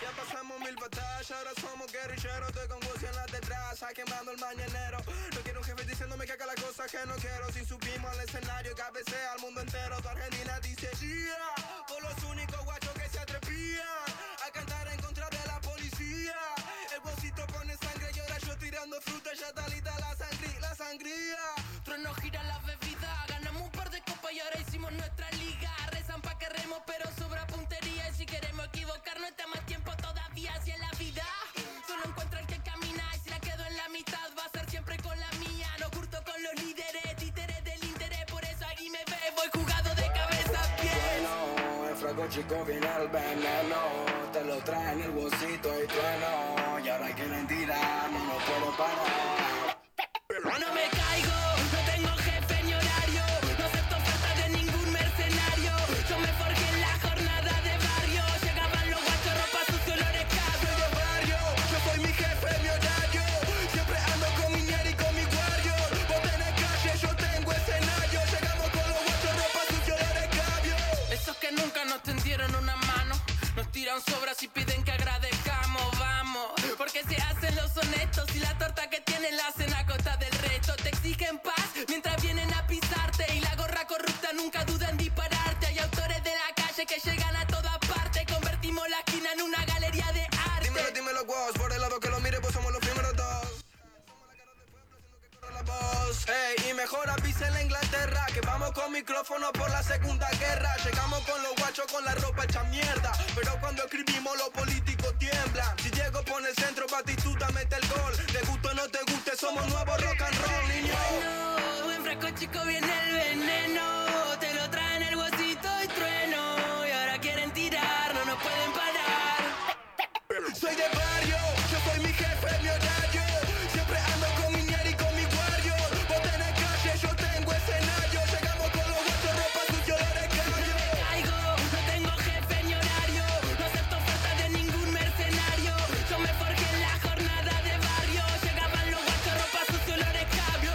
Ya pasamos mil batallas, ahora somos guerrilleros. Estoy con Gucci en la detrás, quemando el mañanero. No quiero un jefe diciéndome que haga las cosas que no quiero. Si subimos al escenario, cabecea al mundo entero. Tu Argentina dice, yeah. Por los únicos guachos que se atrevían a cantar en contra de la policía. El bolsito pone sangre y ahora yo tirando fruta. Ya está lista la, sangría, la sangría. Trueno gira la bebida, ganamos un par de copas y ahora hicimos nuestra liga. Rezan pa' que remos, pero sobra puntería. Y si queremos equivocarnos, está más tiempo todavía. Si en la vida solo encuentra el que camina, y si la quedo en la mitad, va a ser siempre con la mía. No curto con los líderes, títeres del interés, por eso aquí me ve, voy jugado de cabeza a pies. Bueno, el fraco chico viene al veneno. Te lo trae en el bolsito y trueno. Y ahora quieren tirar, ah, no nos puedo parar. No me caigo, no tengo jefe ni horario, no acepto falta de ningún mercenario. Yo me forjé en la jornada de barrio, llegaban los guachos, ropa sucia, olores cabros. de barrio, yo soy mi jefe, mi horario. Siempre ando con mi ñeri y con mi guardio. Vos tenés calle, yo tengo escenario. Llegamos con los guachos, ropa sucia, olores cabio. Esos que nunca nos tendieron una mano, nos tiran sobras y piden que agradezcamos, vamos. Porque se hacen los honestos y la torta que tienen la hacen a costa del resto. Te exigen paz mientras vienen a pisarte y la gorra corrupta nunca duda en dispararte. Hay autores de la calle que llegan a todas partes, convertimos la esquina en una galería de Dímelo, arte. dímelo, guas, por el lado que lo mire, pues somos los primeros dos. Somos la cara del pueblo, haciendo que corra la voz. Ey, y mejor avisen en la Inglaterra que vamos con micrófono por la segunda guerra. Llegamos con los guachos con la ropa hecha mierda. Pero cuando escribimos, los políticos tiemblan. Si Diego pone el centro, Batistuta mete el gol. Te gusta o no te guste, somos nuevos rock and roll, niño. Bueno, en frasco chico viene el veneno. Te lo traen el huesito y trueno. Y ahora quieren tirar, no nos pueden parar. Soy de barrio, yo soy mi jefe, mi horario. Siempre ando con mi ñeri y con mi guardio. Vos tenés calle, yo tengo escenario. Llegamos con los guachos, ropa sucia, olores cabio. Caigo, no tengo jefe ni horario. No acepto falta de ningún mercenario. Yo me forjé en la jornada de barrio. Llegaban los guachos, ropa sucia, olores cabrio.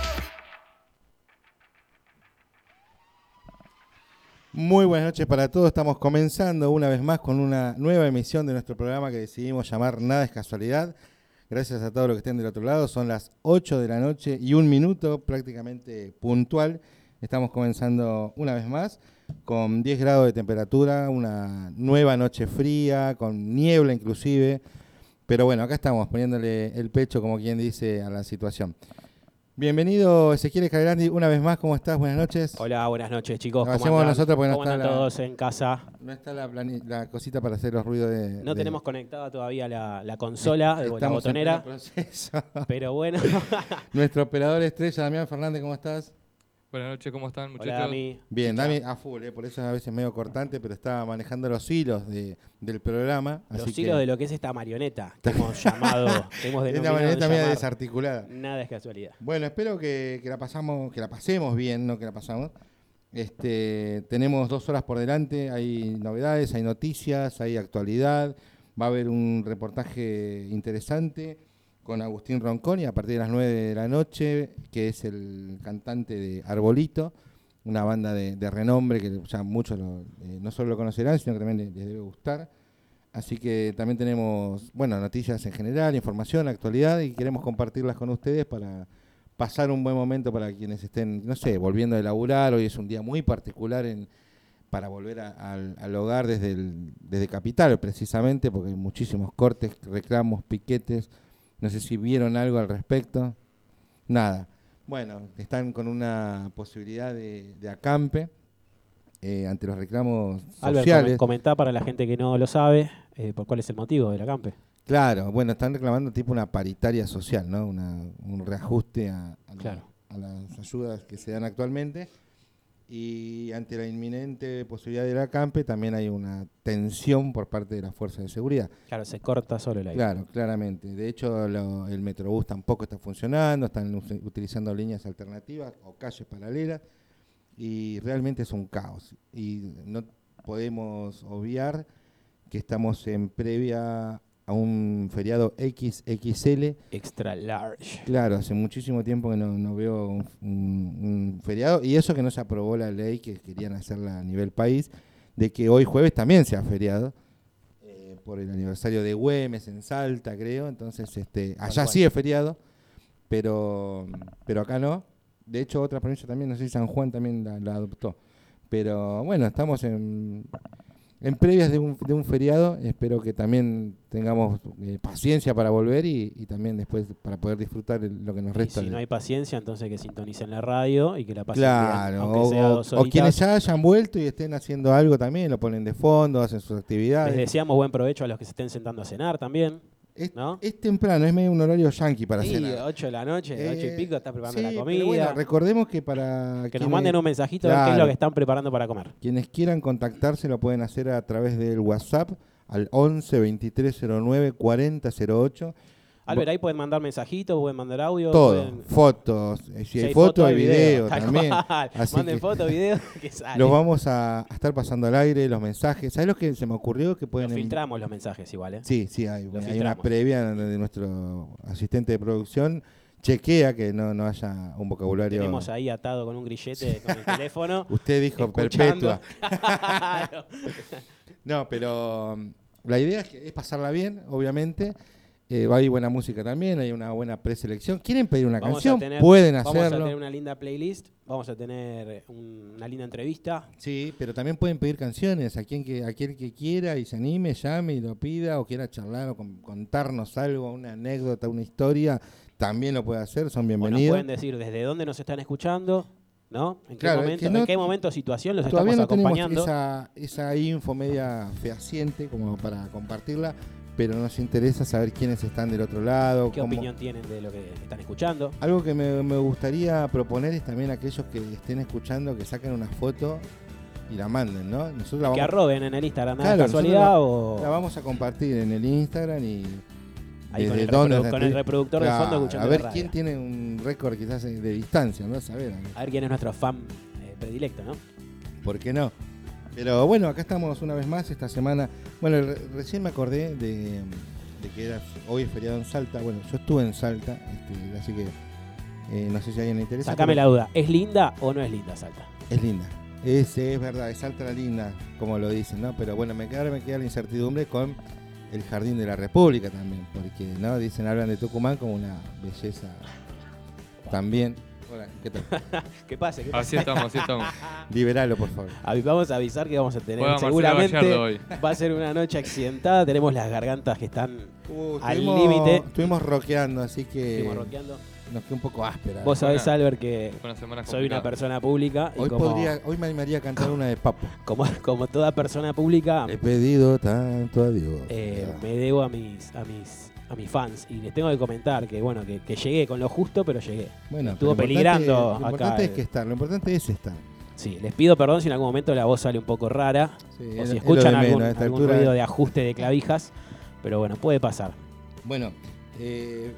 Muy buenas noches para todos. Estamos comenzando una vez más con una nueva emisión de nuestro programa que decidimos llamar Nada es casualidad. Gracias a todos los que estén del otro lado. Son las 8 de la noche y un minuto prácticamente puntual. Estamos comenzando una vez más con 10 grados de temperatura, una nueva noche fría, con niebla inclusive. Pero bueno, acá estamos poniéndole el pecho, como quien dice, a la situación. Bienvenido Ezequiel Escalgrandi, una vez más, ¿cómo estás? Buenas noches. Hola, buenas noches, chicos. Lo ¿Cómo hacemos andan? nosotros porque no ¿Cómo está andan la- todos en casa? No está la, plani- la cosita para hacer los ruidos de. No de- tenemos conectada todavía la, la consola, o la Estamos en pleno botonera, proceso. pero bueno. Nuestro operador estrella, Damián Fernández, ¿cómo estás? Buenas noches, ¿cómo están, Hola, muchachos? Dami. Bien, Dami a full, eh, por eso es a veces medio cortante, pero estaba manejando los hilos de- del programa. así Los que hilos de lo que es esta marioneta que hemos llamado, que hemos Es una denominado manera medio llamar. desarticulada. Nada es casualidad. Bueno, espero que, que la pasamos, que la pasemos bien, no que la pasamos. Este, tenemos dos horas por delante, hay novedades, hay noticias, hay actualidad, va a haber un reportaje interesante con Agustín Ronconi a partir de las 9 de la noche, que es el cantante de Arbolito, una banda de, de renombre que ya muchos lo- eh, no solo lo conocerán, sino que también les, les debe gustar. Así que también tenemos, bueno, noticias en general, información, actualidad, y queremos compartirlas con ustedes para pasar un buen momento para quienes estén, no sé, volviendo de laburar. Hoy es un día muy particular en, para volver a- al, al hogar desde, el- desde Capital, precisamente, porque hay muchísimos cortes, reclamos, piquetes. No sé si vieron algo al respecto. Nada. Bueno, están con una posibilidad de, de acampe eh, ante los reclamos Albert, sociales. comen- comentá para la gente que no lo sabe eh, por cuál es el motivo del acampe. Claro, bueno, están reclamando tipo una paritaria social, ¿no? Una- un reajuste a, a la- Claro. a las ayudas que se dan actualmente. Y ante la inminente posibilidad del acampe también hay una tensión por parte de las fuerzas de seguridad. Claro, se corta solo el aire. Claro, claramente. De hecho, lo- el Metrobús tampoco está funcionando, están us- utilizando líneas alternativas o calles paralelas. y realmente es un caos. Y no podemos obviar que estamos en previa a un feriado XXL. Extra large. Claro, hace muchísimo tiempo que no, no veo un, un- un feriado y eso que no se aprobó la ley que querían hacerla a nivel país, de que hoy jueves también sea feriado eh, por el aniversario de Güemes en Salta, creo. Entonces, este, allá cual. sí es feriado, pero, pero acá no. De hecho, otra provincia también, no sé si San Juan también la, la adoptó. Pero bueno, estamos en, en previas de un, de un feriado. Espero que también tengamos eh, paciencia para volver y, y también después para poder disfrutar el- lo que nos Y resta. si de- no hay paciencia, entonces que sintonicen la radio y que la pasen bien, claro, aunque sea o, dos o horitas. quienes ya hayan vuelto y estén haciendo algo también, lo ponen de fondo, hacen sus Les actividades. deseamos buen provecho a los que se estén sentando a cenar también. Es, ¿No? es temprano, es medio un horario yankee para Sí, cenar. 8 de la noche, Eh, 8 y pico, estás preparando sí, la pero comida. bueno, recordemos que para que nos quienes- manden un mensajito a ver qué es Claro. lo que están preparando para comer. quienes quieran contactarse lo pueden hacer a través del WhatsApp al 11 2309 4008. Albert, ahí pueden mandar mensajitos, pueden mandar audio. Todo, pueden- fotos. eh, Si, hay, fotos, hay video, tal también. cual. Así Manden que fotos, videos, que sale. los vamos a, a estar pasando al aire, los mensajes. ¿Sabes lo que se me ocurrió? Que Los pueden envi- filtramos los mensajes igual, ¿eh? Sí, sí, hay, hay una filtramos. previa de nuestro asistente de producción. Chequea que no, no haya un vocabulario. Tenemos ahí atado con un grillete con el teléfono. Usted dijo escuchando. perpetua. Claro. No, pero mm, la idea es, que- es pasarla bien, obviamente. Eh, hay buena música también, hay una buena preselección. ¿Quieren pedir una Vamos a canción? tener- Pueden Vamos a hacerlo. tener una linda playlist, vamos a tener un- una linda entrevista. Sí, pero también pueden pedir canciones. A quien que, a aquel que quiera y se anime, llame y lo pida o quiera charlar o con- contarnos algo, una anécdota, una historia, también lo puede hacer. Son O nos bienvenidos. pueden decir desde dónde nos están escuchando, ¿no? ¿En, Claro, qué, es momento, que no- ¿en qué momento o situación los Todavía estamos no tenemos acompañando? esa, esa info media fehaciente como para compartirla, pero nos interesa saber quiénes están del otro lado. ¿Qué cómo- opinión tienen de lo que están escuchando? Algo que me, me gustaría proponer es también aquellos que estén escuchando que saquen una foto y la manden, ¿no? Nosotros la Que vamos, arroben en el Instagram, nada de Claro, casualidad la o vamos a compartir en el Instagram y ahí con desde el, reprodu- dónde la con el entrevista. reproductor de Claro, fondo escuchando A ver la radio. quién tiene un récord quizás de distancia, ¿no? Saber. A ver quién es nuestro fan eh, predilecto, ¿no? ¿Por qué no? Pero bueno, acá estamos una vez más esta semana. Bueno, re- recién me acordé de, de que era hoy es feriado en Salta. Bueno, yo estuve en Salta, este, así que eh, no sé si a alguien le interesa. Sacame la pero duda, ¿es linda o no es linda Salta? Es linda. Es, es verdad, es Salta la linda, como lo dicen, ¿no? Pero bueno, me, queda- ahora me queda la incertidumbre con el Jardín de la República también, porque, ¿no? Dicen, hablan de Tucumán como una belleza también. Hola, ¿qué tal? ¿Qué pase? ¿Qué pase? Así estamos, así estamos. Liberalo, por favor. Avi- Vamos a avisar que vamos a tener Juega Marcelo seguramente Gallardo hoy. va a ser una noche accidentada, tenemos las gargantas que están Uh, Al estuvimos- límite. Estuvimos rockeando, así que. estuvimos roqueando. Nos quedó un poco áspera. Vos sabés, buena. Albert, que Fue una semana soy una complicada. persona pública y hoy, como, podría, hoy me animaría a cantar una de Papo. como, como toda persona pública He pedido tanto a Dios. eh, me debo a mis, a mis a mis fans y les tengo que comentar que bueno que, que llegué con lo justo pero llegué bueno, estuvo pero lo importante- peligrando Lo acá, importante es eh. que estar, lo importante es estar. sí les pido perdón si en algún momento la voz sale un poco rara Sí, o si es lo- es lo de escuchan menos, algún, a esta algún altura. ruido de ajuste de clavijas pero bueno puede pasar Bueno, eh,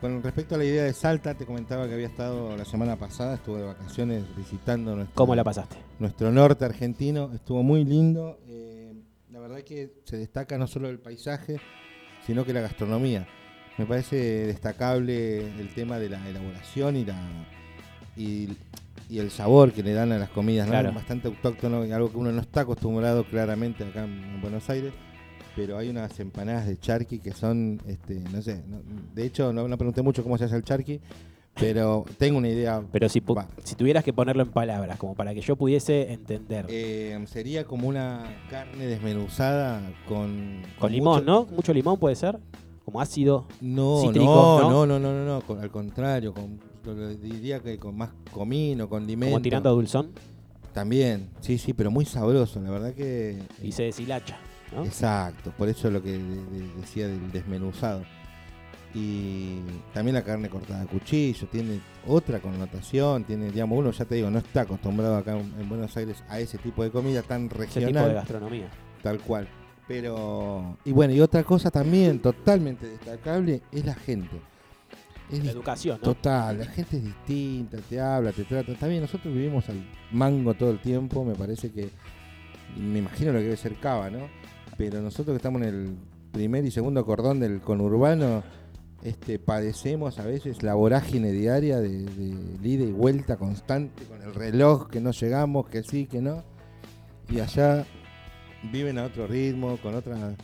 con respecto a la idea de Salta, te comentaba que había estado la semana pasada, estuve de vacaciones visitando nuestro, cómo la pasaste nuestro norte argentino. Estuvo muy lindo. eh, la verdad que se destaca no solo el paisaje, sino que la gastronomía. Me parece destacable el tema de la elaboración y la y, y el sabor que le dan a las comidas, ¿no? Claro. Bastante autóctono y algo que uno no está acostumbrado claramente acá en, en Buenos Aires. Pero hay unas empanadas de charqui que son, este, no sé, no- de hecho no, no pregunté mucho cómo se hace el charqui, pero tengo una idea. pero si, pu- Va. si tuvieras que ponerlo en palabras como para que yo pudiese entender Eh, sería como una carne desmenuzada con... con limón mucho- no mucho limón puede ser como ácido No, Cítricos, no, ¿no? no, no, no, no, no, con- al contrario, con, yo le diría que con más comino, condimento. como tirando a dulzón También, sí, sí, pero muy sabroso, la verdad que... y se deshilacha ¿no? Exacto, por eso lo que de- de- decía del desmenuzado. Y también la carne cortada a cuchillo, tiene otra connotación, tiene, digamos, uno ya te digo, no está acostumbrado acá en en Buenos Aires a ese tipo de comida tan ese tipo de regional. gastronomía Tal cual. Pero. Y bueno, y otra cosa también totalmente destacable es la gente. Es la di- educación, ¿no? Total, la gente es distinta, te habla, te trata. Está bien, nosotros vivimos al mango todo el tiempo, me parece que. Me imagino lo que debe ser Cava, ¿no? Pero nosotros que estamos en el primer y segundo cordón del conurbano, este, padecemos a veces la vorágine diaria de, de ida y vuelta constante con el reloj, que no llegamos, que sí, que no. Y allá viven a otro ritmo, con otra.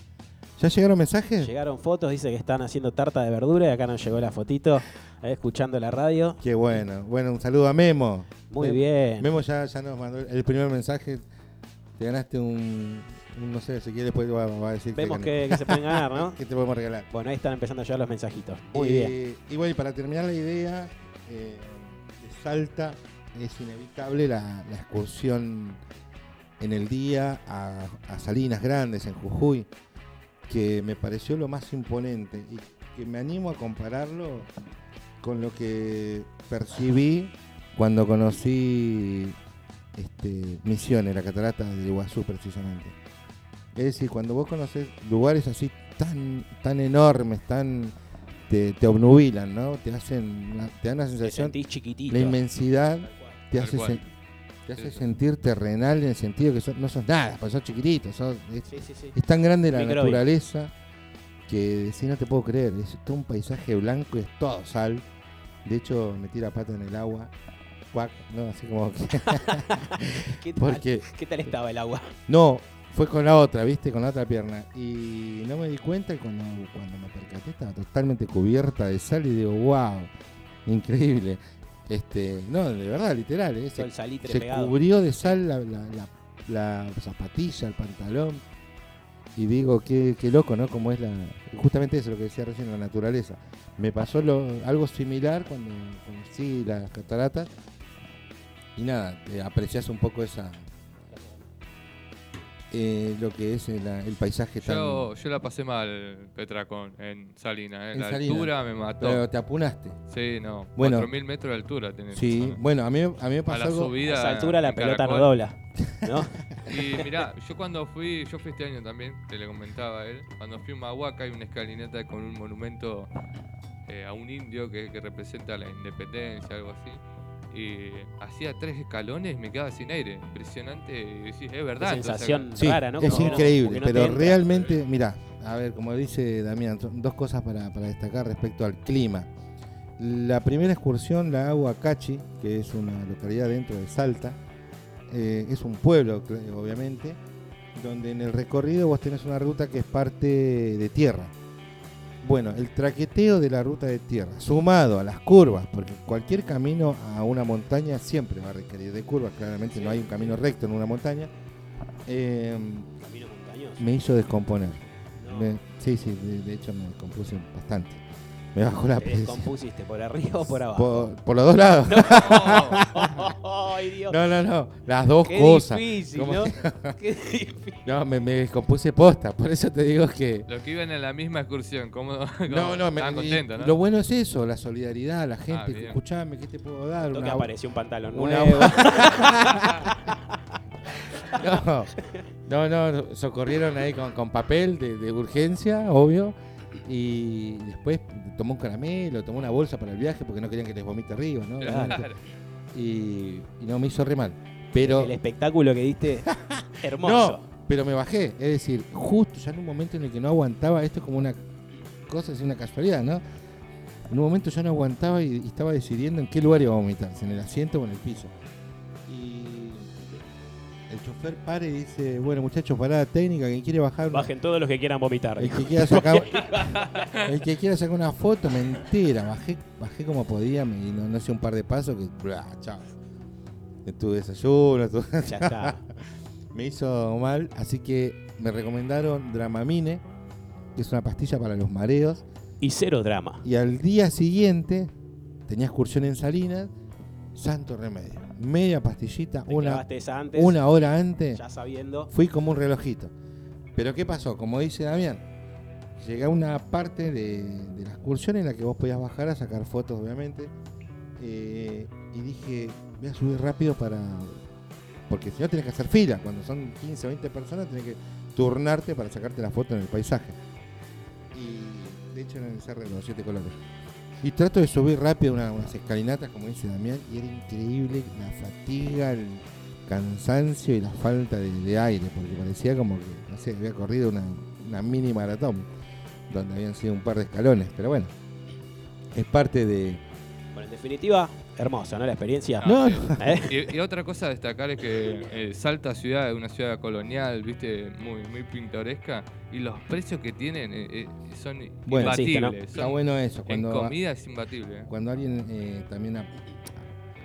¿Ya llegaron mensajes? Llegaron fotos, dice que están haciendo tarta de verdura y acá nos llegó la fotito, ahí escuchando la radio. Qué bueno. Bueno, un saludo a Memo. Muy Mem- bien. Memo ya, ya nos mandó el primer mensaje. Te ganaste un. un- no sé, si quieres, después va, va a decir Vemos que, que, que se pueden ganar, ¿no? que te podemos regalar. Bueno, ahí están empezando ya los mensajitos. Muy Eh, bien. Y bueno, y para terminar la idea, eh, de Salta es inevitable la, la excursión en el día a, a Salinas Grandes, en Jujuy, que me pareció lo más imponente y que me animo a compararlo con lo que percibí cuando conocí este, Misiones, la catarata de Iguazú precisamente. Es decir, cuando vos conocés lugares así tan, tan enormes, tan te, te obnubilan, ¿no? Te hacen, una- te dan la Te sensación, sentís chiquitito. la inmensidad te Tal hace, cual. sen- te hace sentir terrenal en el sentido que sos- no sos nada, pues sos chiquitito, sos- es, Sí, sí, sí. es tan grande la Microbio. naturaleza que si no te puedo creer, es todo un paisaje blanco y es todo sal. De hecho, metí la pata en el agua, cuac, no, así como que- ¿Qué tal, porque qué tal estaba el agua? no, fue con la otra, viste, con la otra pierna. Y no me di cuenta y cuando, cuando me percaté estaba totalmente cubierta de sal y digo, wow, increíble. Este, no, de verdad, literal, ¿eh? Todo se, el salitre se pegado. cubrió de sal la, la- la- la zapatilla, el pantalón. Y digo, qué, qué loco, ¿no? Como es la. Justamente eso, lo que decía recién, la naturaleza. Me pasó lo- algo similar cuando conocí las cataratas. Y nada, eh, apreciás un poco esa. eh, lo que es el, el paisaje tan. Yo, yo la pasé mal, Petra, con, en Salina. eh. En la Salina. altura me mató. Pero te apunaste. Sí, no. Bueno. 4.000 metros de altura tenés. Sí, bueno, a mí, a mí me A pasó la algo. A subida. esa altura la en pelota no Caracol. dobla. ¿No? Y mirá, yo cuando fui, yo fui este año también, te le comentaba a él, cuando fui a Mahuaca hay una escalinata con un monumento eh, a un indio que, que representa la independencia, algo así. Y hacía tres escalones y me quedaba sin aire. Impresionante. Y decís, es verdad. Qué entonces- sensación. Sí, rara, ¿no? Es Como que no- increíble, como que no te pero entra. realmente, mira, a ver, como dice Damián, son dos cosas para, para destacar respecto al clima. La primera excursión la hago a Cachi, que es una localidad dentro de Salta. Eh, es un pueblo, cl- obviamente, donde en el recorrido vos tenés una ruta que es parte de tierra. Bueno, el traqueteo de la ruta de tierra, sumado a las curvas, porque cualquier camino a una montaña siempre va a requerir de curvas, claramente no hay un camino recto en una montaña. Eh, Camino montañoso. me hizo descomponer. No, Me- sí, sí, de, de hecho me descompuse bastante. Me bajó la te presión. descompusiste por arriba o por abajo. Por, por los dos lados. ¡Ay, Dios! No, no, no. Las dos Qué cosas. difícil, Como- ¿no? Qué difícil. No, me, me descompuse posta. Por eso te digo que. Los que iban en la misma excursión, ¿cómo, cómo No, no, me, estaban contentos, ¿no? Ah, Lo bueno es eso, la solidaridad, la gente. bien. escuchame, ¿qué te puedo dar? Toca Una- apareció un pantalón una- nuevo. No, no, no, socorrieron ahí con, con papel de, de urgencia, obvio. Y después tomó un caramelo, tomó una bolsa para el viaje porque no querían que les vomite arriba, ¿no? Claro. Y, y no me hizo re mal. Pero, El espectáculo que diste, hermoso. no, pero me bajé. Es decir, justo ya en un momento en el que no aguantaba, esto es como una cosa, es una casualidad, ¿no? En un momento yo no aguantaba y, y estaba decidiendo en qué lugar iba a vomitar, si en el asiento o en el piso. Y el chofer para y dice, bueno muchachos, parada técnica, quien quiere bajar, una- Bajen todos los que quieran vomitar. el que quiera sacar, el que quiera sacar una foto, mentira, bajé, bajé como podía me- y no, no hice un par de pasos que bla, chao. Tu desayuno, tu- Ya está. me hizo mal, así que me recomendaron Dramamine, que es una pastilla para los mareos. Y cero drama. Y al día siguiente tenía excursión en Salinas, santo remedio. Media pastillita, Te una, clavaste esa antes, una hora antes, ya sabiendo. fui como un relojito. Pero ¿qué pasó? Como dice Damián, llegué a una parte de, de la excursión en la que vos podías bajar a sacar fotos, obviamente. eh, y dije, voy a subir rápido para... Porque si no tenés que hacer fila, cuando son 15 o 20 personas tenés que turnarte para sacarte la foto en el paisaje. Y de hecho en el cerro de los siete colores. Y trato de subir rápido una- unas escalinatas, como dice Damián, y era increíble la fatiga, el cansancio y la falta de, de aire, porque parecía como que, no sé, había corrido una, una mini maratón, donde habían sido un par de escalones, pero bueno, es parte de... Bueno, en definitiva, hermosa, ¿no? La experiencia. No, ¿Eh? Y, y otra cosa a destacar es que eh, Salta ciudad es una ciudad colonial, viste, muy, muy pintoresca. Y los precios que tienen eh, eh, son Bueno, existe, imbatibles. ¿no? son- Está bueno eso, en cuando, comida es imbatible. eh. cuando alguien eh, también a-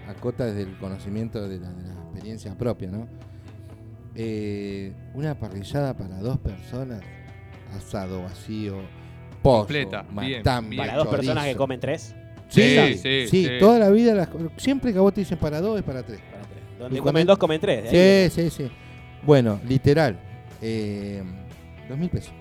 acota desde el conocimiento de la, de la experiencia propia, ¿no? Eh, una parrillada para dos personas, asado vacío, pollo, Completa, bien, matambre, bien. Para dos personas que chorizo. comen tres. Sí, sí, Sí, sí, sí. toda la vida, las- siempre que a vos te dicen para dos es para tres. Para tres. Y Donde comen- comen dos, comen tres. de ahí. Sí, sí, sí. Bueno, literal, eh, dos mil pesos.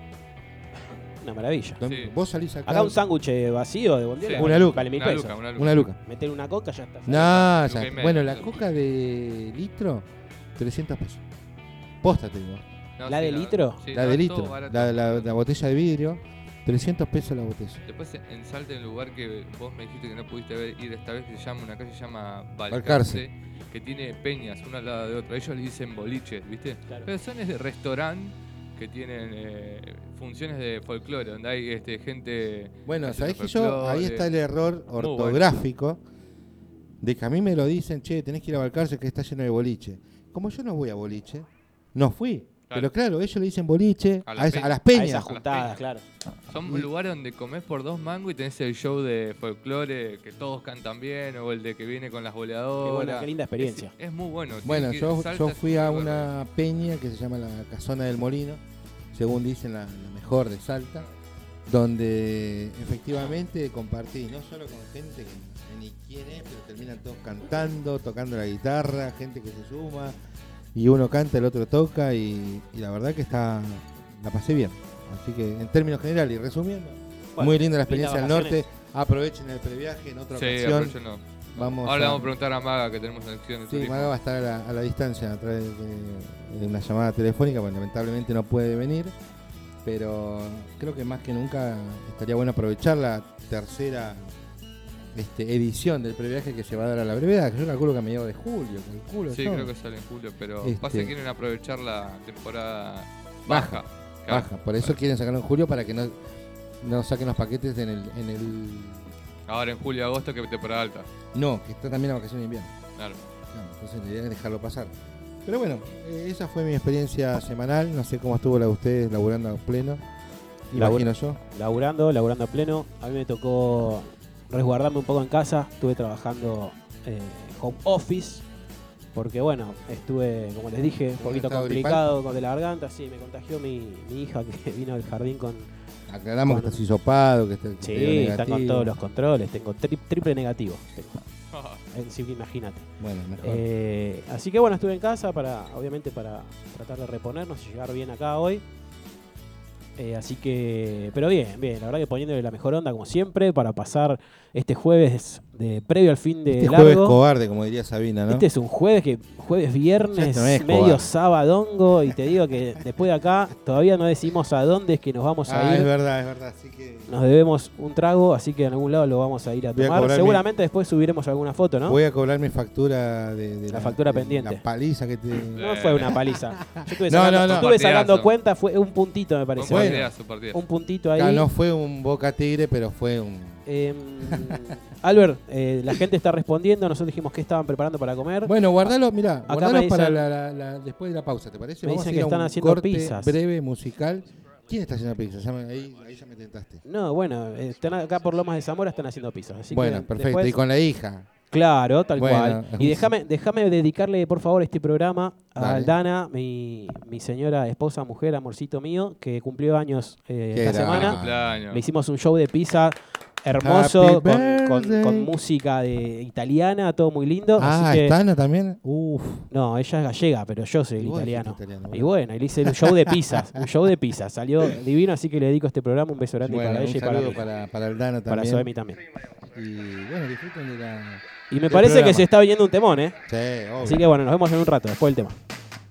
Una maravilla. Dos- Sí. Vos salís acá, Acá un sándwich eh, vacío de bondiola. Sí. vale- Una luca. Vale mil Una pesos. luca, una luca. una luca. Meter una coca ya está. No, Luca o sea, y medio. bueno, la coca de litro, 300 pesos. Posta te digo. No, ¿La sí, de litro? sí, la no, de es todo litro, barato. la, la- la botella de vidrio, 300 pesos la botella. Después en Salta, en el lugar que vos me dijiste que no pudiste ver, ir esta vez, se llama una calle se llama Balcarce. Balcarce, que tiene peñas una al lado de otra. Ellos le dicen boliches, ¿viste? Claro. Pero son de restaurante que tienen eh, funciones de folclore, donde hay este, gente. Bueno, haciendo sabés que yo, ahí folclore. está el error bueno. ortográfico de que a mí me lo dicen, che, tenés que ir a Balcarce que está lleno de boliche. Como yo no voy a boliche, no fui. Pero claro, ellos le dicen boliche A a, las esa- peñas. a las A esas peñas. juntadas, claro. Son lugares donde comés por dos mangos y tenés el show de folclore que todos cantan bien, o el de que viene con las Qué, boleadoras. buena, qué linda experiencia. Es, es muy bueno. Bueno, Tienes que ir. yo, Salta yo es fui un a lugar bueno. una peña que se llama la Casona del Molino, según dicen la, la mejor de Salta, donde efectivamente compartí, no solo con gente que no sé ni quién es, pero terminan todos cantando, tocando la guitarra, gente que se suma, y uno canta, el otro toca, y, y la verdad que está la pasé bien. Así que en términos generales y resumiendo, Bueno, muy linda la experiencia del lindas norte, vacaciones. aprovechen el previaje en otra Sí, ocasión. aprovechenlo. Vamos Ahora le a- vamos a preguntar a Maga que tenemos acción de Sí, turismo. Maga va a estar a la, a la distancia a través de, de una llamada telefónica, porque lamentablemente no puede venir. Pero creo que más que nunca estaría bueno aprovechar la tercera este, edición del previaje que se va a dar a la brevedad, que yo calculo que a mediados de julio, calculo. Sí, yo. creo que sale en julio, pero Este- pasa que quieren aprovechar la temporada Baja. baja. Claro. Baja, por eso quieren sacarlo en julio para que no, no saquen los paquetes en el, en el... Ahora en julio, agosto, que temporada alta. No, que está también la vacación de invierno. Claro. Claro, entonces la idea es dejarlo pasar. Pero bueno, eh, esa fue mi experiencia semanal. No sé cómo estuvo la de ustedes laburando a pleno. Labur- Imagino yo. Laburando, laburando a pleno. A mí me tocó resguardarme un poco en casa. Estuve trabajando eh, home office. Porque bueno, estuve, como les dije, un poquito estado complicado con de la garganta. Sí, me contagió mi, mi hija que vino del jardín con... Aclaramos que Bueno. estás hisopado, que estás Sí, está con todos los controles. Tengo tri- triple negativo. tengo. Así que imagínate. Bueno, mejor. Eh, así que bueno, estuve en casa para, obviamente, para tratar de reponernos y llegar bien acá hoy. Eh, así que, pero bien, bien, la verdad que poniéndole la mejor onda como siempre para pasar este jueves de previo al fin de este jueves largo. cobarde, como diría Sabina, ¿no? Este es un jueves que jueves viernes Ya no es medio cobarde. sabadongo y te digo que después de acá todavía no decimos a dónde es que nos vamos a ah, es ir. verdad, es verdad. Así que Nos debemos un trago, así que en algún lado lo vamos a ir a Voy a tomar. cobrar mi- Seguramente después subiremos alguna foto, ¿no? voy a cobrar mi factura de, de La factura de pendiente. La paliza que te. No fue una paliza. Yo estuve No, sacando, no, no. estuve sacando Partidazo. cuenta, fue un puntito me Buen parece. Bueno. partidazo, partidazo. Un puntito ahí. Ah, no fue un boca tigre, Este, pero fue un. Eh, Albert, eh, la gente está respondiendo, nosotros dijimos que estaban preparando para comer. Bueno, guardalo, mirá, Acá guardalo me dicen- para la, la- la- después de la pausa, ¿te parece? Me Vamos a dicen ir que a un están haciendo corte pizzas. breve, musical. ¿Quién está haciendo pizzas? Ya me- ahí, ahí ya me tentaste. No, bueno, eh, están acá por Lomas de Zamora, están haciendo pisos. Así que bueno, perfecto. después- Y con la hija. Claro, tal Bueno, cual. es Y un- déjame déjame dedicarle, por favor, este programa a Dale. Aldana, mi, mi señora, esposa, mujer, amorcito mío, que cumplió años eh, Qué esta grande. semana. Cumpleaños. Le hicimos un show de pizza hermoso, Happy con, con- birthday. con música de italiana, todo muy lindo. Ah, así que, ¿está Ana también? Uf. No, ella es gallega, pero yo soy Y el vos dijiste italiano. Y italiano, bueno. bueno, y le hice un show de pizzas, un show de pizzas. Salió divino, así que le dedico este programa un beso grande Bueno, para un ella y para, saludo mí, para, para, para Aldana también. Soemi también. Y bueno, disfruten de la. Y me El parece programa. que se está viendo un temón, ¿eh? Sí, obvio. Así que bueno, nos vemos en un rato, después del tema. Quiero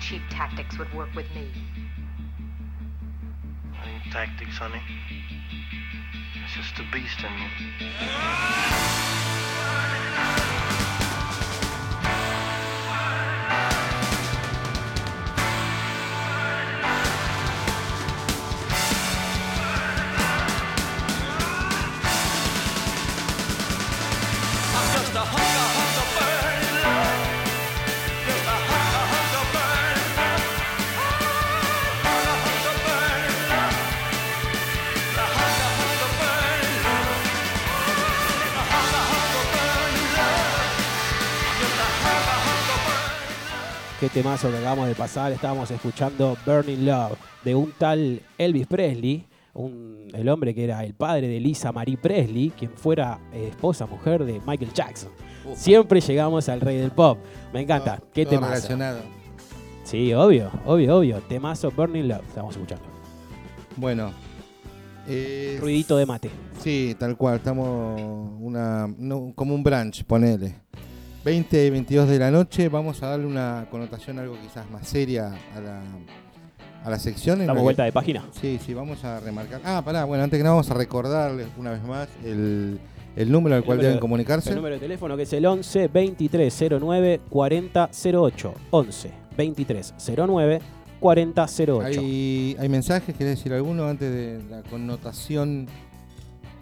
cheap tactics would work with me. Any tactics, honey? It's just the beast in me. Qué temazo que acabamos de pasar. Estábamos escuchando Burning Love de un tal Elvis Presley, un- el hombre que era el padre de Lisa Marie Presley, quien fuera eh, esposa, mujer de Michael Jackson. Siempre llegamos al rey del pop. Me encanta. Qué Todo temazo. relacionado. Sí, obvio, obvio, obvio. Temazo Burning Love. Estamos escuchando. Bueno. eh, Ruidito de mate. Sí, tal cual. Estamos una, no, como un brunch, ponele. 20 y 22 de la noche. Vamos a darle una connotación algo quizás más seria a la, a la sección. en la Damos que- vuelta de página. Sí, sí, vamos a remarcar. Ah, pará, bueno, antes que nada vamos a recordarles una vez más el, el número al El cual número- deben comunicarse. El número de teléfono que es el 11 2309 4008. 11 2309 4008. Hay, hay mensajes, ¿querés decir alguno antes de la connotación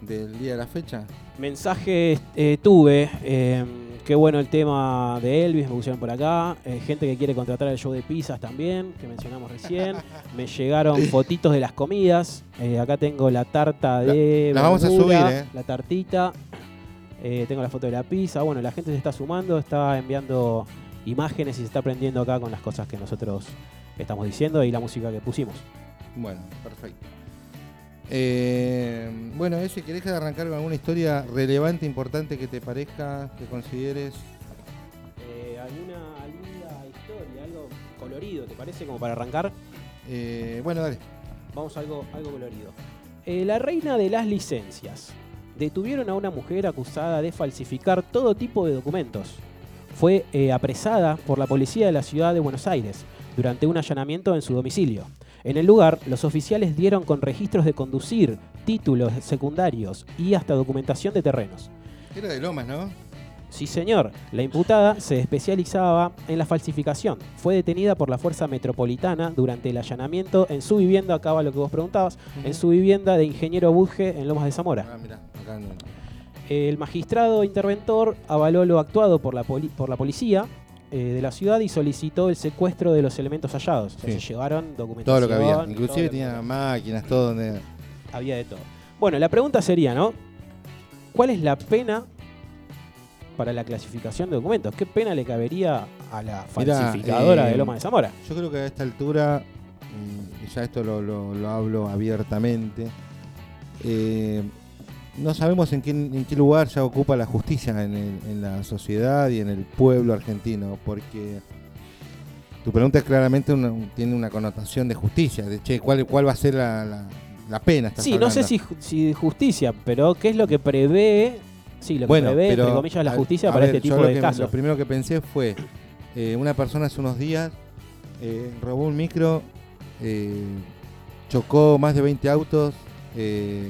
del día de la fecha? Mensajes eh, tuve. eh, qué bueno el tema de Elvis, me pusieron por acá. Eh, gente que quiere contratar el show de pizzas también, que mencionamos recién. Me llegaron fotitos de las comidas. Eh, acá tengo la tarta de. La- la vamos a verdura, subir, eh. La tartita. Eh, tengo la foto de la pizza. Bueno, la gente se está sumando, está enviando imágenes y se está aprendiendo acá con las cosas que nosotros estamos diciendo y la música que pusimos. Bueno, perfecto. Eh, bueno, ese, ¿querés arrancar con alguna historia relevante, importante que te parezca, que consideres? Eh, ¿Alguna linda historia, algo colorido, te parece, como para arrancar? Eh, bueno, dale. Vamos a algo, algo colorido. Eh, la reina de las licencias. Detuvieron a una mujer acusada de falsificar todo tipo de documentos. Fue eh, apresada por la policía de la ciudad de Buenos Aires durante un allanamiento en su domicilio. En el lugar, los oficiales dieron con registros de conducir, títulos secundarios y hasta documentación de terrenos. Era de Lomas, ¿no? Sí, señor. La imputada se especializaba en la falsificación. Fue detenida por la Fuerza Metropolitana durante el allanamiento en su vivienda, acaba lo que vos preguntabas, en su vivienda de Ingeniero Budge en Lomas de Zamora. Ah, mirá, acá no. El magistrado interventor avaló lo actuado por la, poli- por la policía eh, de la ciudad y solicitó el secuestro de los elementos hallados. O sea, Sí. Se llevaron documentación. Todo lo que había. todo Inclusive lo- tenía máquinas, todo donde... había de todo. Bueno, la pregunta sería, ¿no? ¿Cuál es la pena para la clasificación de documentos? ¿Qué pena le cabería a la Mirá, falsificadora eh, de Loma de Zamora? Yo creo que a esta altura, mm, y ya esto lo, lo- lo hablo abiertamente, eh, no sabemos en qué, en qué lugar ya ocupa la justicia en, el- en la sociedad y en el pueblo argentino, porque tu pregunta es claramente una- tiene una connotación de justicia, de che, ¿cuál, cuál va a ser la, la- la pena? estás Sí, no sé hablando. si, si justicia, pero ¿qué es lo que prevé? Sí, lo que bueno, prevé, pero, entre comillas, la a- justicia a para ver, este yo tipo lo de que- casos. Lo primero que pensé fue, eh, una persona hace unos días eh, robó un micro, eh, chocó más de 20 autos, eh,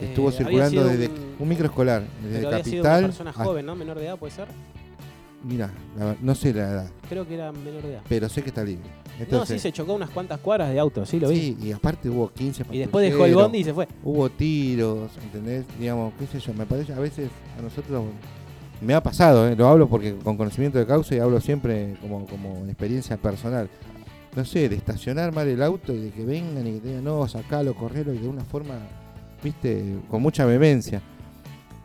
estuvo Eh, había circulando sido desde un- un, micro escolar, desde Pero había sido una capital. persona hasta- joven, ¿no? Menor de edad, puede ser. Mirá, la- no sé la edad, Creo que era menor de edad. pero sé que está libre. no, sí, Entonces, se chocó unas cuantas cuadras de auto, sí, lo vi. sí, y aparte hubo 15 y después dejó el patrulleros, bondi y se fue. Hubo tiros, ¿entendés? Digamos, qué sé yo, me parece, a veces a nosotros me ha pasado, ¿eh? lo hablo porque con conocimiento de causa y hablo siempre como, como experiencia personal. No sé, de estacionar mal el auto y de que vengan y que te digan, no, sacalo, correlo, y de una forma, viste, con mucha vehemencia.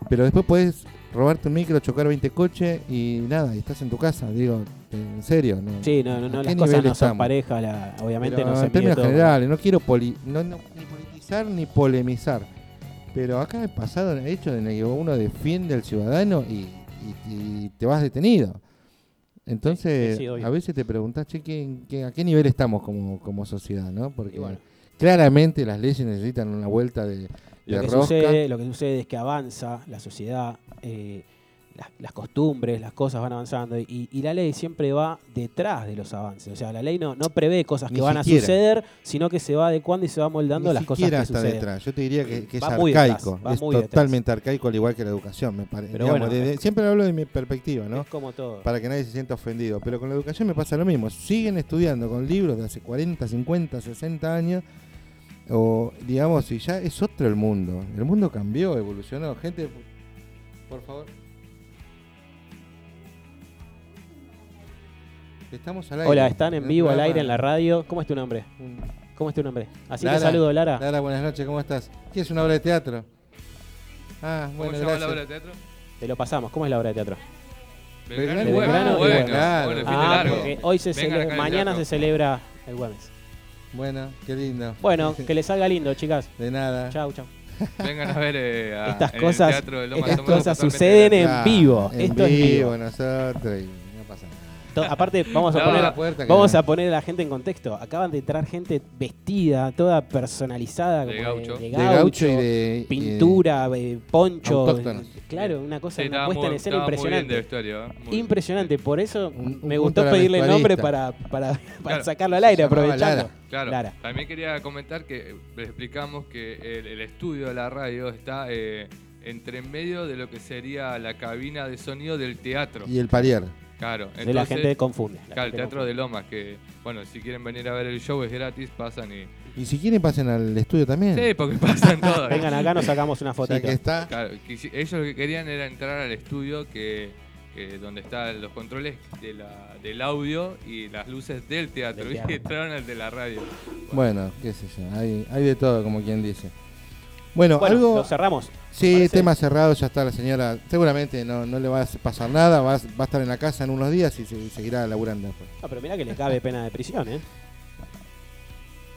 Pero después podés robarte un micro, chocar 20 coches y nada, y estás en tu casa, digo, en serio. ¿no? Sí, no, no, no, ¿A las qué cosas nivel no son estamos? parejas, la- obviamente Pero no se en mide términos todo. con- generales, no quiero poli- no- no- ni politizar ni polemizar. Pero acá he pasado hechos en el que uno defiende al ciudadano y, y- y te vas detenido. Entonces, Sí, sí, obvio. a veces te preguntás, che, ¿qué- qué- a qué nivel estamos como, como sociedad? ¿no? Porque Y bueno. claramente las leyes necesitan una vuelta de, Lo de que, rosca. sucede, lo que sucede es que avanza la sociedad, eh, las, las costumbres, las cosas van avanzando y, y la ley siempre va detrás de los avances. O sea, la ley no, no prevé cosas que Ni van siquiera. a suceder, sino que se va adecuando y se va moldando a Ni las cosas siquiera que está suceden. detrás. Yo te diría que, que es Va muy detrás, arcaico. va es muy detrás. totalmente arcaico, al igual que la educación, me parece. Pero bueno, es- siempre hablo de mi perspectiva, ¿no? Es como todo. Para que nadie se sienta ofendido. Pero con la educación me pasa lo mismo. Siguen estudiando con libros de hace 40, 50, 60 años. O, digamos, y ya es otro el mundo. El mundo cambió, evolucionó. Gente, este, por favor. Estamos al aire. Hola, están en el vivo al programa. aire en la radio. ¿Cómo es tu nombre? Un- ¿Cómo es tu nombre? Así Lara, que saludo, Lara. Lara, buenas noches, ¿cómo estás? ¿Qué es una obra de teatro? Ah, ¿Cómo bueno, se llama la gracias. obra de teatro? Te lo pasamos. ¿Cómo es la obra de teatro? Belgrano, y Belgrano y Güemes. Belgrano y Güemes. bueno, bueno, el fin de Ah, largo. porque hoy se Vengan celebra- acá al mañana teatro. se celebra el Güemes. Bueno, Ah, qué lindo. Bueno, que les salga lindo, chicas. De nada. Chau, chau. Vengan a ver eh, a- Estas en cosas- el teatro de Loma estas Tomás, cosas totalmente suceden gratis. en Ah, vivo, En esto es vivo, vivo. nosotros. y no pasa nada. To- Aparte, vamos a No, poner la puerta que vamos no. a poner a la gente en contexto. Acaban de entrar gente vestida, toda personalizada, De como gaucho. de De gaucho gaucho, y de. pintura, eh, poncho. autóctono. Claro, una cosa, Sí, una estaba puesta en muy- escena estaba muy bien impresionante. de vestuario, ¿eh? Muy- Impresionante, por eso Un- un me punto a gustó la pedirle el nombre para, vestuarista. para, para Claro. sacarlo al aire, Se llamaba aprovechando. Lara. Claro. Lara. También quería comentar que eh, les explicamos que el, el estudio de la radio está eh, entre medio de lo que sería la cabina de sonido del teatro. Y el palier. Claro. Sí, la gente confunde. la Claro, el gente Teatro confunde. de Lomas, que bueno, si quieren venir a ver el show es gratis, pasan y... Y si quieren, pasen al estudio también. Sí, porque pasan todo. Vengan acá, nos sacamos una ya fotito. que está. Claro, que si- ellos lo que querían era entrar al estudio que, que donde están los controles de la- del audio y las luces del teatro, Del teatro. y entraron al de la radio. Bueno, qué sé yo. Hay, hay de todo, como quien dice. Bueno, Bueno, algo. lo cerramos. Sí, Parece- tema cerrado, ya está la señora. Seguramente no, no le va a pasar nada, va a, va a estar en la casa en unos días y se- seguirá laburando después. No, pero mirá que le cabe pena de prisión, ¿eh?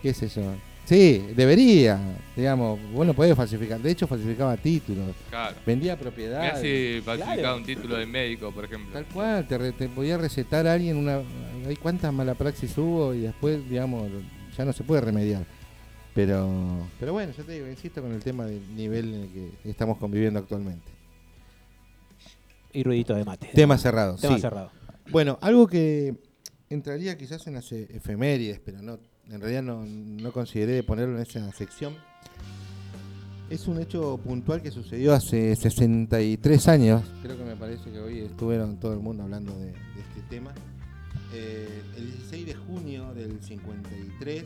¿Qué es eso? Sí, debería, digamos, vos no podés falsificar. De hecho, falsificaba títulos, Claro. vendía Me propiedades. hace falsificar Claro. un título de médico, por ejemplo. Tal cual, te, re- te podía recetar a alguien una... Hay cuántas mala praxis hubo y después, digamos, ya no se puede remediar. Pero, pero bueno, yo te digo, insisto con el tema del nivel en el que estamos conviviendo actualmente. Y ruidito de mate. Tema cerrado, Tema sí. cerrado. Bueno, algo que entraría quizás en las e- efemérides, pero no, en realidad no, no consideré ponerlo en esa sección. Es un hecho puntual que sucedió hace 63 años. Creo que me parece que hoy estuvieron todo el mundo hablando de, de este tema. Eh, el 16 de junio del 53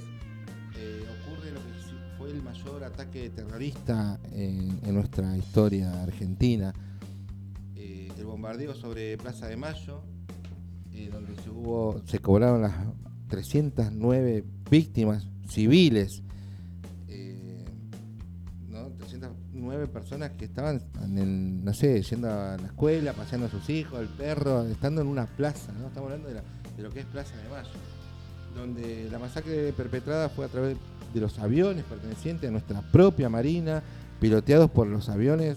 eh, ocurre lo que si- fue el mayor ataque terrorista en- en nuestra historia argentina. Eh, el bombardeo sobre Plaza de Mayo, eh, donde se, hubo, se cobraron las 309 víctimas civiles, eh, ¿no? 309 personas que estaban, en el- no sé, yendo a la escuela, paseando a sus hijos, el perro, estando en una plaza, ¿no? estamos hablando de, la- de lo que es Plaza de Mayo, donde la masacre perpetrada fue a través de los aviones pertenecientes a nuestra propia marina, piloteados por los aviones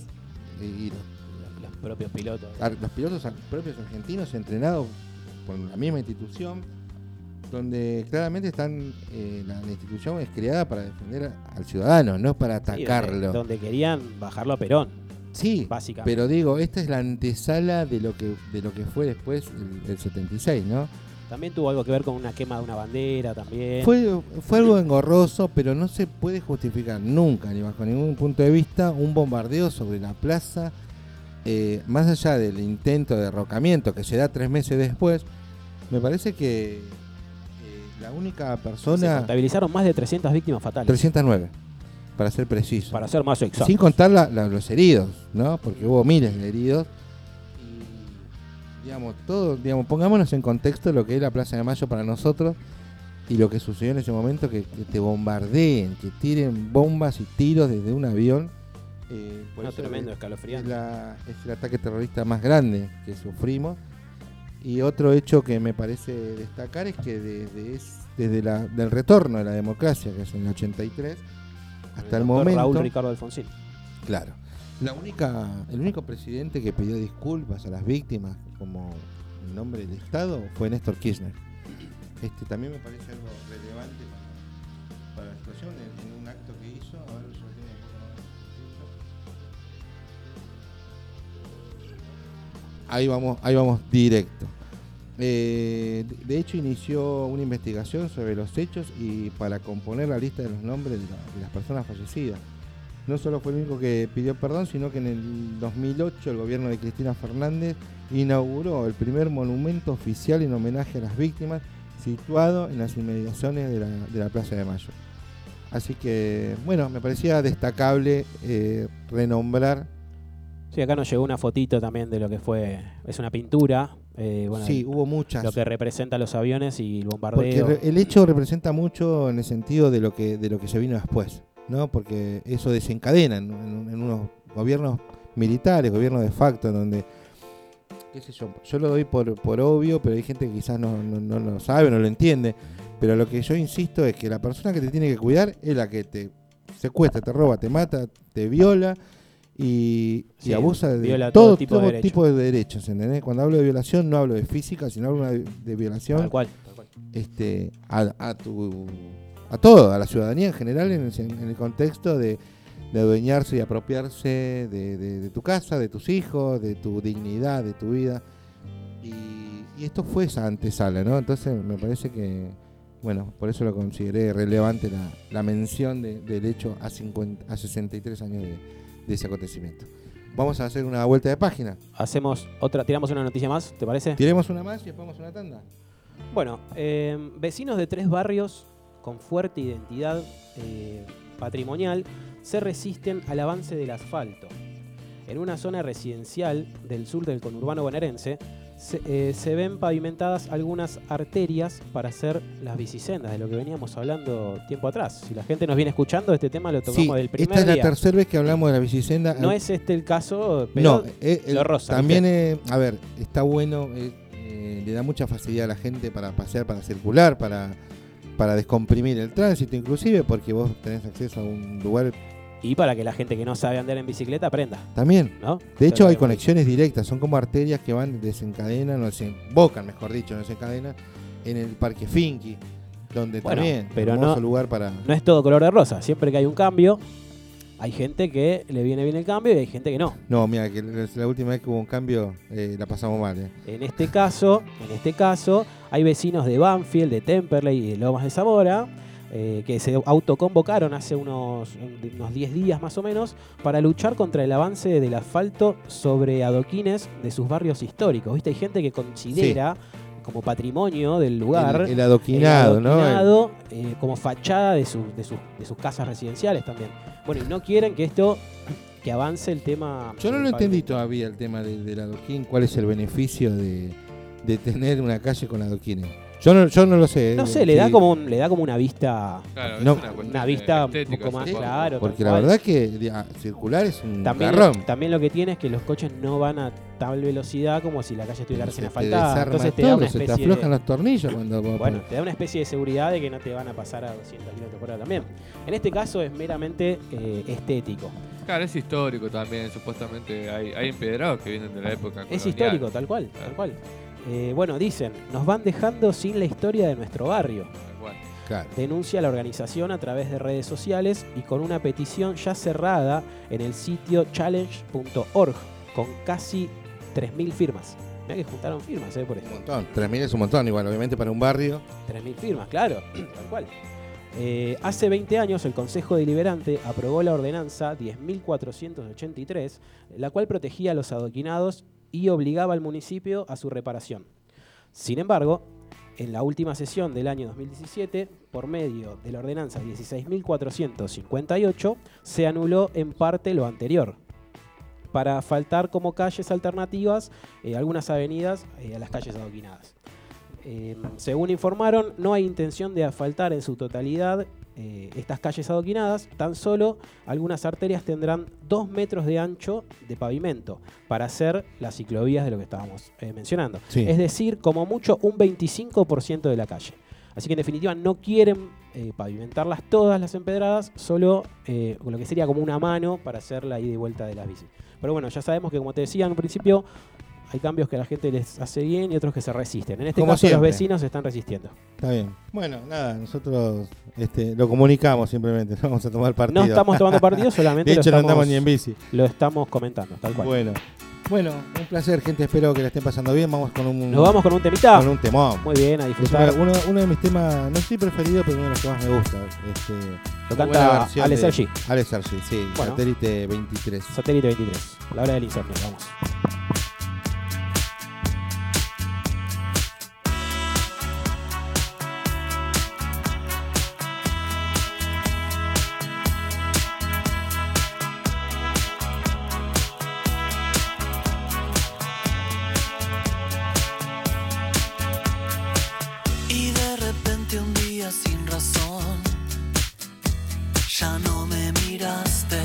eh, y los Los, los propios pilotos. ar- los pilotos ar- propios argentinos entrenados por la misma institución, donde claramente están eh, la, la institución es creada para defender a- al ciudadano, no para Sí, donde- atacarlo. Donde querían bajarlo a Perón, Sí, básicamente. pero digo, esta es la antesala de lo que de lo que fue después el, el 76, ¿no? También tuvo algo que ver con una quema de una bandera también. Fue, fue algo engorroso, pero no se puede justificar nunca, ni bajo ningún punto de vista, un bombardeo sobre la plaza, eh, más allá del intento de derrocamiento que se da tres meses después, me parece que eh, la única Se persona... contabilizaron más de 300 víctimas fatales. 309, para ser preciso. Para ser más exacto. Sin contar la- la- los heridos, ¿no? Porque hubo miles de heridos. Y, digamos, todo, digamos, pongámonos en contexto lo que es la Plaza de Mayo para nosotros y lo que sucedió en ese momento, que, que te bombardeen, que tiren bombas y tiros desde un avión. Eh, por No, eso tremendo, es- escalofriante. la- es el ataque terrorista más grande que sufrimos. Y otro hecho que me parece destacar es que desde, es- desde la, del retorno de la democracia, que es en el 83, hasta el, doctor momento... Raúl Ricardo Alfonsín. Claro. La única, el único presidente que pidió disculpas a las víctimas como en nombre del Estado fue Néstor Kirchner. Este también me parece algo relevante para, para la situación en, en un acto que hizo. A ver, yo lo tengo un poco más escrito. ahí vamos, ahí vamos directo. Eh, de- de hecho, inició una investigación sobre los hechos y para componer la lista de los nombres de, la- de las personas fallecidas. No solo fue el único que pidió perdón, sino que en el 2008 el gobierno de Cristina Fernández inauguró el primer monumento oficial en homenaje a las víctimas situado en las inmediaciones de la, de la Plaza de Mayo. Así que, bueno, me parecía destacable eh, renombrar Sí, acá nos llegó una fotito también de lo que fue. Es una pintura. eh, bueno, sí, hubo lo muchas. que representa los aviones y el Porque bombardeo. re- el hecho representa mucho en el sentido de lo que de lo que se vino después, ¿no? Porque eso desencadena en, en- en unos gobiernos militares, gobiernos de facto, donde qué sé yo, yo lo doy por, por obvio, pero hay gente que quizás no, no, no lo sabe, no lo entiende. Pero lo que yo insisto es que la persona que te tiene que cuidar es la que te secuestra, te roba, te mata, te viola y, y Sí, abusa de viola todo, todo tipo de todo derecho. tipo de derechos. ¿entendés? Cuando hablo de violación no hablo de física, sino hablo de, de violación Tal cual. tal cual. este, a, a tu a todo, a la ciudadanía en general en el, sen- en el contexto de, de adueñarse y apropiarse de, de- de tu casa, de tus hijos, de tu dignidad, de tu vida. Y, y esto fue esa antesala, ¿no? Entonces me parece que, bueno, por eso lo consideré relevante la, la mención de- del hecho a, 50, a 63 años de, de ese acontecimiento. Vamos a hacer una vuelta de página. Hacemos otra. Tiramos una noticia más, ¿te parece? Tiremos una más y después vamos a una tanda. Bueno, eh, vecinos de tres barrios con fuerte identidad eh, patrimonial se resisten al avance del asfalto. En una zona residencial del sur del conurbano bonaerense se, eh, se ven pavimentadas algunas arterias para hacer las bicisendas, de lo que veníamos hablando tiempo atrás. Si la gente nos viene escuchando, este tema lo Sí, tocamos del esta primer es la día. tercera vez que hablamos de la bicisenda. No es este el caso, pero No, eh, eh, lo rosa, También, eh, a ver, está bueno, eh, eh, le da mucha facilidad a la gente para pasear, para circular, para, para descomprimir el tránsito, inclusive, porque vos tenés acceso a un lugar y para que la gente que no sabe andar en bicicleta aprenda, también. ¿no? De hecho, hay Entonces, conexiones directas, son como arterias que van, desencadenan, o desembocan, mejor dicho, desencadenan en el Parque Finky, donde Bueno, también, pero hermoso no- lugar para. no es todo color de rosa. Siempre que hay un cambio, hay gente que le viene bien el cambio y hay gente que no. No, mira, que la la última vez que hubo un cambio eh, la pasamos mal. eh. En este caso, en este caso, hay vecinos de Banfield, de Temperley y de Lomas de Zamora. eh, que se autoconvocaron hace unos unos 10 días más o menos para luchar contra el avance del asfalto sobre adoquines de sus barrios históricos. ¿Viste? Hay gente que considera como patrimonio del lugar El, el adoquinado, el ¿no? El- adoquinado, eh, como fachada de, su- de, sus- de sus casas residenciales también. Bueno, y no quieren que esto, que avance el tema... Yo no del lo pavimento. entendí todavía el tema de- del adoquín, cuál es el beneficio de, de tener una calle con adoquines. Yo no, yo no lo sé. No eh, sé, le sí, da, como un- le da como una vista... Claro, No, es una, cuestión una de vista un estética, poco más, supongo. claro. Porque tal la cual. verdad que de- a- circular es un También, garrón. también lo que tiene es que los coches no van a tal velocidad como si la calle estuviera Se recién te asfaltada. desarma Entonces te todo, da una se te especie aflojan de... los tornillos cuando vos Bueno, pones- te da una especie de seguridad de que no te van a pasar a 200 kilómetros por hora también. En este caso es meramente eh, estético. Claro, es histórico también, supuestamente hay, hay empedrados que vienen de la época Es colonial. Ah. histórico, tal cual, Claro. tal cual. Eh, bueno, dicen, nos van dejando sin la historia de nuestro barrio. Tal cual. claro. Denuncia la organización a través de redes sociales y con una petición ya cerrada en el sitio challenge.org con casi 3.000 firmas. Mirá que juntaron firmas, ¿eh? Por Un esto. montón. 3.000 es un montón, igual, obviamente para un barrio. 3.000 firmas, claro, tal cual. Eh, hace 20 años el Consejo Deliberante aprobó la ordenanza 10.483, la cual protegía a los adoquinados y obligaba al municipio a su reparación. Sin embargo, en la última sesión del año 2017, por medio de la ordenanza 16.458, se anuló en parte lo anterior, para faltar como calles alternativas eh, algunas avenidas eh, a las calles adoquinadas. Eh, según informaron, no hay intención de asfaltar en su totalidad eh, estas calles adoquinadas, tan solo algunas arterias tendrán 2 metros de ancho de pavimento para hacer las ciclovías de lo que estábamos eh, mencionando. Sí. Es decir, como mucho un 25% de la calle. Así que en definitiva no quieren eh, pavimentarlas todas las empedradas, solo eh, lo que sería como una mano para hacer la ida y vuelta de las bicis. Pero bueno, ya sabemos que como te decía en un principio, hay cambios que a la gente les hace bien y otros que se resisten. En este Como caso siempre. los vecinos se están resistiendo. Está bien. Bueno, nada, nosotros este, lo comunicamos simplemente. No vamos a tomar partido. No estamos tomando partido, solamente de hecho, lo, no andamos estamos, ni en bici. lo estamos comentando, tal cual. Bueno, Bueno, un placer, gente. Espero que la estén pasando bien. Vamos con un, Nos vamos con un temita. con un temón. Muy bien, a Es una- disfrutar. uno, uno de mis temas, no soy preferido, pero uno de los que más me gusta. Este, Lo muy buena canta versión Ale de- Sergi, Ale Sergi, sí. Bueno. Satélite 23. Satélite 23. La hora del insomnio, vamos. Y de repente un día sin razón, ya no me miraste,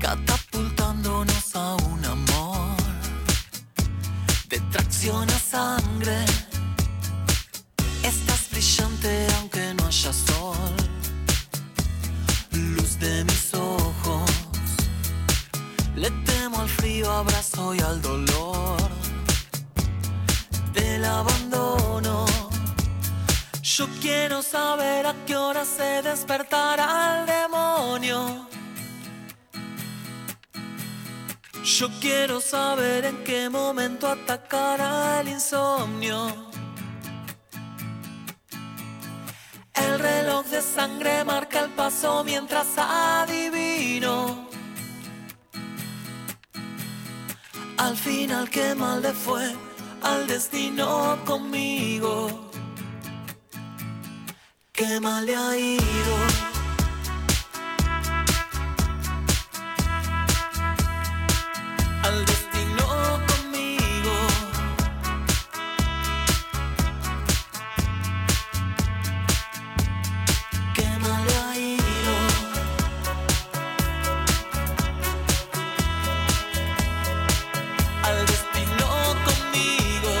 catapultándonos a un amor de tracción a sangre. Estás brillante aunque no haya sol, luz de mis ojos. Le temo al frío abrazo y al dolor del abandono. Yo quiero saber a qué hora se despertará el demonio. Yo quiero saber en qué momento atacará el insomnio. El reloj de sangre marca el paso mientras adivino. Al final qué mal le fue al destino conmigo. Qué mal le ha ido. Al destino conmigo. Qué mal le ha ido. al destino conmigo.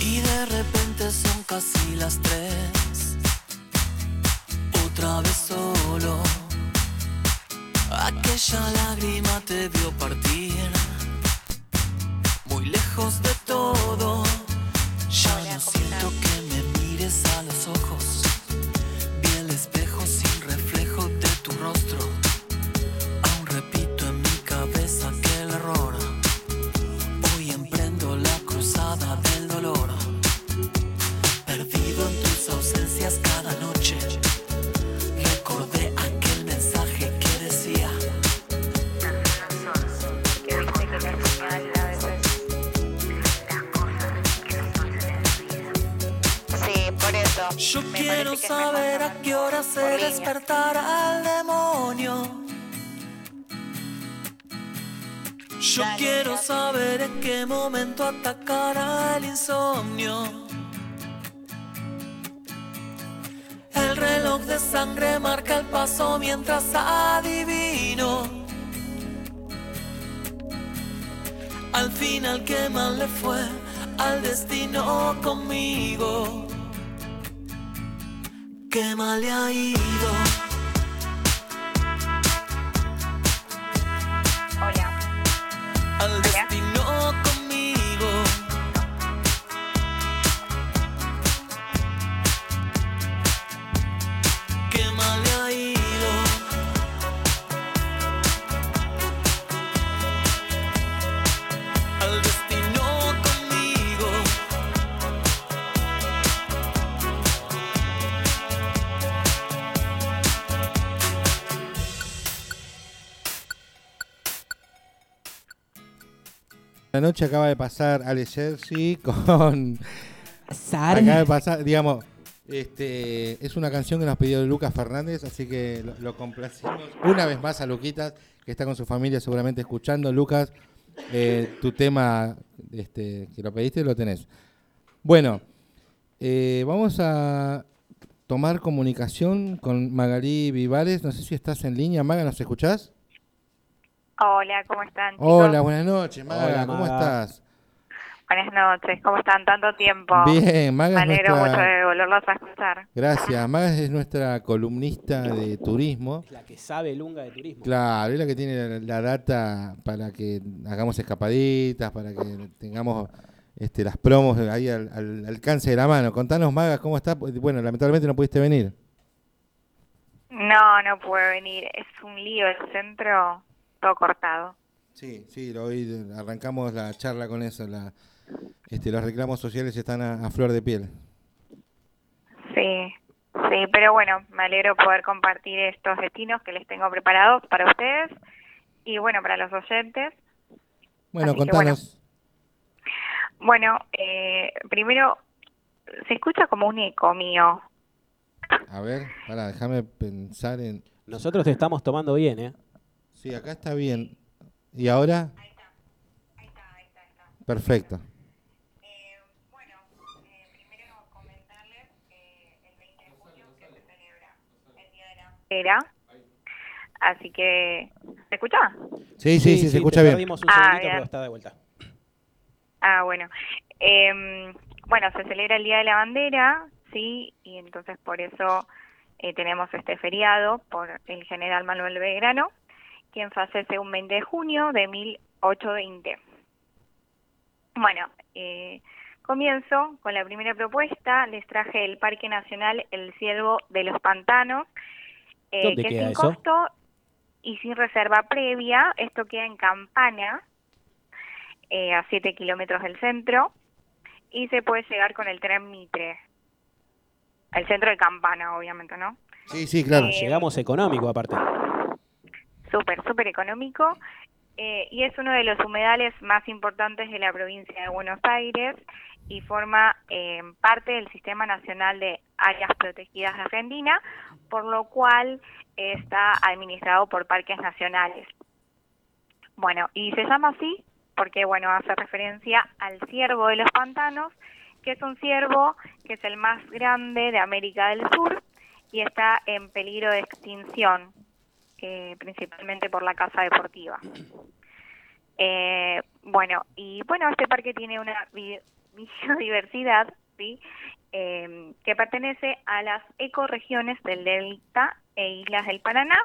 Y de repente son casi las tres, otra vez solo. Aquella lágrima te vio partir, muy lejos de todo. Ya no siento que me mires a los ojos. Vi el espejo sin reflejo de tu rostro. Aún repito en mi cabeza aquel error. Hoy emprendo la cruzada del dolor. Perdido en tus ausencias cada noche. Recordé aquel mensaje que decía. Sí, por eso. Yo Me quiero parece que es saber mejor a qué hora se por línea. despertará el demonio. Yo Dale, quiero dale. saber en qué momento atacará el insomnio. El reloj de sangre marca el paso mientras adivino. Al final qué mal le fue al destino conmigo. Qué mal le ha ido. Hola. Al destino conmigo. Qué mal le ha ido. Al destino conmigo. La noche acaba de pasar Ale Sergi con. Acaba de pasar, digamos. Este, es una canción que nos pidió Lucas Fernández, así que lo, lo complacimos una vez más a Luquitas, que está con su familia seguramente escuchando. Lucas, eh, tu tema este, que lo pediste lo tenés. Bueno, eh, vamos a tomar comunicación con Magalí Vivares. No sé si estás en línea. Maga, ¿nos escuchás? Hola, ¿cómo están? chicos? Hola, buenas noches, Maga. Hola, ¿Cómo Maga. estás? Buenas noches, ¿cómo están? Tanto tiempo. Bien, Me Maga es alegro nuestra- mucho de volverlos a escuchar. Gracias. Magas es nuestra columnista de turismo. Es la que sabe Lunga de turismo. Claro, es la que tiene la, la data para que hagamos escapaditas, para que tengamos este, las promos ahí al, al alcance de la mano. Contanos, Maga, ¿cómo está? Bueno, lamentablemente no pudiste venir. No, no puede venir. Es un lío el centro, todo cortado. Sí, sí, lo- hoy arrancamos la charla con eso. la- este, los reclamos sociales están a, a flor de piel. Sí, sí, pero bueno, me alegro poder compartir estos destinos que les tengo preparados para ustedes y bueno, para los oyentes. Bueno, Así que contanos. Bueno, eh, primero, se escucha como un eco mío. A ver, pará, déjame pensar en. Nosotros te estamos tomando bien, ¿eh? Sí, acá está bien. ¿Y ahora? Perfecto. Era. Así que, ¿se escucha? Sí, sí, sí, se escucha te bien. Perdimos un Ah, segundito, bien. pero está de vuelta. Ah, bueno. Eh, bueno, se celebra el Día de la Bandera, ¿sí? Y entonces por eso eh, tenemos este feriado por el general Manuel Belgrano, quien fallece un 20 de junio de 1820. Bueno, eh, comienzo con la primera propuesta. Les traje el Parque Nacional El Ciervo de los Pantanos, eh, ¿Dónde que queda sin eso? costo y sin reserva previa. Esto queda en Campana, eh, a 7 kilómetros del centro, y se puede llegar con el tren Mitre. Al centro de Campana, obviamente, ¿no? Sí, sí, claro. Eh, Llegamos económico, aparte. súper, súper económico. eh, y es uno de los humedales más importantes de la provincia de Buenos Aires y forma eh, parte del Sistema Nacional de Áreas Protegidas de Argentina, por lo cual está administrado por parques nacionales. Bueno, y se llama así porque, bueno, hace referencia al ciervo de los pantanos, que es un ciervo que es el más grande de América del Sur y está en peligro de extinción eh, principalmente por la casa deportiva. Eh, bueno, y bueno, este parque tiene una bi- biodiversidad ¿sí? Eh, que pertenece a las ecorregiones del Delta e Islas del Paraná.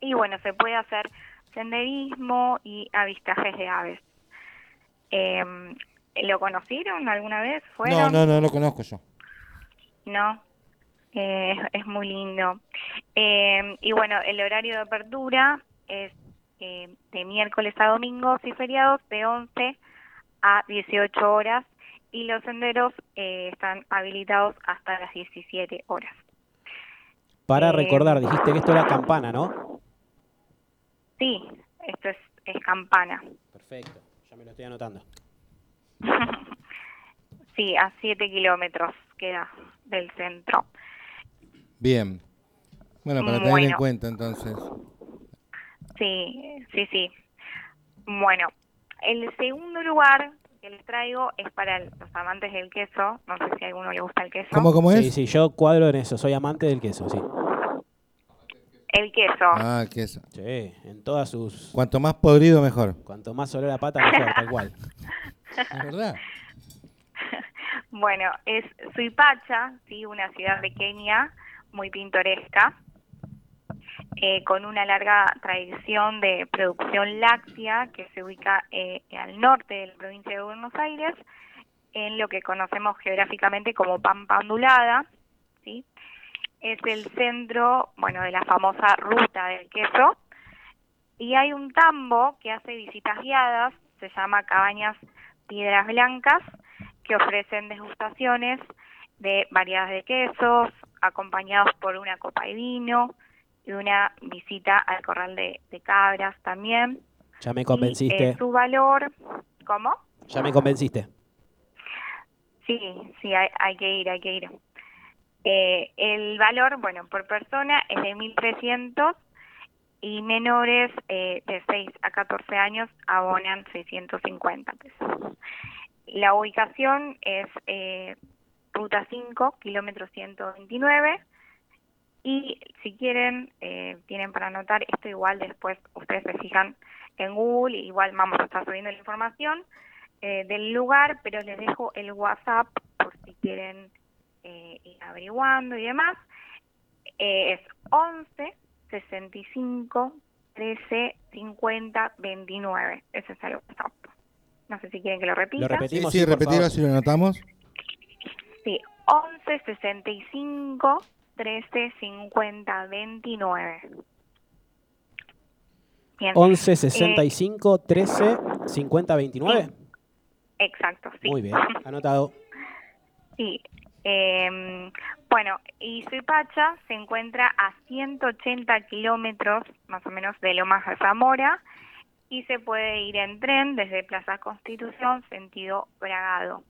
Y bueno, se puede hacer senderismo y avistajes de aves. Eh, ¿Lo conocieron alguna vez? No, ¿Fueron? no, no lo conozco yo. No, eh, es, es muy lindo. Eh, y bueno, el horario de apertura es eh, de miércoles a domingos y feriados de 11 a 18 horas y los senderos eh, están habilitados hasta las 17 horas. Para eh, recordar, dijiste que esto era campana, ¿no? Sí, esto es, es campana. Perfecto, ya me lo estoy anotando. Sí, a 7 kilómetros queda del centro. Bien. Bueno, para tener en Bueno. cuenta entonces. Sí, sí, sí. Bueno, el segundo lugar que les traigo es para el- los amantes del queso. No sé si a alguno le gusta el queso. ¿Cómo, cómo Sí, es? sí, yo cuadro en eso, soy amante del queso, sí. El queso. Ah, que es. Sí, en todas sus... Cuanto más podrido, mejor. Cuanto más olor a pata, mejor, tal cual. Es verdad. Bueno, es Suipacha, ¿sí? una ciudad pequeña, muy pintoresca, eh, con una larga tradición de producción láctea que se ubica eh, al norte de la provincia de Buenos Aires, en lo que conocemos geográficamente como Pampa Ondulada. ¿sí? Es el centro bueno, de la famosa ruta del queso. Y hay un tambo que hace visitas guiadas, se llama Cabañas Piedras Blancas, que ofrecen degustaciones de variedades de quesos, acompañados por una copa de vino y una visita al corral de, de cabras también. Ya me Y, eh, convenciste, su valor, ¿cómo? ya me convenciste. Sí, sí, hay, hay que ir, hay que ir. Eh, el valor, bueno, por persona es de 1.300 y menores eh, de 6 a 14 años abonan 650 pesos. La ubicación es eh, ruta 5, kilómetro 129. Y si quieren, eh, tienen para anotar, esto igual después ustedes se fijan en Google, igual vamos a estar subiendo la información eh, del lugar, pero les dejo el WhatsApp por si quieren eh, ir averiguando y demás. Eh, es 11 65 13 50 29. Ese es el WhatsApp. No sé si quieren que lo repita. Lo Sí, repetimos. sí, por repetilo favor. si lo anotamos. Sí, 11 65 13 50 29. Bien. Eh, 11 65 13 50 29. Exacto, sí. Muy bien, anotado. Sí. Eh, bueno, y Suipacha se encuentra a 180 kilómetros más o menos de Lomas a Zamora y se puede ir en tren desde Plaza Constitución, sentido Bragado.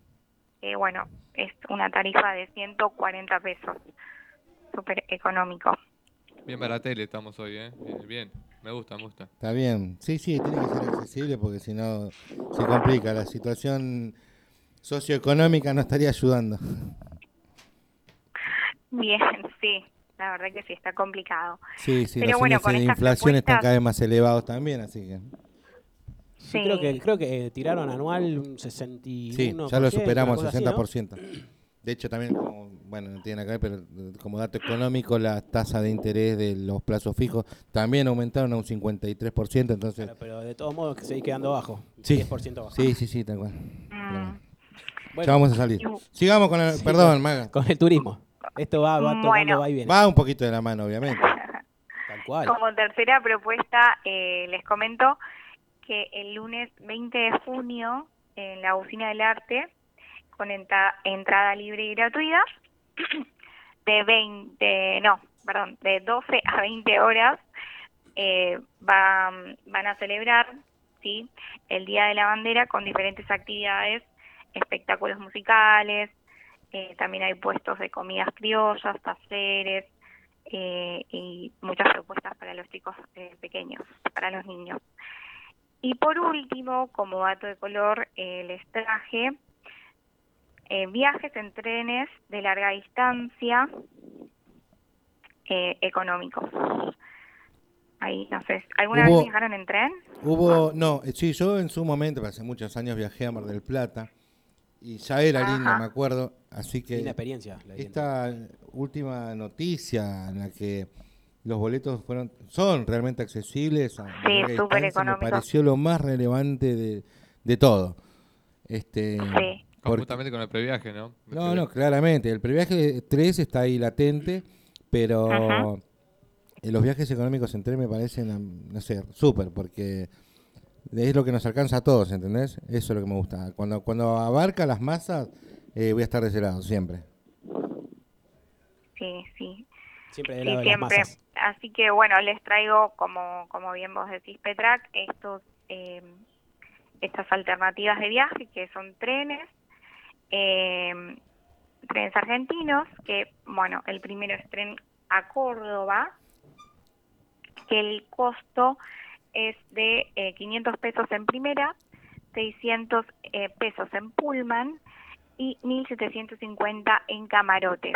Eh, bueno, es una tarifa de 140 pesos, súper económico. Bien para la tele estamos hoy, ¿eh? Bien, bien. me gusta, me gusta. Está bien. Sí, sí, tiene que ser accesible porque si no se complica. La situación socioeconómica no estaría ayudando. Bien, sí, la verdad que sí, está complicado. Sí, sí, Pero los bueno, índices con de estas inflación están propuestas- cada vez más elevados también, así que... Sí, Sí. creo que, creo que eh, tiraron anual un 61%. Sí, ya lo superamos, una cosa así, 60%. De hecho, también, como, bueno, no tiene acá, pero eh, como dato económico, la tasa de interés de los plazos fijos también aumentaron a un 53%, entonces... ¿no? Pero de todos modos que seguís quedando bajo. Sí, 10% bajo. sí, sí, sí, tal cual. Mm, Bueno, ya vamos a salir. Sigamos con el... Perdón, Maga. Con el turismo. Esto va, va tocando, Bueno. va y viene. Va un poquito de la mano, obviamente. Tal cual. Como tercera propuesta, eh, les comento que el lunes 20 de junio en la Usina del Arte, con enta- entrada libre y gratuita, de 20, no, perdón, de 12 a 20 horas, eh, van, van a celebrar ¿sí? el Día de la Bandera con diferentes actividades, espectáculos musicales, eh, también hay puestos de comidas criollas, talleres, eh, y muchas propuestas para los chicos eh, pequeños, para los niños. Y por último, como dato de color, eh, les traje eh, viajes en trenes de larga distancia eh, económicos. Ahí, no sé, ¿alguna Hubo- vez viajaron en tren? Hubo, no, eh, sí, yo en su momento, pero hace muchos años, viajé a Mar del Plata y ya era lindo, Ajá. me acuerdo. Así que Linda experiencia. la de esta última noticia en la que los boletos fueron son realmente accesibles a Sí, larga súper distancia, me económicos. pareció lo más relevante de, de todo. Este, Sí. porque- Conjuntamente con el previaje, ¿no? no, no, claramente. El previaje 3 está ahí latente, pero Ajá. eh, los viajes económicos en tren me parecen, am, no sé, súper, porque es lo que nos alcanza a todos, ¿entendés? Eso es lo que me gusta. Cuando, cuando abarca las masas, eh, voy a estar de ese lado, siempre. Sí, sí, Siempre del Sí, lado de las siempre. masas. Así que bueno, les traigo, como, como bien vos decís, Petrac, estos, eh, estas alternativas de viaje que son trenes, eh, trenes argentinos, que bueno, el primero es tren a Córdoba, que el costo es de eh, 500 pesos en primera, 600 eh, pesos en Pullman y 1.750 en camarote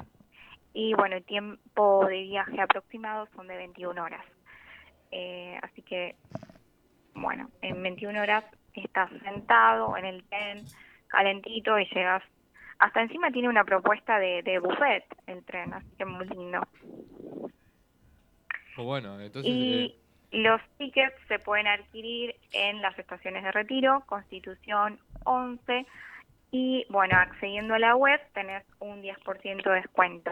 y bueno, el tiempo de viaje aproximado son de 21 horas. Eh, así que, bueno, en 21 horas estás sentado en el tren, calentito y llegas. Hasta encima tiene una propuesta de, de buffet el tren, así que muy lindo. Pues bueno, entonces... Y eh, los tickets se pueden adquirir en las estaciones de retiro, Constitución 11, y bueno, accediendo a la web tenés un 10% de descuento.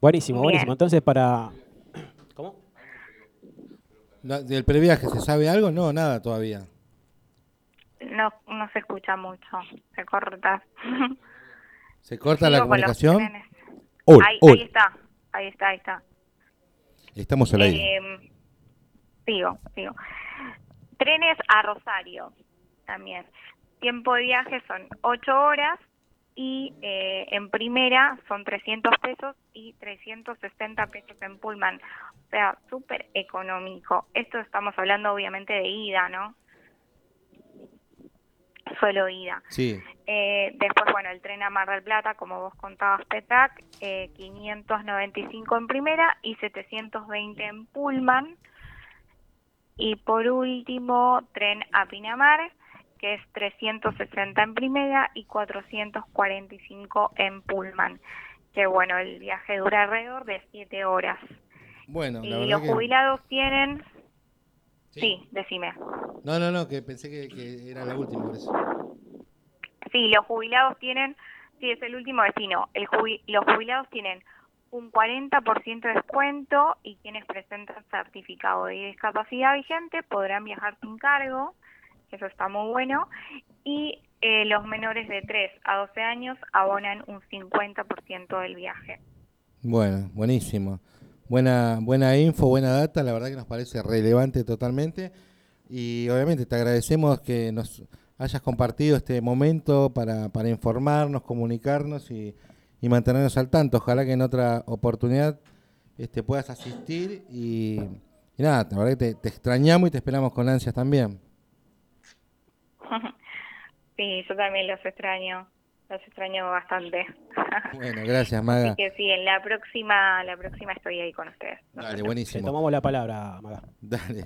Buenísimo, Bien. buenísimo. Entonces para... ¿Cómo? No, ¿Del previaje se sabe algo? No, nada todavía. No, no se escucha mucho, se corta. ¿Se corta la Sigo con los comunicación? trenes. Hoy, ahí, ahí hoy. está, ahí está, ahí está. Estamos al aire. Eh, sigo, sigo. Trenes a Rosario también. Tiempo de viaje son 8 horas y eh, en primera son 300 pesos y 360 pesos en Pullman. O sea, súper económico. Esto estamos hablando obviamente de ida, ¿no? Solo ida. Sí, Eh, después, bueno, el tren a Mar del Plata, como vos contabas, Petac, eh, 595 en primera y 720 en Pullman. Y por último, tren a Pinamar, que es 360 en primera y 445 en Pullman. Que bueno, el viaje dura alrededor de 7 horas. bueno, la y verdad los que... jubilados tienen Sí, decime. No, no, no, que pensé que, que era la última por eso. Sí, los jubilados tienen, sí, es el último destino. El jubi- los jubilados tienen un 40% de descuento y quienes presentan certificado de discapacidad vigente podrán viajar sin cargo, eso está muy bueno, y eh, los menores de 3 a 12 años abonan un 50% del viaje. Bueno, buenísimo. Buena, buena info, buena data, la verdad que nos parece relevante totalmente. Y obviamente te agradecemos que nos hayas compartido este momento para, para informarnos, comunicarnos y, y mantenernos al tanto. Ojalá que en otra oportunidad este, puedas asistir y, y nada, la verdad que te, te extrañamos y te esperamos con ansias también. sí, yo también los extraño, los extraño bastante. Bueno, gracias Así Maga. que sí, en la próxima, la próxima estoy ahí con ustedes. Dale, buenísimo. Te tomamos la palabra, Maga. Dale.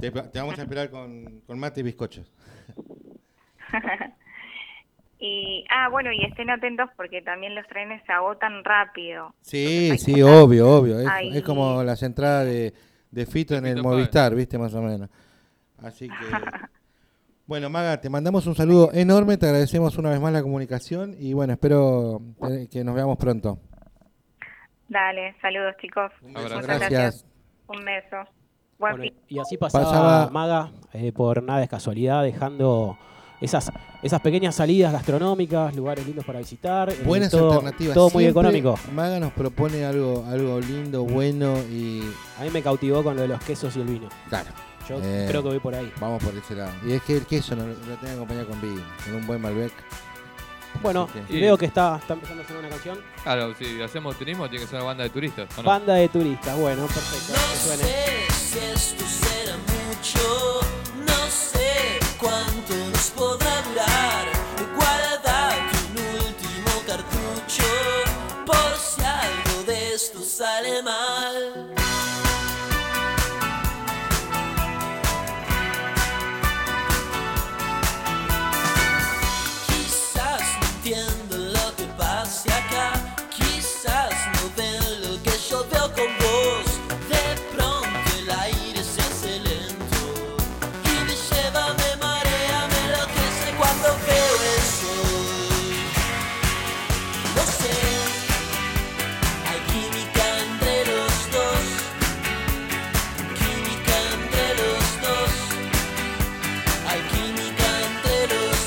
Te, te vamos a esperar con, con mate y bizcochos. y ah, bueno, y estén atentos porque también los trenes se agotan rápido. Sí, sí, obvio, obvio. Es, es como las entradas de, de Fito en el Fito Movistar, viste, más o menos. Así que... Bueno, Maga, te mandamos un saludo enorme, te agradecemos una vez más la comunicación y bueno, espero eh, que nos veamos pronto. Dale, saludos chicos. beso. Muchas Gracias. Un beso. Buen Bueno, fin. y así pasaba, Pasaba- Maga eh, por nada es casualidad, dejando esas, esas pequeñas salidas gastronómicas, lugares lindos para visitar. eh, Buenas todo, alternativas. Todo muy Siempre económico. Maga nos propone algo, algo lindo, bueno y... A mí me cautivó con lo de los quesos y el vino. Claro, Yo Eh. creo que voy por ahí. vamos por ese lado. Y es que el queso nos lo lo tiene que acompañar con vino, con un buen Malbec. Bueno, Así que- veo que está, está empezando a sonar una canción. Claro, si hacemos turismo, tiene que ser una banda de turistas. ¿o no? Banda de turistas, bueno, perfecto. No que suene. sé si esto será mucho, no sé cuánto nos podrá durar. Guarda un último cartucho por si algo de esto sale mal. Quizás no entiendo lo que pase acá, quizás no ven lo que yo veo con vos. De pronto el aire se hace lento y me lleva, me marea, me enloquece cuando veo el sol. No sé, hay química entre los dos, química entre los dos. Hay química entre los dos.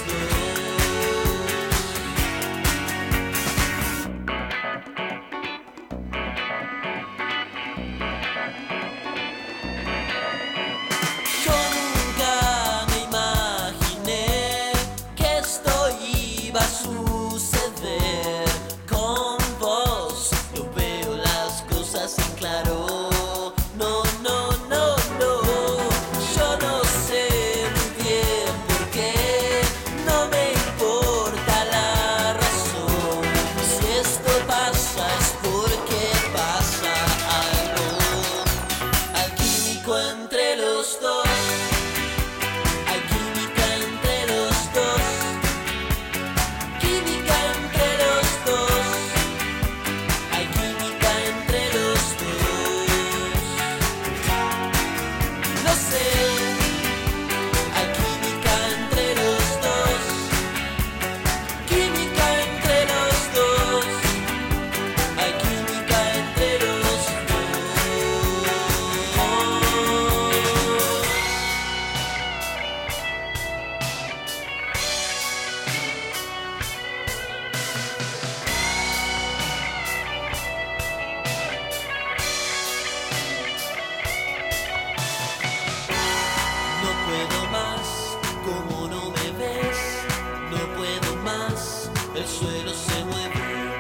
Yo nunca me imaginé que esto iba a suceder con vos. Yo veo las cosas en claro. No, no, no, no. Yo no sé muy bien por qué. No me importa la razón. Si esto pasa es porque pasa algo. Hay químico entre los dos. Hay química entre los dos. Química entre los dos. Hay química entre los dos. No sé. Hay química entre los dos. Química entre los dos. Hay química entre los dos. No puedo más, como no me ves, no puedo más, el suelo se mueve,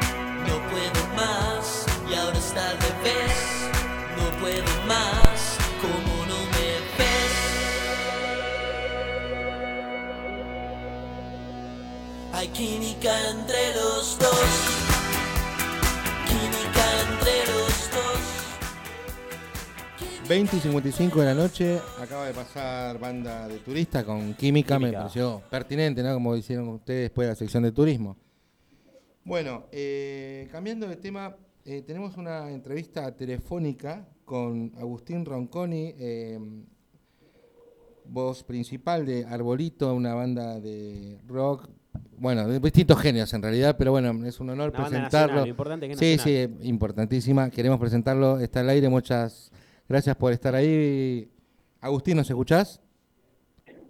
no puedo más, y ahora está al revés, no puedo más, como no me ves. Hay química entre los dos, química entre los dos. 20 y 55 de la noche, acaba de pasar banda de turistas con química, me Química. pareció pertinente, ¿no? Como hicieron ustedes después de la sección de turismo. Bueno, eh, cambiando de tema, eh, tenemos una entrevista telefónica con Agustín Ronconi, eh, voz principal de Arbolito, una banda de rock, bueno, de distintos géneros en realidad, pero bueno, es un honor Una banda presentarlo. nacional, lo importante que es sí, sí, importantísima. Queremos presentarlo, está al aire, muchas gracias por estar ahí. Agustín, ¿nos escuchás?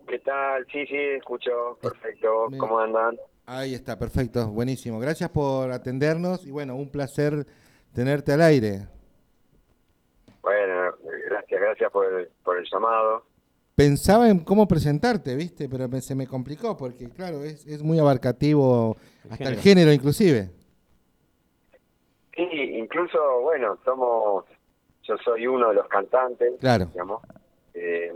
¿Qué tal? Sí, sí, escucho. Perfecto. ¿Cómo andan? Ahí está, perfecto, buenísimo. Gracias por atendernos y bueno, un placer tenerte al aire. Bueno, gracias, gracias por el, por el llamado. Pensaba en cómo presentarte, ¿viste? Pero me- se me complicó porque, claro, es, es muy abarcativo, hasta el género. género inclusive. Sí, incluso, bueno, somos, yo soy uno de los cantantes, Claro. digamos. Eh,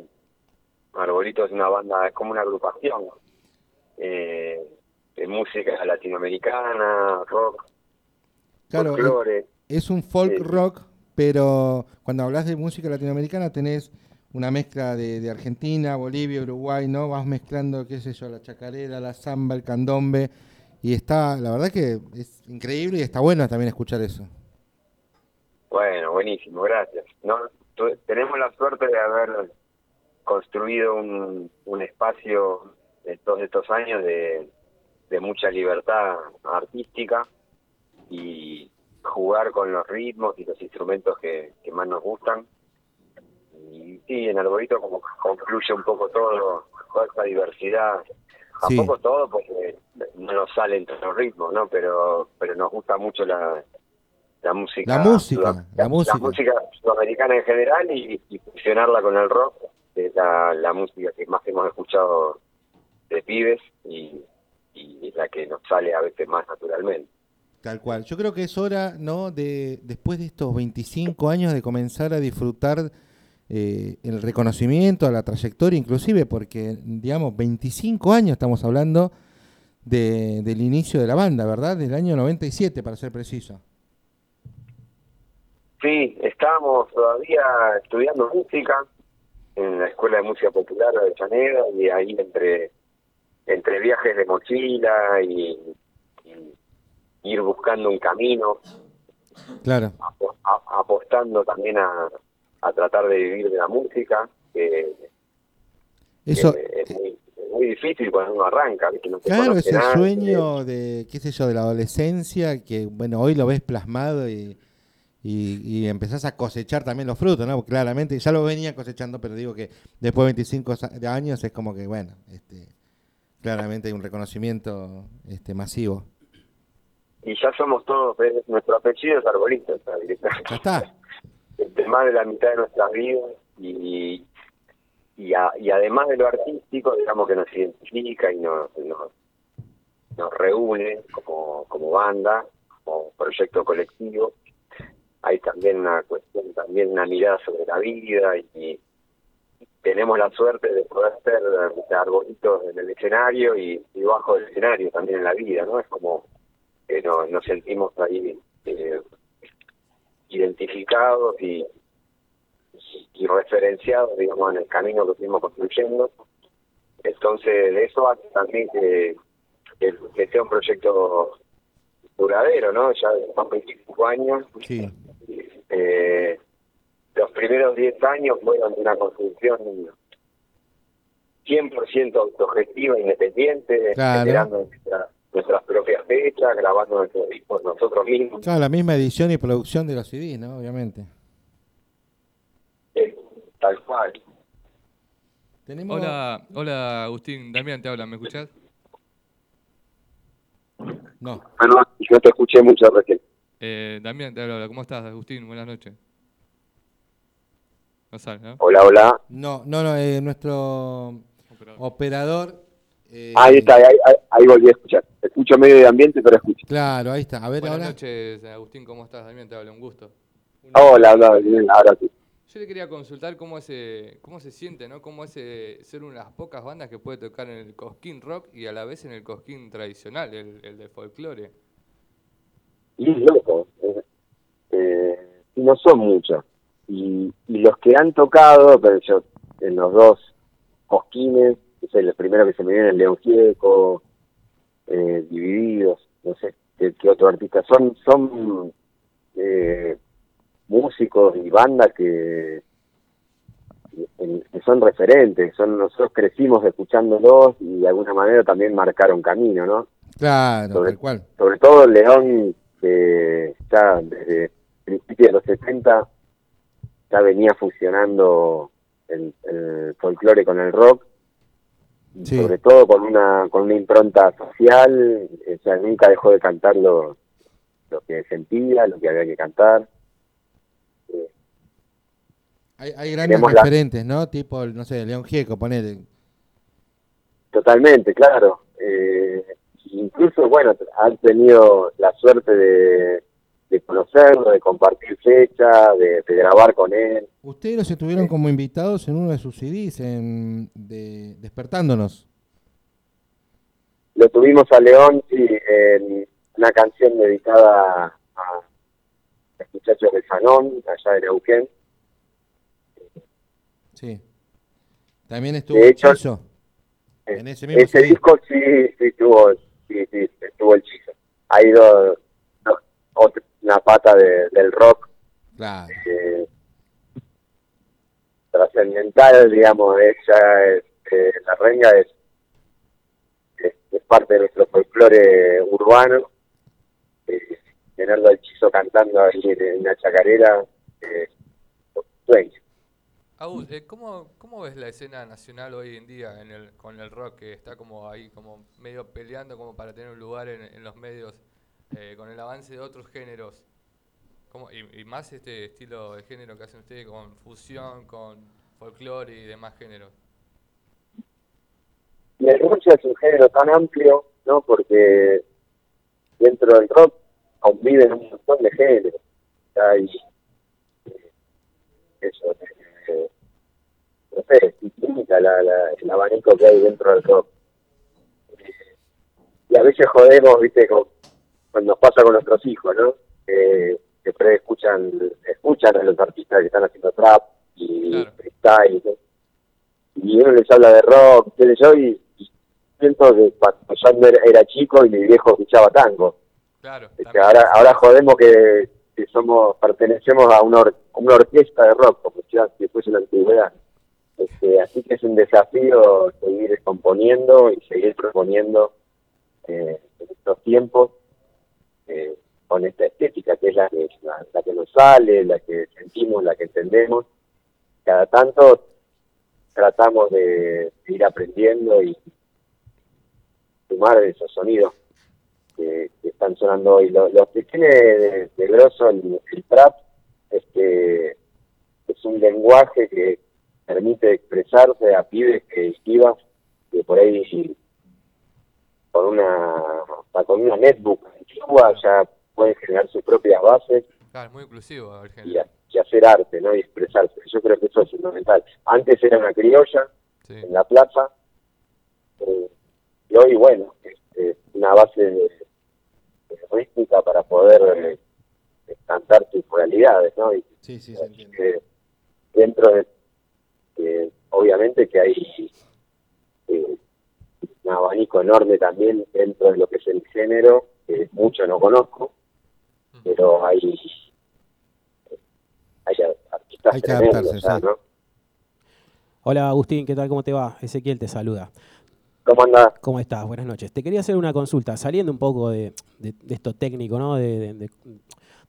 Arbolito es una banda, es como una agrupación eh, de música latinoamericana, rock, Claro, folclore. es un folk Sí. rock, pero cuando hablas de música latinoamericana tenés una mezcla de, de Argentina, Bolivia, Uruguay, ¿no? Vas mezclando, qué sé yo, la chacarera, la samba, el candombe. Y está, la verdad que es increíble y está bueno también escuchar eso. Bueno, buenísimo, gracias. No, tu- tenemos la suerte de haber construido un, un espacio de todos estos años de, de mucha libertad artística y jugar con los ritmos y los instrumentos que, que más nos gustan. Y sí, en Arbolito como que confluye un poco todo, toda esta diversidad. A Sí. poco todo porque no nos salen todos los ritmos, ¿no? Pero, pero nos gusta mucho la, la música. La música, la La música. música sudamericana en general y, y fusionarla con el rock, que es la, la música que más hemos escuchado de pibes y, y es la que nos sale a veces más naturalmente. Tal cual. Yo creo que es hora, ¿no? De después de estos 25 años de comenzar a disfrutar eh, el reconocimiento a la trayectoria, inclusive, porque digamos 25 años estamos hablando de- del inicio de la banda, ¿verdad? Del año 97, para ser preciso. Sí, estábamos todavía estudiando música en la Escuela de Música Popular de Avellaneda y ahí entre, entre viajes de mochila y- y ir buscando un camino Claro. apo- a- apostando también a, a tratar de vivir de la música, eh, que Eso, que es, eh, muy, es muy difícil cuando uno arranca, ¿viste? No se claro, conoce ese nada. sueño de, qué sé yo, de la adolescencia, que bueno, hoy lo ves plasmado y, y- y empezás a cosechar también los frutos, ¿no? Porque claramente, ya lo venía cosechando, pero digo que después de 25 sa- de años es como que, bueno, este, claramente hay un reconocimiento este, masivo. Y ya somos todos, ¿ves? nuestro apellido es Arbolito, o sea, directamente. Ya está. Este, más de la mitad de nuestras vidas y, y, a- y además de lo artístico, digamos que nos identifica y nos, nos, nos reúne como, como banda, como proyecto colectivo. Hay también una cuestión, también una mirada sobre la vida y tenemos la suerte de poder ser arbolitos en el escenario y, y bajo el escenario también en la vida, ¿no? Es como que no- nos sentimos ahí eh, identificados y, y referenciados, digamos, en el camino que fuimos construyendo. Entonces, eso hace también que, que, que sea un proyecto duradero, ¿no? Ya son 25 años. Sí. Eh, los primeros 10 años fueron de una construcción 100% autogestiva, independiente, Claro. generando nuestra- nuestras propias fechas, grabando nuestros discos nosotros mismos. Claro, la misma edición y producción de los CDs, ¿no? Obviamente. Eh, tal cual. Hola, hola Agustín, Damián te habla, ¿me escuchás? No. Perdón, yo te escuché mucho recién. Eh, Damián te habla, ¿cómo estás Agustín? Buenas noches. No sale, ¿no? Hola, hola. No, no, no, eh, nuestro operador. eh, Ahí está, ahí, ahí- ahí volví a escuchar. Escucho medio de ambiente, pero escucho. Claro, ahí está. A ver, Buenas ahora. noches Agustín, ¿cómo estás? Damián te habla, un gusto. Hola, hola, bien, ahora sí. Yo le quería consultar cómo se, cómo se siente, ¿no? Cómo es eh, ser una de las pocas bandas que puede tocar en el cosquín rock y a la vez en el cosquín tradicional, el, el de folclore. Y es loco. eh, eh, y no son muchos. Y, y los que han tocado, pero yo en los dos cosquines, es el primero que se me viene el León Gieco, eh, Divididos, no sé qué, qué otro artista. Son, son eh, músicos y bandas que en- que son referentes, son nosotros crecimos escuchándolos y de alguna manera también marcaron camino, ¿no? Claro, Sobre- tal cual. Sobre todo León, que ya desde principios de los 70 ya venía fusionando el, el folclore con el rock Sí. sobre todo con una con una impronta social, o sea, nunca dejó de cantar lo, lo que sentía, lo que había que cantar. Eh, Hay, hay grandes tenemos la- referentes, ¿no? Tipo, el, no sé, León Gieco, ponele. Totalmente, claro. Eh, incluso, bueno, han tenido la suerte de, de conocerlo, de compartir fecha, de, de grabar con él. Ustedes los estuvieron como invitados en uno de sus CDs, en, de, Despertándonos. Lo tuvimos a León sí, en una canción dedicada a los muchachos de Sanón, allá de Neuquén. Sí. También estuvo De hecho, Chizo. En ese mismo CD. disco sí, sí tuvo, sí, sí, estuvo el chizo. Ha ido no, otra- una pata de- del rock Claro. eh, trascendental, digamos, ella es, eh, la renga es, es, es parte de nuestro folclore urbano. Eh, tenerlo al chizo cantando ahí en una chacarera, eh, sueño. Agus, eh, ¿cómo, ¿cómo ves la escena nacional hoy en día en el, con el rock que está como ahí, como medio peleando como para tener un lugar en, en los medios eh, con el avance de otros géneros? ¿Cómo- y, y más este estilo de género que hacen ustedes con fusión, con folclore y demás géneros. Y el rock es un género tan amplio, ¿no? Porque dentro del rock conviven un montón de géneros. Hay eh, eso, eh, no sé, es infinita la, la- el abanico que hay dentro del rock. Eh, Y a veces jodemos, viste, con, cuando nos pasa con nuestros hijos, ¿no? Eh, siempre escuchan, escuchan a los artistas que están haciendo trap y freestyle, ¿no? y uno les habla de rock, qué sé yo, y, y siento que cuando yo no era, era chico y mi viejo escuchaba tango. Claro. O sea, Este, ahora, ahora jodemos que, que somos pertenecemos a una, or- a una orquesta de rock, como ya que fuese la antigüedad. Este, así que es un desafío seguir componiendo y seguir proponiendo eh, en estos tiempos eh, con esta estética que es la que, la- la que nos sale, la que sentimos, la que entendemos. Cada tanto tratamos de, de ir aprendiendo y sumar esos sonidos que, que están sonando hoy. Lo, lo que tiene de, de grosso el, el trap es que es un lenguaje que permite expresarse a pibes que esquivas, que por ahí con una con una netbook antigua ya pueden generar sus propias bases Claro, es muy inclusivo el y, género. a- y hacer arte, ¿no? Y expresarse. Yo creo que eso es fundamental. Antes era una criolla en la plaza eh, y hoy, bueno, es, es una base de- de rítmica para poder eh, cantar tus realidades, ¿no? Y Sí, sí, que dentro de que obviamente que hay eh, un abanico enorme también dentro de lo que es el género que mucho no conozco pero hay hay artistas Hay que tremendos adaptarse, ya, sí. ¿no? Hola Agustín, ¿qué tal? ¿Cómo te va? Ezequiel te saluda. ¿Cómo andás? ¿Cómo estás? Buenas noches. Te quería hacer una consulta, saliendo un poco de, de- de esto técnico, ¿no? De, de- de-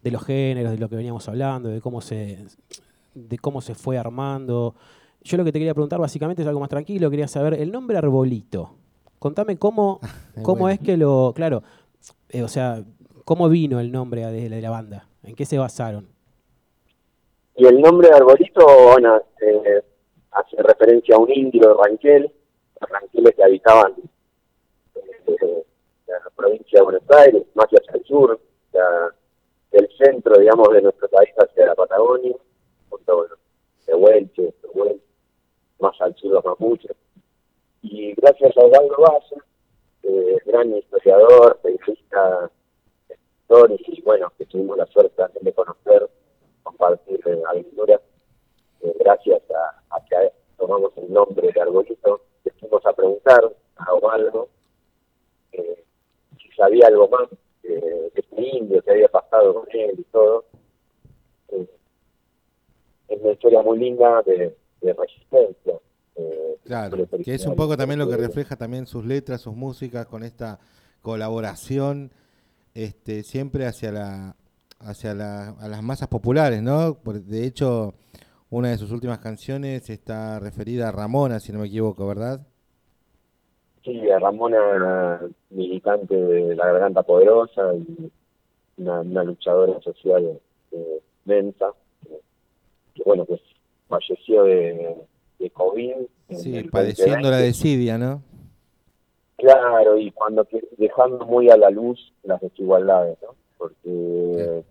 de los géneros, de lo que veníamos hablando, de cómo se, de cómo se fue armando. Yo lo que te quería preguntar básicamente es algo más tranquilo, quería saber el nombre Arbolito. Contame cómo, cómo bueno. es que lo, claro, eh, o sea, cómo vino el nombre de la, de la banda, en qué se basaron. y el nombre de arbolito bueno eh, hace referencia a un indio de Ranquel los ranqueles que habitaban eh, la provincia de Buenos Aires más hacia el sur o sea, del centro digamos de nuestro país hacia la Patagonia junto bueno, de Huelche, de Huel- más al sur los mapuches y gracias a Eduardo Baza, eh, gran historiador, periodista, escritor, y bueno, que tuvimos la suerte también de conocer, compartir eh, aventuras, eh, gracias a, a que tomamos el nombre de Arbolito, le fuimos a preguntar a Ovaldo eh, si sabía algo más eh, de este indio, que había pasado con él y todo. Eh, es una historia muy linda de, de de resistencia. eh, Claro, sobre que es un original. poco también lo que refleja también sus letras, sus músicas, con esta colaboración este, siempre hacia la hacia la- a las masas populares, ¿no? Por- de hecho, una de sus últimas canciones está referida a Ramona, si no me equivoco, ¿verdad? Sí, a Ramona, militante de la Garganta Poderosa y una, una luchadora social eh, mensa, eh, que bueno, pues falleció de, de COVID. en Sí, el padeciendo la 2020. desidia, ¿no? Claro, y cuando que- dejando muy a la luz las desigualdades, ¿no? Porque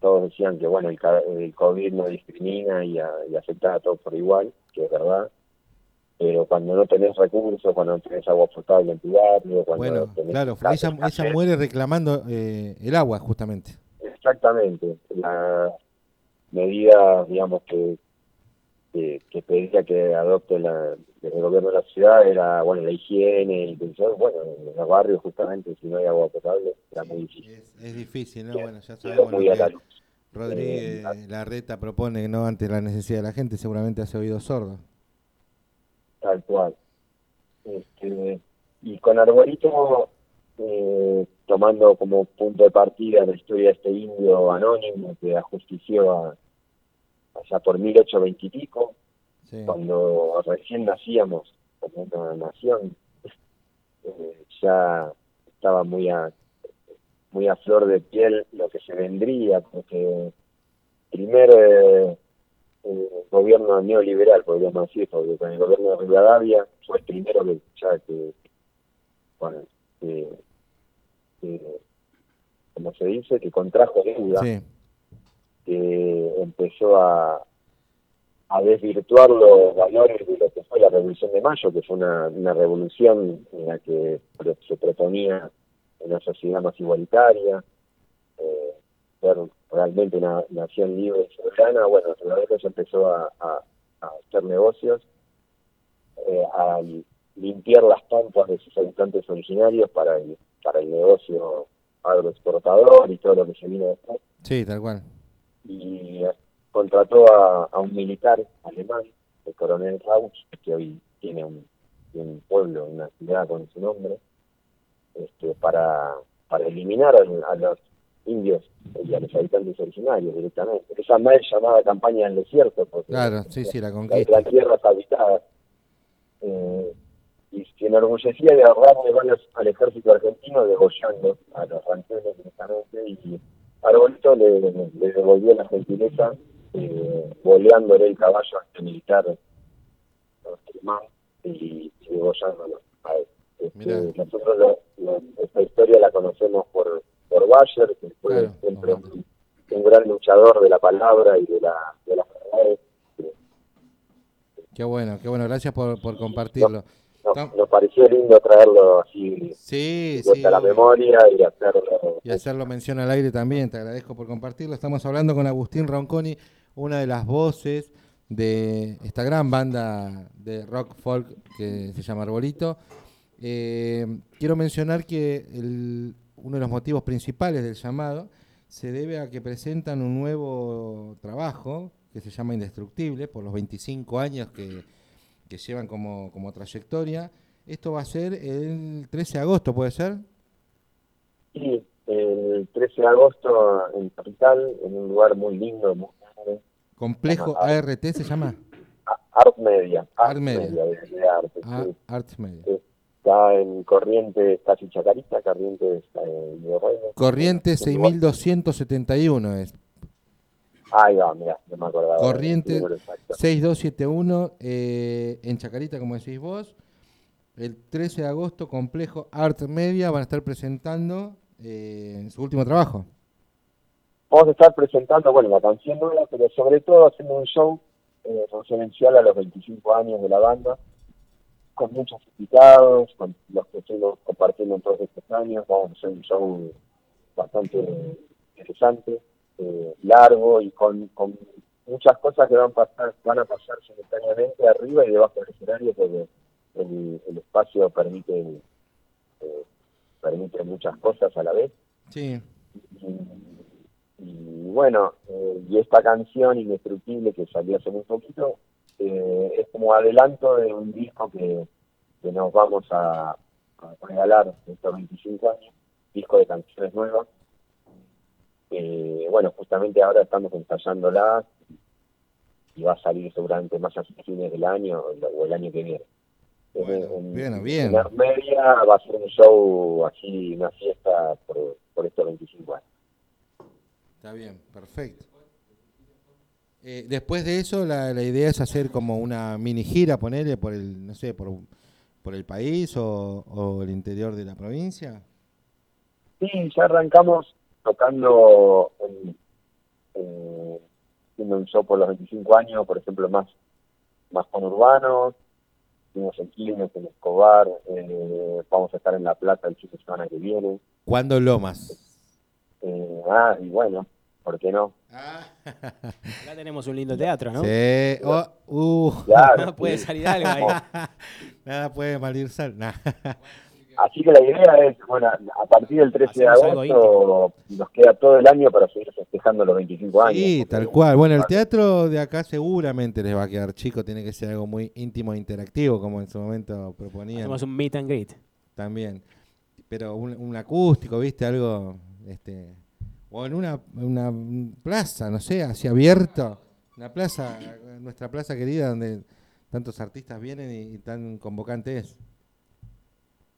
todos decían que, bueno, el, ca- el COVID no discrimina y, a- y afecta a todos por igual, que es verdad. Pero cuando no tenés recursos, cuando no tenés agua potable en tu barrio, cuando no Bueno, tenés claro, casa, ella, ella hacer. muere reclamando eh, el agua, justamente. Exactamente. La medida, digamos, que, que, que pedía que adopte la, el gobierno de la ciudad era, bueno, la higiene y que yo, bueno, en los barrios justamente, si no hay agua potable, era muy difícil. Es difícil, ¿no? Bueno, ya Quedó sabemos lo muy a la que luz. Rodríguez Larreta propone, ¿no? Ante la necesidad de la gente, seguramente hace oído sordo. Tal cual. Este, y con Arbolito, eh, tomando como punto de partida la historia de este indio anónimo que ajustició a, allá por 1820 y pico, Sí. cuando recién nacíamos como una nación, eh, ya estaba muy a, muy a flor de piel lo que se vendría, porque primer eh, eh, gobierno neoliberal, podríamos decir, porque con el gobierno de Rivadavia fue el primero que ya que, bueno, que, que, como se dice, que contrajo deuda, Sí. que empezó a, a desvirtuar los valores de lo que fue la Revolución de Mayo, que fue una, una revolución en la que pro- se proponía una sociedad más igualitaria, eh, ser realmente una nación libre y soberana. Bueno, Rodríguez empezó a, a- a hacer negocios, eh, a li- limpiar las pampas de sus habitantes originarios para el, para el negocio agroexportador y todo lo que se vino después Sí, tal cual. y eh, contrató a, a un militar alemán, el coronel Rauch, que hoy tiene un, tiene un pueblo, una ciudad con su nombre, este, para, para eliminar a, a los indios y a los habitantes originarios directamente. Esa mal llamada campaña del desierto, porque Claro, sí, sí, la la, conquista. la tierra está habitada. Eh, y se enorgullecía de ahorrarle balas al ejército argentino degollando a los rancheros directamente y Arbolito le, le devolvió la gentileza eh, boleándole el caballo a este militar alemán y, y degollándolo a él. Este, Mirá. nosotros lo- lo- esta historia la conocemos por, por Bayer, que fue Claro, siempre un, un gran luchador de la palabra y de, la, de las verdades. Qué bueno, qué bueno. Gracias por, por compartirlo. No, Tam- nos pareció lindo traerlo así Sí, de vuelta sí, a la obvio. memoria y hacerlo. Y hacerlo mención al aire también. Te agradezco por compartirlo. Estamos hablando con Agustín Ronconi, una de las voces de esta gran banda de rock folk que se llama Arbolito. Eh, quiero mencionar que el- uno de los motivos principales del llamado se debe a que presentan un nuevo trabajo que se llama Indestructible por los 25 años que, que llevan como, como trayectoria. Esto va a ser el 13 de agosto, ¿puede ser? Sí, el 13 de agosto en Capital, en un lugar muy lindo, muy grande, Complejo Ajá. ART se llama. A- Art Media, Art, Art Media. Media, de, de arte. Ah, sí. Arts Media. Está en Corrientes, casi Chacarita, Corrientes eh, y Borrego. Corrientes Un Este lugar- Ah, 6271 es. Ahí va, mirá, no me acordaba. del Corrientes número exacto. 6271 eh, en Chacarita, como decís vos. El 13 de agosto, Complejo Art Media van a estar presentando eh, su último trabajo. Vamos a estar presentando, bueno, la canción nueva, pero sobre todo haciendo un show eh, referencial a los 25 años de la banda, con muchos invitados, con los que estuvimos compartiendo en todos estos años. Vamos a hacer un show bastante interesante, eh, largo y con, con muchas cosas que van a pasar, van a pasar simultáneamente arriba y debajo del escenario, porque el, el espacio permite, eh, permite muchas cosas a la vez Sí, y bueno, eh, y esta canción indestructible que salió hace muy poquito eh, es como adelanto de un disco que, que nos vamos a, a regalar estos 25 años, disco de canciones nuevas. Eh, bueno, justamente ahora estamos ensayándolas y va a salir seguramente más a fines del año o el año que viene. en, Bueno, bien. en Armeria va a ser un show así, una fiesta por, por estos 25 años. Está bien, perfecto. Eh, después de eso, la, la idea es hacer como una mini gira, ponerle por el, no sé, por, por el país o, o el interior de la provincia. Sí, ya arrancamos tocando, en, en- haciendo un show por los 25 años, por ejemplo, más, más conurbanos. Estuvimos en Quilmes, en Escobar, eh, vamos a estar en La Plata el fin de semana que viene. ¿Cuándo Lomas? Eh, ah, y bueno, ¿por qué no? Ya tenemos un lindo teatro, ¿no? Sí. Oh, uh. Claro. Puede salir algo ahí. Nada puede malir sal. nah. Así que la idea es, bueno, a partir del 13 de Hacemos algo agosto nos queda todo el año para seguir festejando los 25 años. Sí, tal cual. Bueno, el teatro de acá seguramente les va a quedar chico. Tiene que ser algo muy íntimo e interactivo, como en su momento proponían. Hacemos un meet and greet. También. Pero un, un acústico, ¿viste? Algo. este O en una, una plaza, no sé, así abierto. Una plaza, nuestra plaza querida, donde tantos artistas vienen y, y tan convocante es.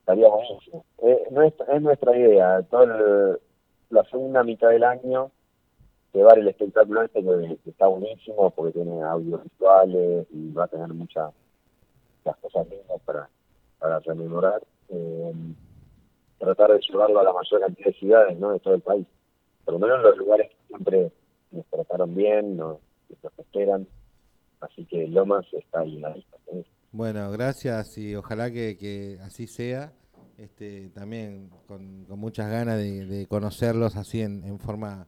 Estaría buenísimo. Eh, no es, es nuestra idea, toda la segunda mitad del año, llevar el espectáculo este que, que está buenísimo porque tiene audiovisuales y va a tener muchas las cosas lindas para, para rememorar. Eh, tratar de llevarlo a la mayor cantidad de ciudades, ¿no? De todo el país. Por lo menos los lugares que siempre nos trataron bien, nos, nos esperan. Así que Lomas está ahí en la lista. ¿sí? Bueno, gracias y ojalá que, que así sea. Este, también con, con muchas ganas de, de conocerlos así en, en forma,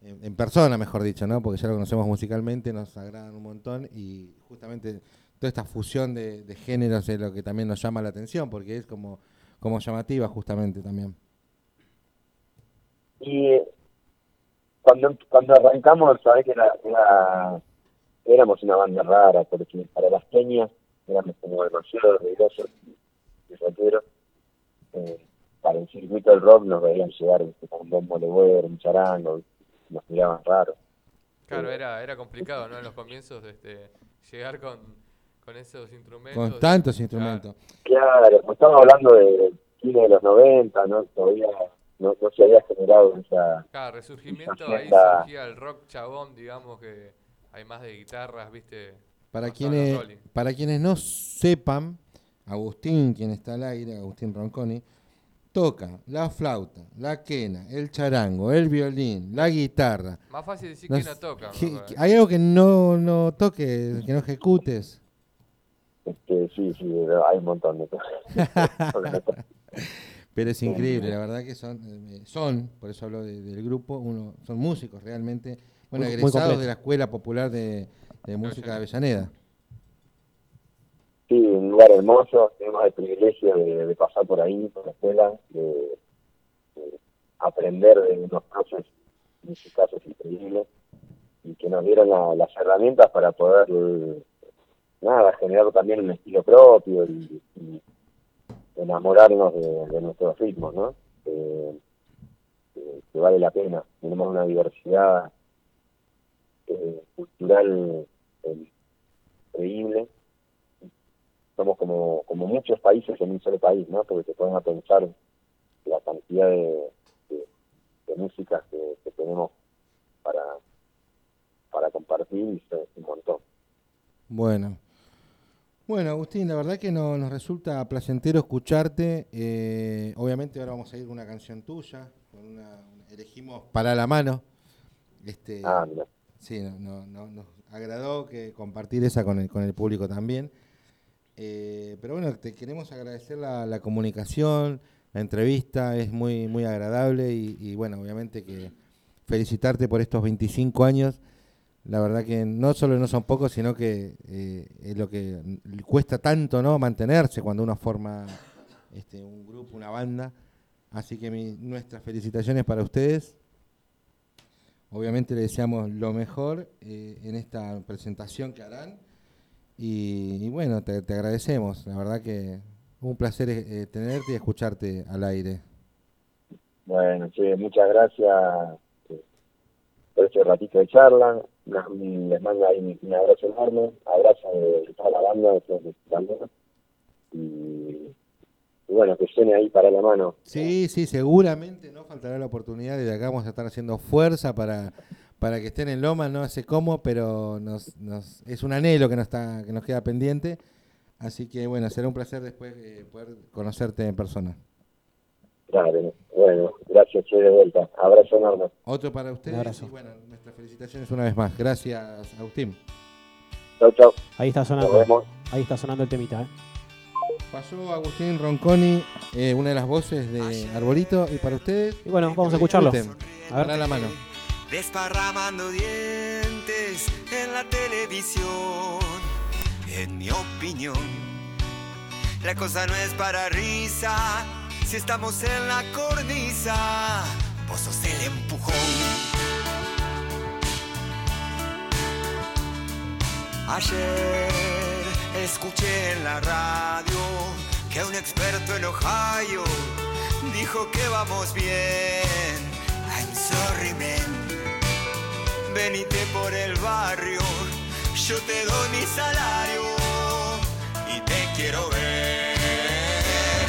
en, en persona, mejor dicho, ¿no? Porque ya lo conocemos musicalmente, nos agradan un montón y justamente toda esta fusión de, de géneros es lo que también nos llama la atención, porque es como, como llamativa justamente también. Y eh, cuando, cuando arrancamos, sabés que era, era- éramos una banda rara, porque para las peñas éramos como demasiado ruidosos y rockeros. Eh, para el circuito del rock nos veían llegar ¿viste? con un bombo de güero, un charango, nos miraban raros. Claro, era, era complicado, ¿no? En los comienzos, este, llegar con, con esos instrumentos. Con tantos instrumentos. Claro, pues estamos hablando de fines de los 90, ¿no? Todavía no, no se había generado esa... Cada resurgimiento esa ahí fiesta. surgía el rock chabón, digamos que hay más de guitarras, ¿viste? Para Más solo quienes, Rolling. para quienes no sepan, Agustín, quien está al aire, Agustín Ronconi, toca la flauta, la quena, el charango, el violín, la guitarra. Más fácil decir No que sé, no toca. que- ¿no? que- hay algo que no, no toques, que no ejecutes. Este, sí, sí, hay un montón de cosas. Pero es increíble, la verdad que son, eh, son por eso hablo de- del grupo, uno, son músicos realmente, Muy- bueno, muy egresados completo. de la Escuela Popular de, de Música de Avellaneda. Sí, un lugar hermoso, tenemos el privilegio de, de pasar por ahí, por la escuela, de, de aprender de unos profes musicales increíbles y que nos dieron la- las herramientas para poder, eh, nada, generar también un estilo propio y, y enamorarnos de, de nuestros ritmos, ¿no? Eh, que- que vale la pena. Tenemos una diversidad eh, cultural eh, increíble somos como, como muchos países en un solo país, ¿no? Porque te pueden pensar la cantidad de, de, de músicas que, que tenemos para, para compartir y es un montón. Bueno. Bueno, Agustín, la verdad que no- nos resulta placentero escucharte. eh, obviamente ahora vamos a ir con una canción tuya, con una, elegimos para la mano. Este, Ah, mira. Sí, no- no- no- nos agradó que compartir esa con el, con el público también. Eh, pero bueno, te queremos agradecer la, la comunicación, la entrevista, es muy, muy agradable y, y bueno, obviamente que felicitarte por estos 25 años. La verdad que no solo no son pocos, sino que eh, es lo que n- cuesta tanto no mantenerse cuando uno forma este, un grupo, una banda. Así que mi- nuestras felicitaciones para ustedes. Obviamente le deseamos lo mejor eh, en esta presentación que harán Y, y bueno, te, te agradecemos. La verdad que un placer eh, tenerte y escucharte al aire. Bueno, che, muchas gracias eh, por este ratito de charla. Una- un- Les mando ahí un- un abrazo enorme, abrazo de toda la banda, de todos los que están acá. Y, y bueno, que suene ahí para la mano. Sí, sí, seguramente no faltará la oportunidad y de acá vamos a estar haciendo fuerza para, para que estén en Loma, no sé cómo, pero nos, nos- es un anhelo que nos, está, que nos queda pendiente. Así que bueno, será un placer después eh, poder conocerte en persona. Dale, bueno, gracias, che, de vuelta. Abrazo enorme. Otro para ustedes. Y bueno, nuestras felicitaciones una vez más. Gracias, Agustín. Chau, chau. Ahí está Nos sonando. vemos. Ahí está sonando el temita, ¿eh? Pasó Agustín Ronconi, eh, una de las voces de Arbolito, y para ustedes. Y bueno, vamos a escucharlo. disfruten. A ver. Para la mano. desparramando dientes en la televisión. En mi opinión, la cosa no es para risa si estamos en la cornisa. Vos sos el empujón. Ayer escuché en la radio que un experto en Ohio dijo que vamos bien. I'm sorry, man. Venite por el barrio, yo te doy mi salario y te quiero ver.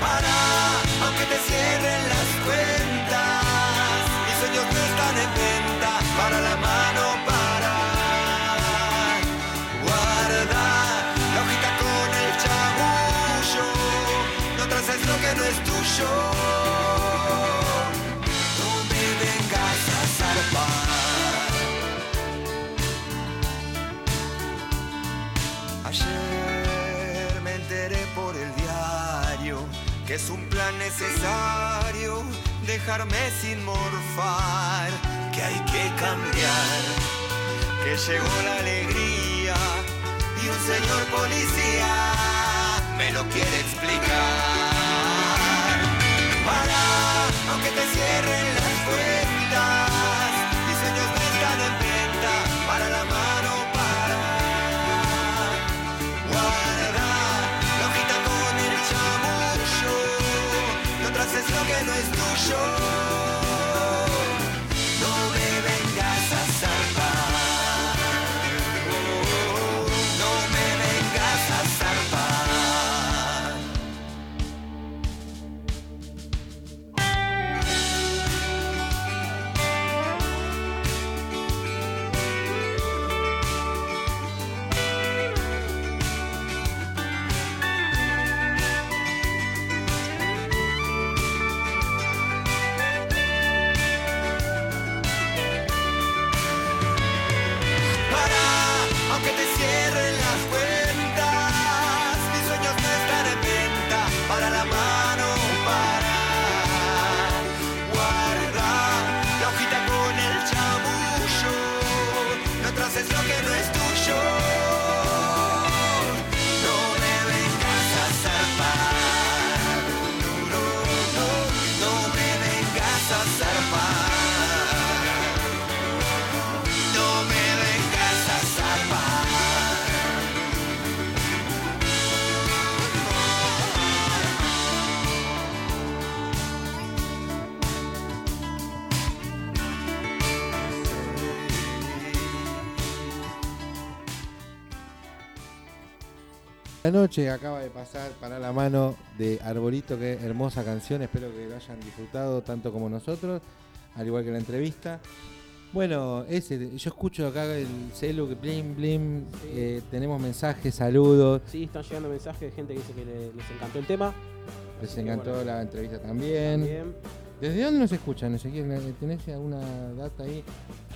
Para, aunque te cierren las cuentas, mis sueños no están en venta. Para la mano, para. Guarda la hojita con el chamullo, no traces lo que no es tuyo no me vengas a salvar. Ayer me enteré por el diario que es un plan necesario dejarme sin morfar, que hay que cambiar, que llegó la alegría y un señor policía me lo quiere explicar. Para, aunque te cierren las cuentas, mis sueños no están en venta, para la mano, para. Guarda, la hojita con el chamullo, no traces lo que no es tuyo. No me vengas a salvar. No me vengas a salvar. para, aunque te cierren las cuentas, mis sueños no están en venta, para la mano, para, guarda la hojita con el chamullo, no traces lo que no es tuyo, no me vengas a zarpar, no, no, no me vengas a zarpar. No me vengas a salvar. La noche acaba de pasar para la mano de Arbolito, qué hermosa canción, espero que lo hayan disfrutado tanto como nosotros, al igual que la entrevista. Bueno, ese, yo escucho acá el celu que blim blim, eh, tenemos mensajes, saludos, Sí, están llegando mensajes de gente que dice que le- les encantó el tema. les que encantó bueno. la entrevista también. También. ¿Desde dónde nos escuchan? Ezequiel? ¿Tenés alguna data ahí?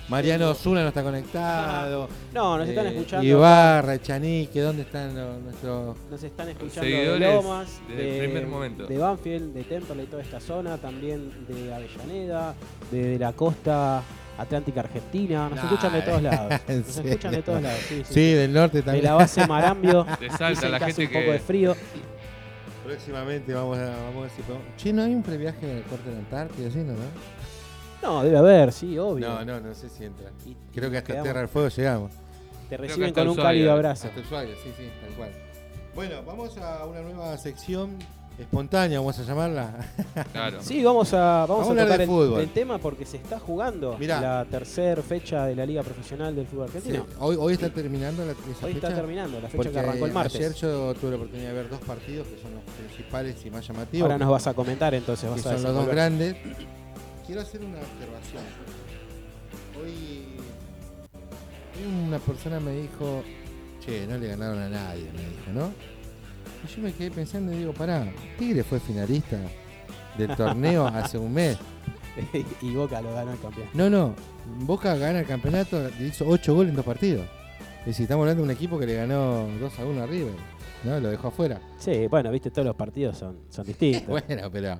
Mariano Osuna no está conectado. Eh, No, nos están escuchando. Ibarra, Chanique, ¿dónde están los- nuestros Nos están escuchando de Seguidores Lomas, del primer momento. de Banfield, de Temperley, toda esta zona, también de Avellaneda, de, de la costa atlántica argentina. Nos Nah, escuchan de todos lados. ¿en Nos escuchan de serio? todos lados. Sí, sí, Sí, del norte también. De la base Marambio. De Salta, Dicen la que hace gente un que- poco de frío. Próximamente vamos a, vamos a decir. Che, ¿no hay un previaje en el corte de la Antártida? ¿Sí, no, no? No, debe haber, sí, obvio. No, no, no sé si entra. Creo que hasta quedamos- Tierra del Fuego llegamos. Te Creo reciben que hasta con un Ushuaia. cálido abrazo. Hasta Ushuaia, sí, sí, tal cual. Bueno, vamos a una nueva sección espontánea, vamos a llamarla. Claro. Sí, vamos a, vamos a hablar tocar de el, fútbol. el tema porque se está jugando Mirá. la tercera fecha de la Liga Profesional del Fútbol Sí, Argentino. Hoy, hoy está terminando la esa Hoy está fecha, terminando la fecha porque que arrancó el martes. Ayer yo tuve la oportunidad de ver dos partidos que son los principales y más llamativos. Ahora nos vas a comentar entonces, que vas a son los dos desenvolver. grandes. Quiero hacer una observación. Hoy, hoy una persona me dijo, che, no le ganaron a nadie, me dijo, ¿no? Y yo me quedé pensando y digo, pará, Tigre fue finalista del torneo hace un mes. y Boca lo ganó el campeón. No, no, Boca gana el campeonato, le hizo 8 goles en dos partidos. Es decir, estamos hablando de un equipo que le ganó 2 a 1 a River, ¿no? Lo dejó afuera. Sí, bueno, viste, todos los partidos son, son distintos. bueno, pero...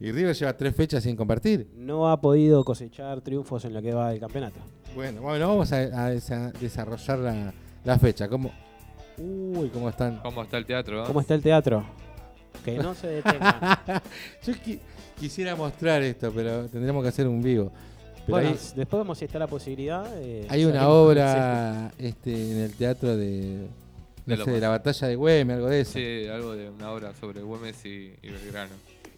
Y River lleva tres fechas sin compartir. No ha podido cosechar triunfos en lo que va del campeonato. Bueno, bueno, vamos a, a desa- desarrollar la, la fecha. ¿Cómo? Uy, ¿cómo están? ¿Cómo está el teatro? ah? ¿Cómo está el teatro? Que no se detenga. Yo qui- quisiera mostrar esto, pero tendremos que hacer un vivo. Pero Bueno, hay, después vamos a estar la posibilidad. eh, hay una salimos- obra este, en el teatro de, no De lo sé, de más. la batalla de Güemes, algo de eso. Sí, algo de una obra sobre Güemes y, y Belgrano.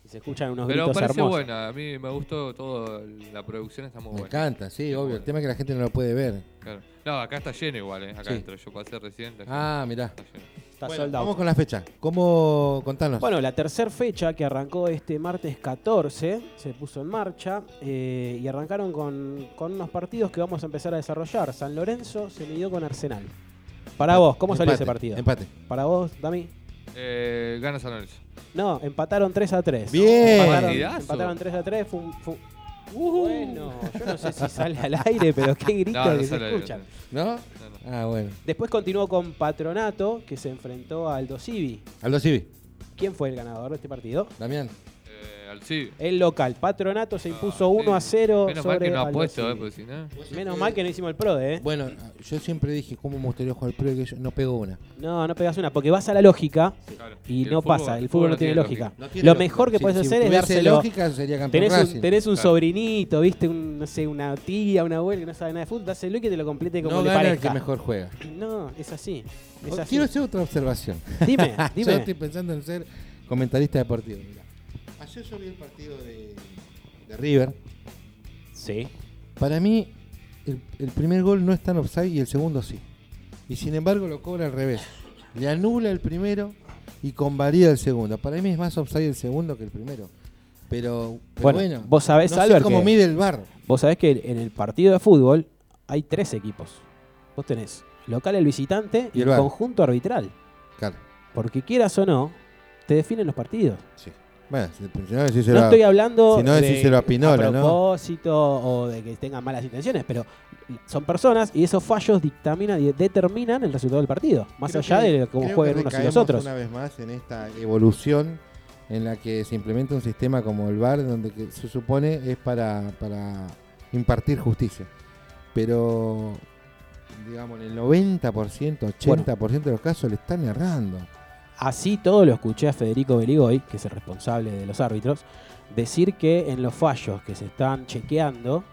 Se escuchan unos Pero gritos parece hermosos. buena, a mí me gustó todo, la producción está muy Me buena. encanta, sí, obvio. El tema es que la gente no lo puede ver. Claro. No, acá está lleno igual, ¿eh? acá Sí. entro, yo pasé recién. está Ah, lleno. mirá. Está lleno. Está Bueno, sold out. vamos con la fecha. ¿Cómo? Contanos. Bueno, la tercera fecha que arrancó este martes 14 se puso en marcha eh, y arrancaron con, con unos partidos que vamos a empezar a desarrollar. San Lorenzo se midió con Arsenal. Para vos, ¿cómo salió Empate, ese partido? empate. Para vos, Dami. Eh, gana San Lorenzo. No, empataron 3 a 3. Bien. Empataron, Partidazo. empataron 3 a 3. Fue un- fue un- Bueno, yo no sé si sale al aire, pero qué gritos No, no que se sale al aire, escuchan. ¿No? Ah, bueno. Después continuó con Patronato, que se enfrentó a Aldo Civi. Aldo Civi, ¿Quién fue el ganador de este partido? Damián. Eh, al sí. El local, Patronato se impuso 1 a 0 Menos mal sobre que no ha Aldo puesto, ¿eh? Civi. Porque si no. Menos mal que no hicimos el PRODE, ¿eh? Bueno, yo siempre dije, ¿cómo me gustaría jugar al pro? Que yo no pego una. No, no pegas una, porque vas a la lógica Claro. y, Y el no fútbol- pasa. El el fútbol no tiene lógica. Lo mejor que Si- puedes si hacer es tuviese dárselo. lógica, sería campeón tenés un, Racing. tenés un Claro. sobrinito, viste, un, no sé, una tía, una abuela que no sabe nada de fútbol, dáselo y que te lo complete como No le gana el parezca. que mejor juega. No, es así. Es Oh, así. Quiero hacer otra observación. Dime, dime. yo estoy pensando en ser comentarista deportivo. mirá. Ayer yo vi el partido de, de River. Sí. Para mí, el, el primer gol no está en offside y el segundo sí. Y sin embargo lo cobra al revés. Le anula el primero y convalida el segundo. Para mí es más offside el segundo que el primero. Pero, pero Bueno, bueno, vos sabés, no sé Albert, cómo que- mide el bar. Vos sabés que en el partido de fútbol hay tres equipos. Vos tenés local, el visitante Y y el el VAR. conjunto arbitral. Claro. Porque quieras o no, te definen los partidos. Bueno, si, si no, decíselo No a- estoy hablando si no, decíselo de a Pinola, a ¿no? propósito o de que tengan malas intenciones, pero son personas y esos fallos dictaminan y determinan el resultado del partido, más Creo allá que- de cómo creo jueguen que unos y los recaemos otros. Una vez más en esta evolución en la que se implementa un sistema como el VAR, donde que se supone es para, para impartir justicia. Pero, digamos, en el 90%, 80% de los casos le están errando. Así todo lo escuché a Federico Beligoy, que es el responsable de los árbitros, decir que en los fallos que se están chequeando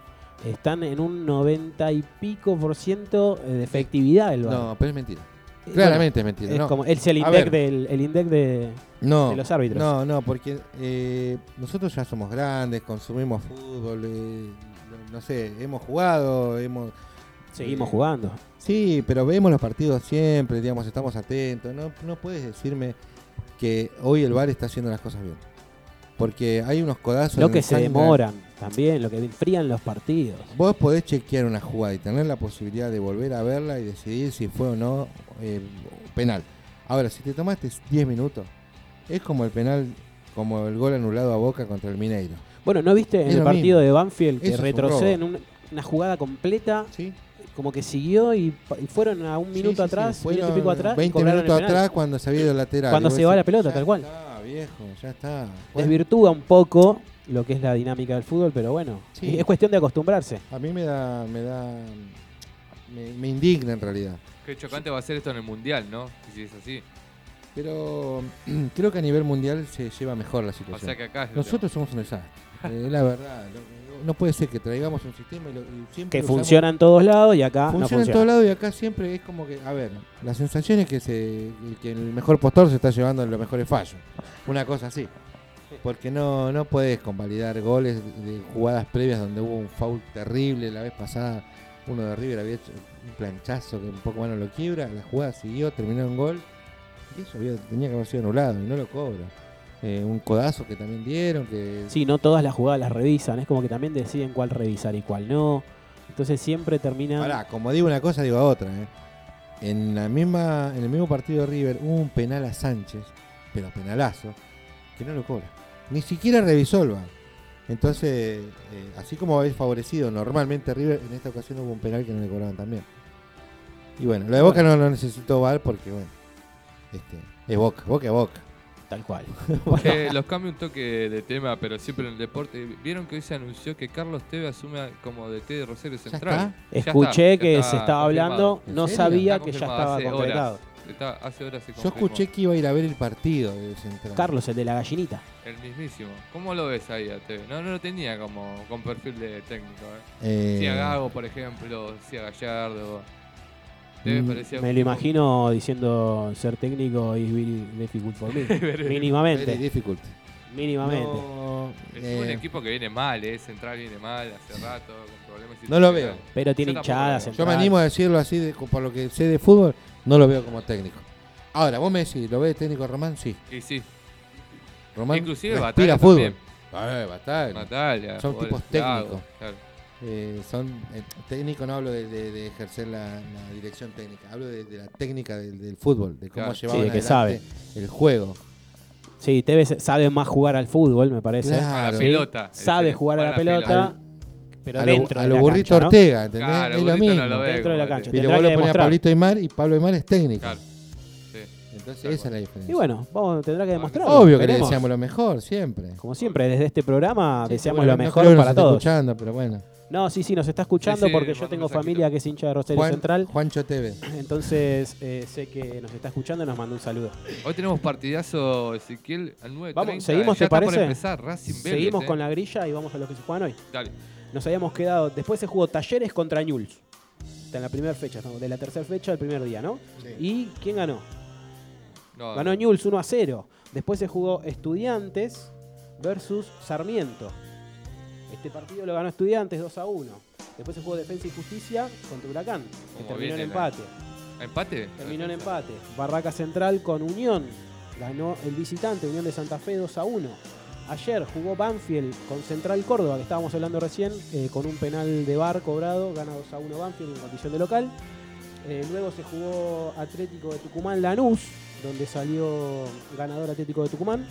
están en un 90 y pico por ciento de efectividad del VAR. No, pero es mentira. Eh, Claramente bueno, es mentira. es no. como- es el A INDEC, ver, del, el INDEC de, No, de los árbitros. No, no, porque eh, nosotros ya somos grandes, consumimos fútbol, eh, no sé, hemos jugado, hemos... Seguimos eh, jugando. Sí, pero vemos los partidos siempre, digamos, estamos atentos. No, no puedes decirme que hoy el VAR está haciendo las cosas bien. Porque hay unos codazos... Lo en que el se sangre. demoran también, lo que enfrían los partidos. Vos podés chequear una jugada y tener la posibilidad de volver a verla y decidir si fue o no eh, penal. Ahora, si te tomaste 10 minutos, es como el penal, como el gol anulado a Boca contra el Mineiro. Bueno, ¿no viste en Es el lo partido mismo. de Banfield que Eso es un retrocede en robo. un- una jugada completa? Como que siguió y, pa- y fueron a un Sí, sí, minuto sí, atrás, minuto y fueron pico atrás. y 20 cobraron el minutos penal. atrás cuando se había ido el lateral. Cuando Y vos se va decís, la pelota, "Ya tal cual. Está, viejo, ya está. Bueno, Desvirtúa un poco lo que es la dinámica del fútbol, pero bueno, Sí. es cuestión de acostumbrarse. a mí me da, me da, me, me indigna en realidad. Qué chocante va a ser esto en el mundial, ¿no? Si es así. Pero creo que a nivel mundial se lleva mejor la situación. sea que acá es lo Nosotros somos un desastre. Eh, la verdad, no- no puede ser que traigamos un sistema y, lo- y siempre. Que lo usamos- funciona en todos lados y acá no funciona en funciona. todos lados y acá siempre es como que, a ver, la sensación es que, se, que el mejor postor se está llevando los mejores fallos. Una cosa así. Porque no, no puedes convalidar goles de jugadas previas donde hubo un foul terrible. La vez pasada, uno de River había hecho un planchazo que un poco más no lo quiebra. La jugada siguió, terminó en gol. Y eso había- tenía que haber sido anulado y no lo cobra. Eh, un codazo que también dieron. que Sí, no todas las jugadas las revisan, es como que también deciden cuál revisar y cuál no. Entonces siempre termina. Pará, como digo una cosa, digo otra. ¿eh? En, la misma, en el mismo partido de River hubo un penal a Sánchez, pero penalazo, que no lo cobra. Ni siquiera revisó el VAR. Entonces, eh, así como habéis favorecido normalmente a River, en esta ocasión hubo un penal que no le cobraban también. Y bueno, lo de Boca no, no necesitó VAR porque, bueno, este, es Boca, Boca es Boca. Tal cual. Eh, los cambio un toque de tema, pero siempre en el deporte. Vieron que hoy se anunció que Carlos Teve asume como DT de Rosario Central. Ya está, Escuché ya que está se estaba hablando, confirmado. no sabía Está que ya confirmado, estaba hace horas. concretado. Está- hace horas se Yo confirmó. escuché que iba a ir a ver el partido de Central. Carlos, el de la gallinita. El mismísimo. ¿Cómo lo ves ahí a Teve? No, no lo tenía como con perfil de técnico. Eh. ¿eh? Si a Gago, por ejemplo, si a Gallardo. Tevez Mm, parecía Me un- lo imagino diciendo ser técnico is very difficult for me. Mínimamente. Very difficult. Mínimamente. No, Es eh, un equipo que viene mal, ¿eh? Central viene mal hace rato, con problemas. No lo veo. institucionales. Pero tiene Yo tampoco hinchada, lo veo. Central. Yo me animo a decirlo así, de- por lo que sé de fútbol, no lo veo como técnico. Ahora, vos me decís, ¿lo ves técnico Román? Sí. Y sí. Román Inclusive respira Batalla fútbol. también. Ah, eh, Batalla. Batalla, Son tipos jugadores técnicos. flacos, claro. Eh, son eh, técnico no hablo de, de- de ejercer la, la dirección técnica, hablo de, de la técnica del, del fútbol, de cómo Claro. llevar Sí, de que adelante el juego. Sí, Tevez sabe más jugar al fútbol, me parece. Claro. A la Sí, pelota. Sabe Ese, jugar a la, a la pelota. pelota. Pero a lo- dentro a de lo la burrito cancha, ¿no? Ortega, ¿entendés? Claro, es lo burrito no mismo. lo ve Dentro de la como cancha, Pero tendrá que vos lo ponés a demostrar. Pablito Aymar y Pablo Aymar es técnico. Entonces, esa es la diferencia. Y bueno, vamos, tendrá que demostrar. Obvio que le deseamos lo mejor, siempre. Como siempre, desde este programa Sí, deseamos bueno, lo no mejor creo que nos para esté todos. escuchando, pero bueno. No, sí, sí, nos está escuchando Sí, sí, porque le yo mando tengo un mensajito. familia que es hincha de Rosario Juan- Central. Juancho TV. Entonces, eh, sé que nos está escuchando y nos mandó un saludo. Hoy tenemos partidazo Ezequiel al 9. Vamos, seguimos, ¿te parece? seguimos con la la grilla y vamos a los que se juegan hoy. eh. Dale. Nos habíamos quedado. Después se jugó Talleres contra Ñuls. Está en la primera fecha, ¿no? de la tercera fecha del primer día, ¿no? ¿Y quién ganó? No, ganó Ñuls 1 a 0. Después se jugó Estudiantes versus Sarmiento. Este partido lo ganó Estudiantes 2 a 1. Después se jugó Defensa y Justicia contra Huracán, que Como terminó en viene la- empate. ¿Empate? Terminó en empate. Barraca Central con Unión. Ganó el visitante, Unión de Santa Fe 2 a 1. Ayer jugó Banfield con Central Córdoba, que estábamos hablando recién, eh, con un penal de bar cobrado. Gana 2 a 1 Banfield en condición de local. Eh, luego se jugó Atlético de Tucumán Lanús, donde salió ganador Atlético de Tucumán.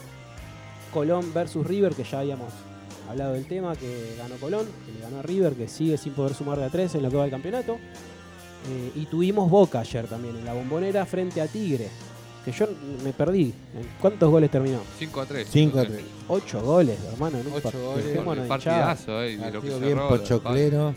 Colón versus River, que ya habíamos hablado del tema, que ganó Colón, que le ganó a River, que sigue sin poder sumar de a tres en lo que va del campeonato. Eh, y tuvimos Boca ayer también en la bombonera frente a Tigre. Que yo me perdí. ¿En ¿Cuántos goles terminó? 5 a 3. 5 a 3. Ocho goles, hermano. En un Ocho par- goles. dejémonos de Partidazo, hinchada. eh, y lo que Partido cerró, bien lo de pochoclero.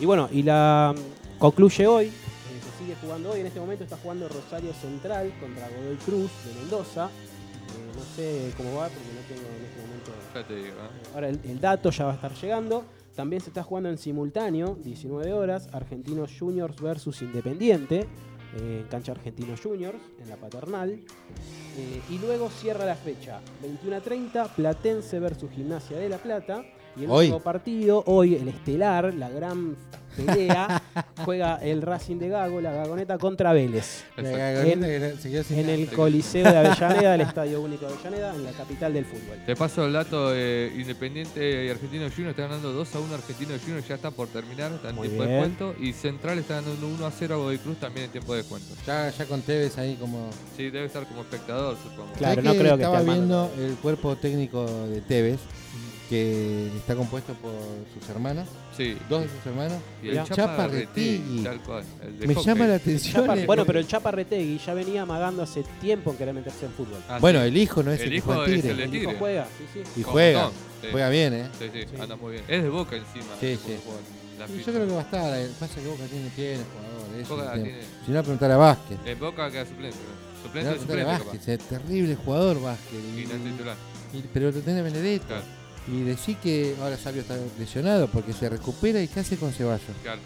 Y bueno, y la mm, concluye hoy. eh, se sigue jugando hoy. En este momento está jugando Rosario Central contra Godoy Cruz de Mendoza. Eh, no sé cómo va porque no tengo en este momento. Ya te digo, ¿eh? Ahora el, el dato ya va a estar llegando. También se está jugando en simultáneo, 19 horas, Argentinos Juniors versus Independiente, eh, en cancha Argentinos Juniors, en la paternal. Eh, y luego cierra la fecha, 21 a 30, Platense versus Gimnasia de La Plata. Y el Hoy. último partido, hoy el estelar, la gran pelea, juega el Racing de Gago, la Gagoneta contra Vélez. La Gagoneta En- que se quedó sin en el nada. Coliseo de Avellaneda, el Estadio Único de Avellaneda, en la capital del fútbol. Te paso el dato de Independiente y Argentino Junior. Está ganando 2 a 1 Argentino Junior. Ya está por terminar. Está en Muy tiempo de bien. descuento. Y Central está ganando 1 a 0 a Godoy Cruz también en tiempo de descuento. Ya, ya con Tevez ahí como. Sí, debe estar como espectador, supongo. ¿Sabés Estaba viendo el cuerpo técnico de Tevez, que está compuesto por sus hermanos. Sí. Dos de sus hermanos. Y el Chapa Retegui, tal cual, el de Me hockey. llama la atención. Chapa- el- bueno, pero el Chaparretegui ya venía amagando hace tiempo en querer meterse en fútbol. Ah, Bueno, sí. el hijo no es el, que juega en Tigre. de El hijo Tigre. juega, sí, sí. Y Con juega, montón, juega bien, ¿eh? Sí, sí, anda muy bien. Es de Boca encima. Sí, el sí. jugador, la Y ficha. yo creo que va a estar. eh, Pasa que Boca tiene, tiene jugadores. eso Boca es el tiene- tema. Si no, preguntar a Vázquez. En Eh, Boca queda suplente. ¿no? Si no, Suplente, preguntale suplente. a Vázquez. Es terrible jugador Vázquez. capaz. Y no es titular. Y- pero lo tiene Benedetto. Claro. Y decí que ahora Sabio está lesionado porque se recupera y ¿qué hace con Ceballos? Claro,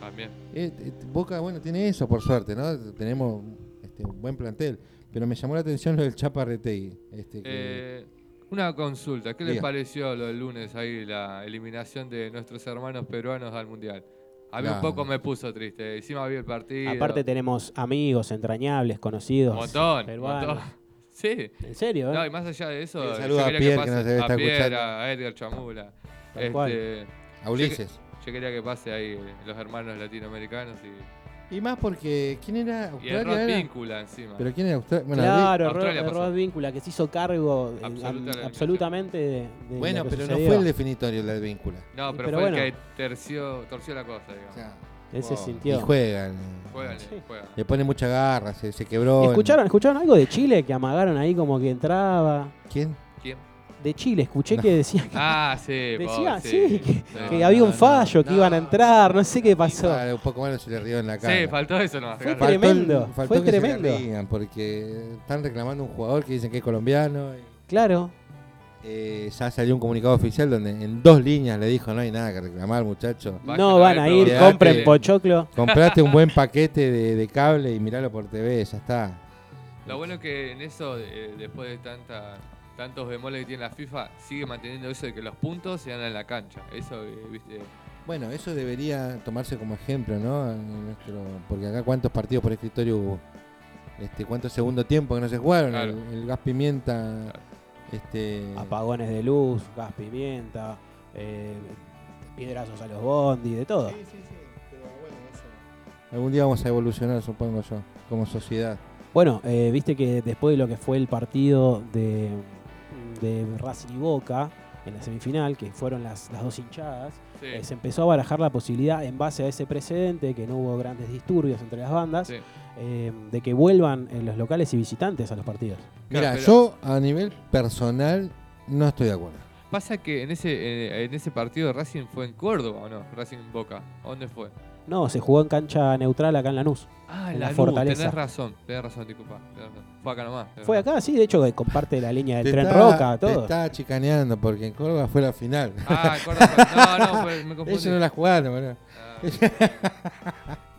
también. Eh, eh, Boca, bueno, tiene eso por suerte, ¿no? Tenemos este, un buen plantel. Pero me llamó la atención lo del Chaparretegui. Este, que- Eh, una consulta, ¿qué les Diga. pareció lo del lunes ahí, la eliminación de nuestros hermanos peruanos al Mundial? A mí un No, poco me puso triste, encima vi el partido. Aparte tenemos amigos entrañables, conocidos. un montón, un peruanos. montón. Sí. ¿En serio? eh? No, y más allá de eso, Sí, yo saluda a quería Pierre, que pase nos debe a estar Pierre, escuchando. a Edgar Chamula. Este, Tal cual. A Ulises. Yo, yo quería que pase ahí eh, los hermanos latinoamericanos y, Y más porque, ¿quién era? y el Rod era? Víncula encima. Pero ¿quién era Australia? claro, Australia Rod, pasó. Rod Víncula, que se hizo cargo eh, Absoluta am- eliminación. absolutamente de, de lo Bueno, que pero no sucedió. fue el definitorio la de Víncula. No, pero, pero fue bueno. el que terció, torció la cosa, digamos. Él se Wow. Y sintió. juegan. Juegan, juegan. Le pone mucha garra, se, se quebró. en- ¿Escucharon, ¿Escucharon algo de Chile que amagaron ahí como que entraba? ¿Quién? ¿Quién? De Chile, escuché que decían que, Ah, sí, decían, pobre, sí, sí. que, No, que había no, un fallo, que iban a entrar, no sé qué pasó. Ah, un poco malo se le rió en la cara. faltó eso nomás. Fue Faltó el- tremendo, faltó fue que se la tremendo. rían, porque están reclamando un jugador que dicen que es colombiano. y, Claro. eh, ya salió un comunicado oficial donde en dos líneas le dijo no hay nada que reclamar, muchacho. No van a ir, Quedate- compren pochoclo. Comprate un buen paquete de, de cable y miralo por TV, ya está. Lo bueno es que en eso, eh, después de tanta, tantos bemoles que tiene la FIFA, sigue manteniendo eso de que los puntos se dan en la cancha. Eso, eh, viste. Bueno, eso debería tomarse como ejemplo, ¿no? En nuestro- porque acá cuántos partidos por escritorio hubo. Este, cuántos segundo tiempo que no se jugaron. Claro. El, el gas pimienta. Este, Apagones de luz, gas pimienta, eh, piedrazos a los bondi, de todo. algún día vamos a evolucionar, supongo yo, como sociedad. Bueno, eh, viste que después de lo que fue el partido de, de Racing y Boca en la semifinal, que fueron las, las dos hinchadas, eh, se empezó a barajar la posibilidad, en base a ese precedente, que no hubo grandes disturbios entre las bandas, eh, de que vuelvan eh, los locales y visitantes a los partidos. Mira, pero- yo a nivel personal no estoy de acuerdo. Pasa que en ese, eh, en ese partido de Racing fue en Córdoba, ¿o no? Racing Boca. ¿A ¿Dónde fue? No, se jugó en cancha neutral acá en Lanús, Ah, en la la fortaleza. Tenés razón, tenés razón, disculpa. tenés razón. Fue acá nomás. tenés Fue razón. acá, sí, de hecho que comparte la línea del Te tren estaba- Roca, Te todo. estaba chicaneando porque en Córdoba fue la final. Ah, Córdoba. No, no, fue- me confundí. Ah. Ellos no la jugaron, boludo.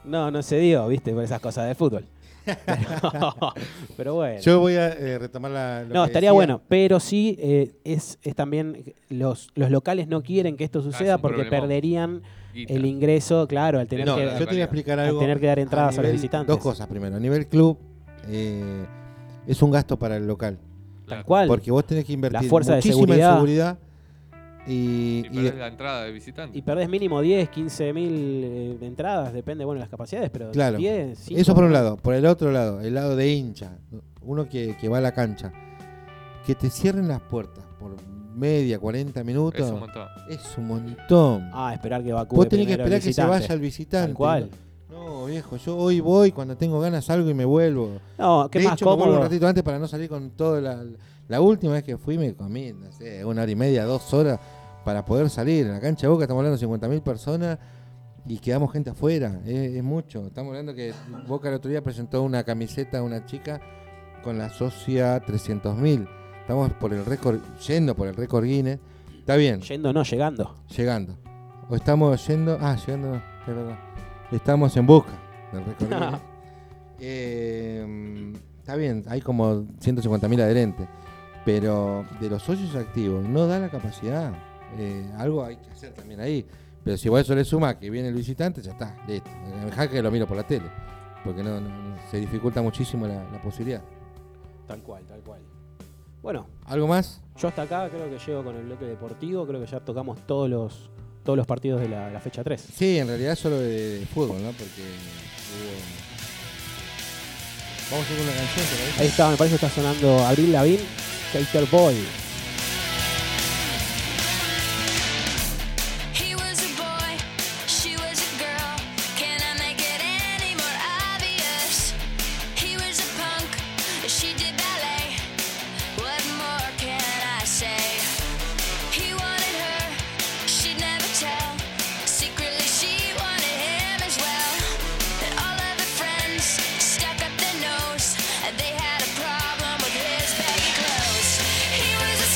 No, no se dio, viste, por esas cosas del fútbol. Pero, pero bueno. Yo voy a eh, retomar la. lo No, que estaría decía. bueno, pero sí eh, es, es también los, los locales no quieren que Ah, esto suceda un porque problemón. perderían el ingreso, claro, al tener No, que yo te voy a explicar al algo. tener que dar entradas a, los nivel- visitantes. Dos cosas primero. A nivel club, eh, es un gasto para el local. Tal cual. Porque vos tenés que invertir La fuerza de muchísimo seguridad. en seguridad. Y, y- Perdés la entrada de visitante. Y perdés mínimo 10, 15 mil eh, entradas, depende, bueno, de las capacidades, pero claro, 10, 5, eso por un lado. Por el otro lado, el lado de hincha. Uno que, que va a la cancha. Que te cierren las puertas por media, 40 minutos. Es un montón. Es un montón. Ah, esperar que evacúe Vos tenés que primero el esperar que se visitante. vaya el visitante. Tal cual. No, viejo, yo hoy voy, cuando tengo ganas salgo y me vuelvo. No, ¿qué de más hecho, me vuelvo cómodo? un ratito antes para no salir con todo. La, la última vez que fui me comí, no sé, una hora y media, dos horas para poder salir. En la cancha de Boca estamos hablando de 50.000 personas y quedamos gente afuera. Es, es mucho. Estamos hablando que Boca el otro día presentó una camiseta a una chica con la socia 300.000. Estamos por el récord, yendo por el récord Guinness. Está bien. Yendo, no, llegando. Llegando. O estamos yendo. Ah, llegando, no, es verdad. Estamos en busca del récord Guinness. Eh, está bien, hay como 150.000 adherentes. Pero de los socios activos no da la capacidad. Eh, algo hay que hacer también ahí. Pero si vos a eso le suma que viene el visitante, ya está, listo. Dejá que lo miro por la tele. Porque no, no- no- se dificulta muchísimo la, la posibilidad. Tal cual, tal cual. Bueno, ¿Algo más? Yo hasta acá creo que llego con el bloque deportivo, creo que ya tocamos todos los todos los partidos de la, la fecha 3. Sí, en realidad solo de, de fútbol, ¿no? Porque eh, hubo- Vamos a ir con una canción, ¿te parece? Ahí está, me parece que está sonando Abril Lavín, Skater Boy. He was a boy, she was a girl. Can I make it any more obvious? He was a punk, she did ballet. What more can I say? He wanted her, she'd never tell. Secretly, she wanted him as well. And all of her friends stuck up their nose. They had a problem with his baggy clothes. He was a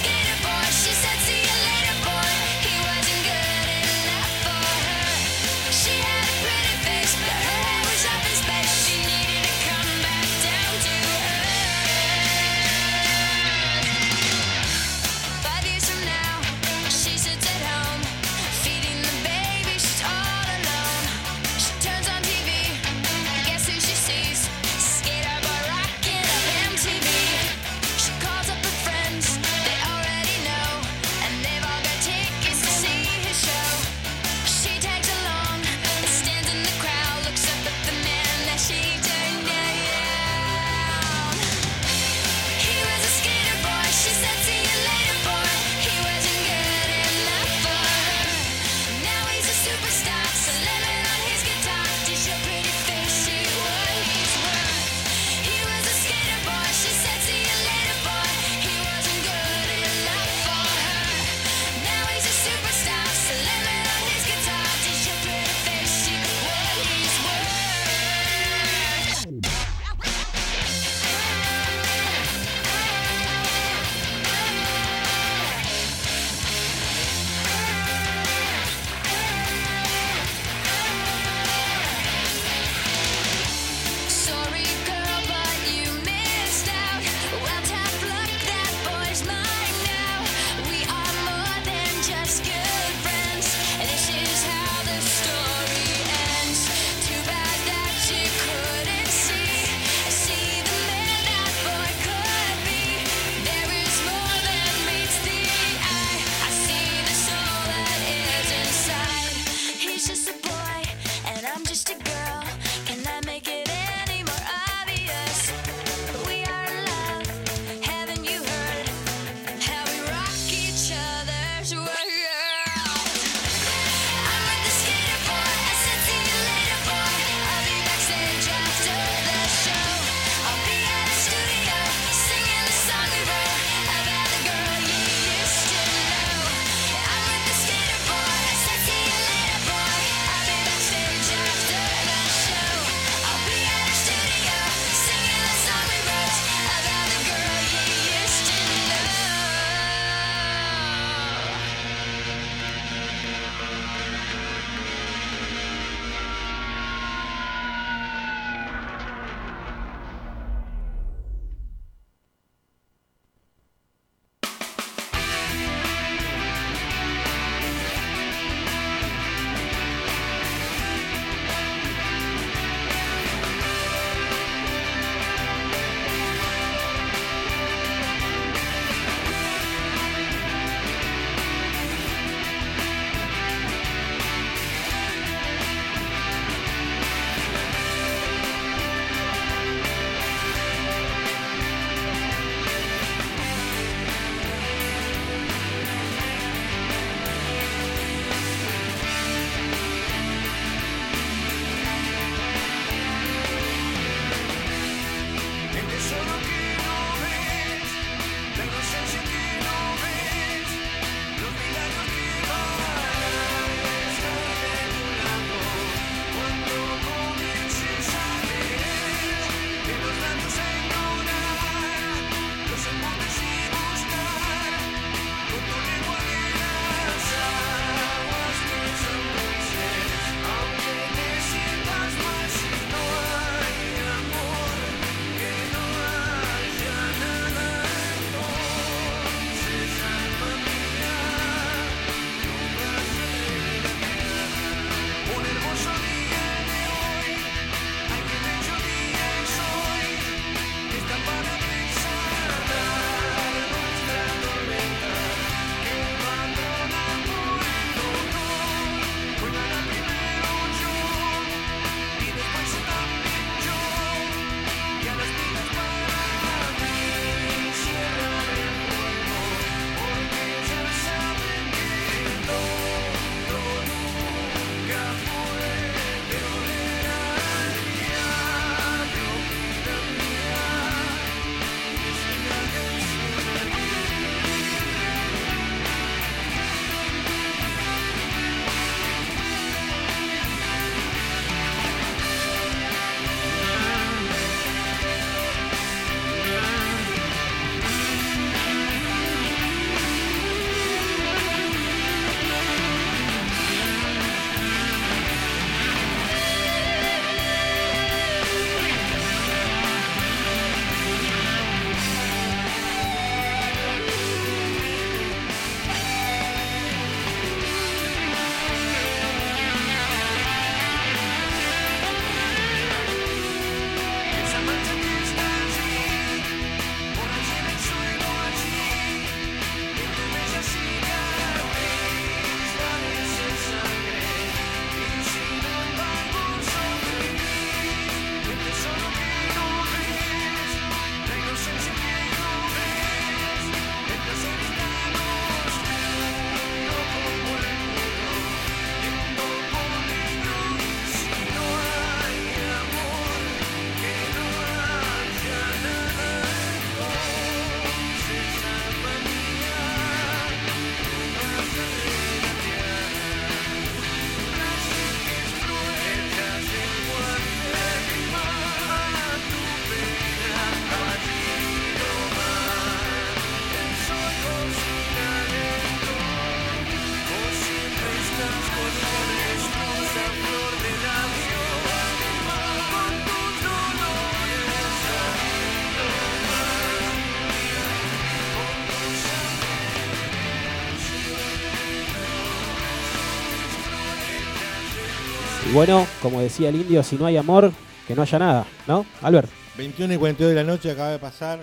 Y bueno, como decía el indio, si no hay amor, que no haya nada, ¿no? Albert. 21 y 42 de la noche acaba de pasar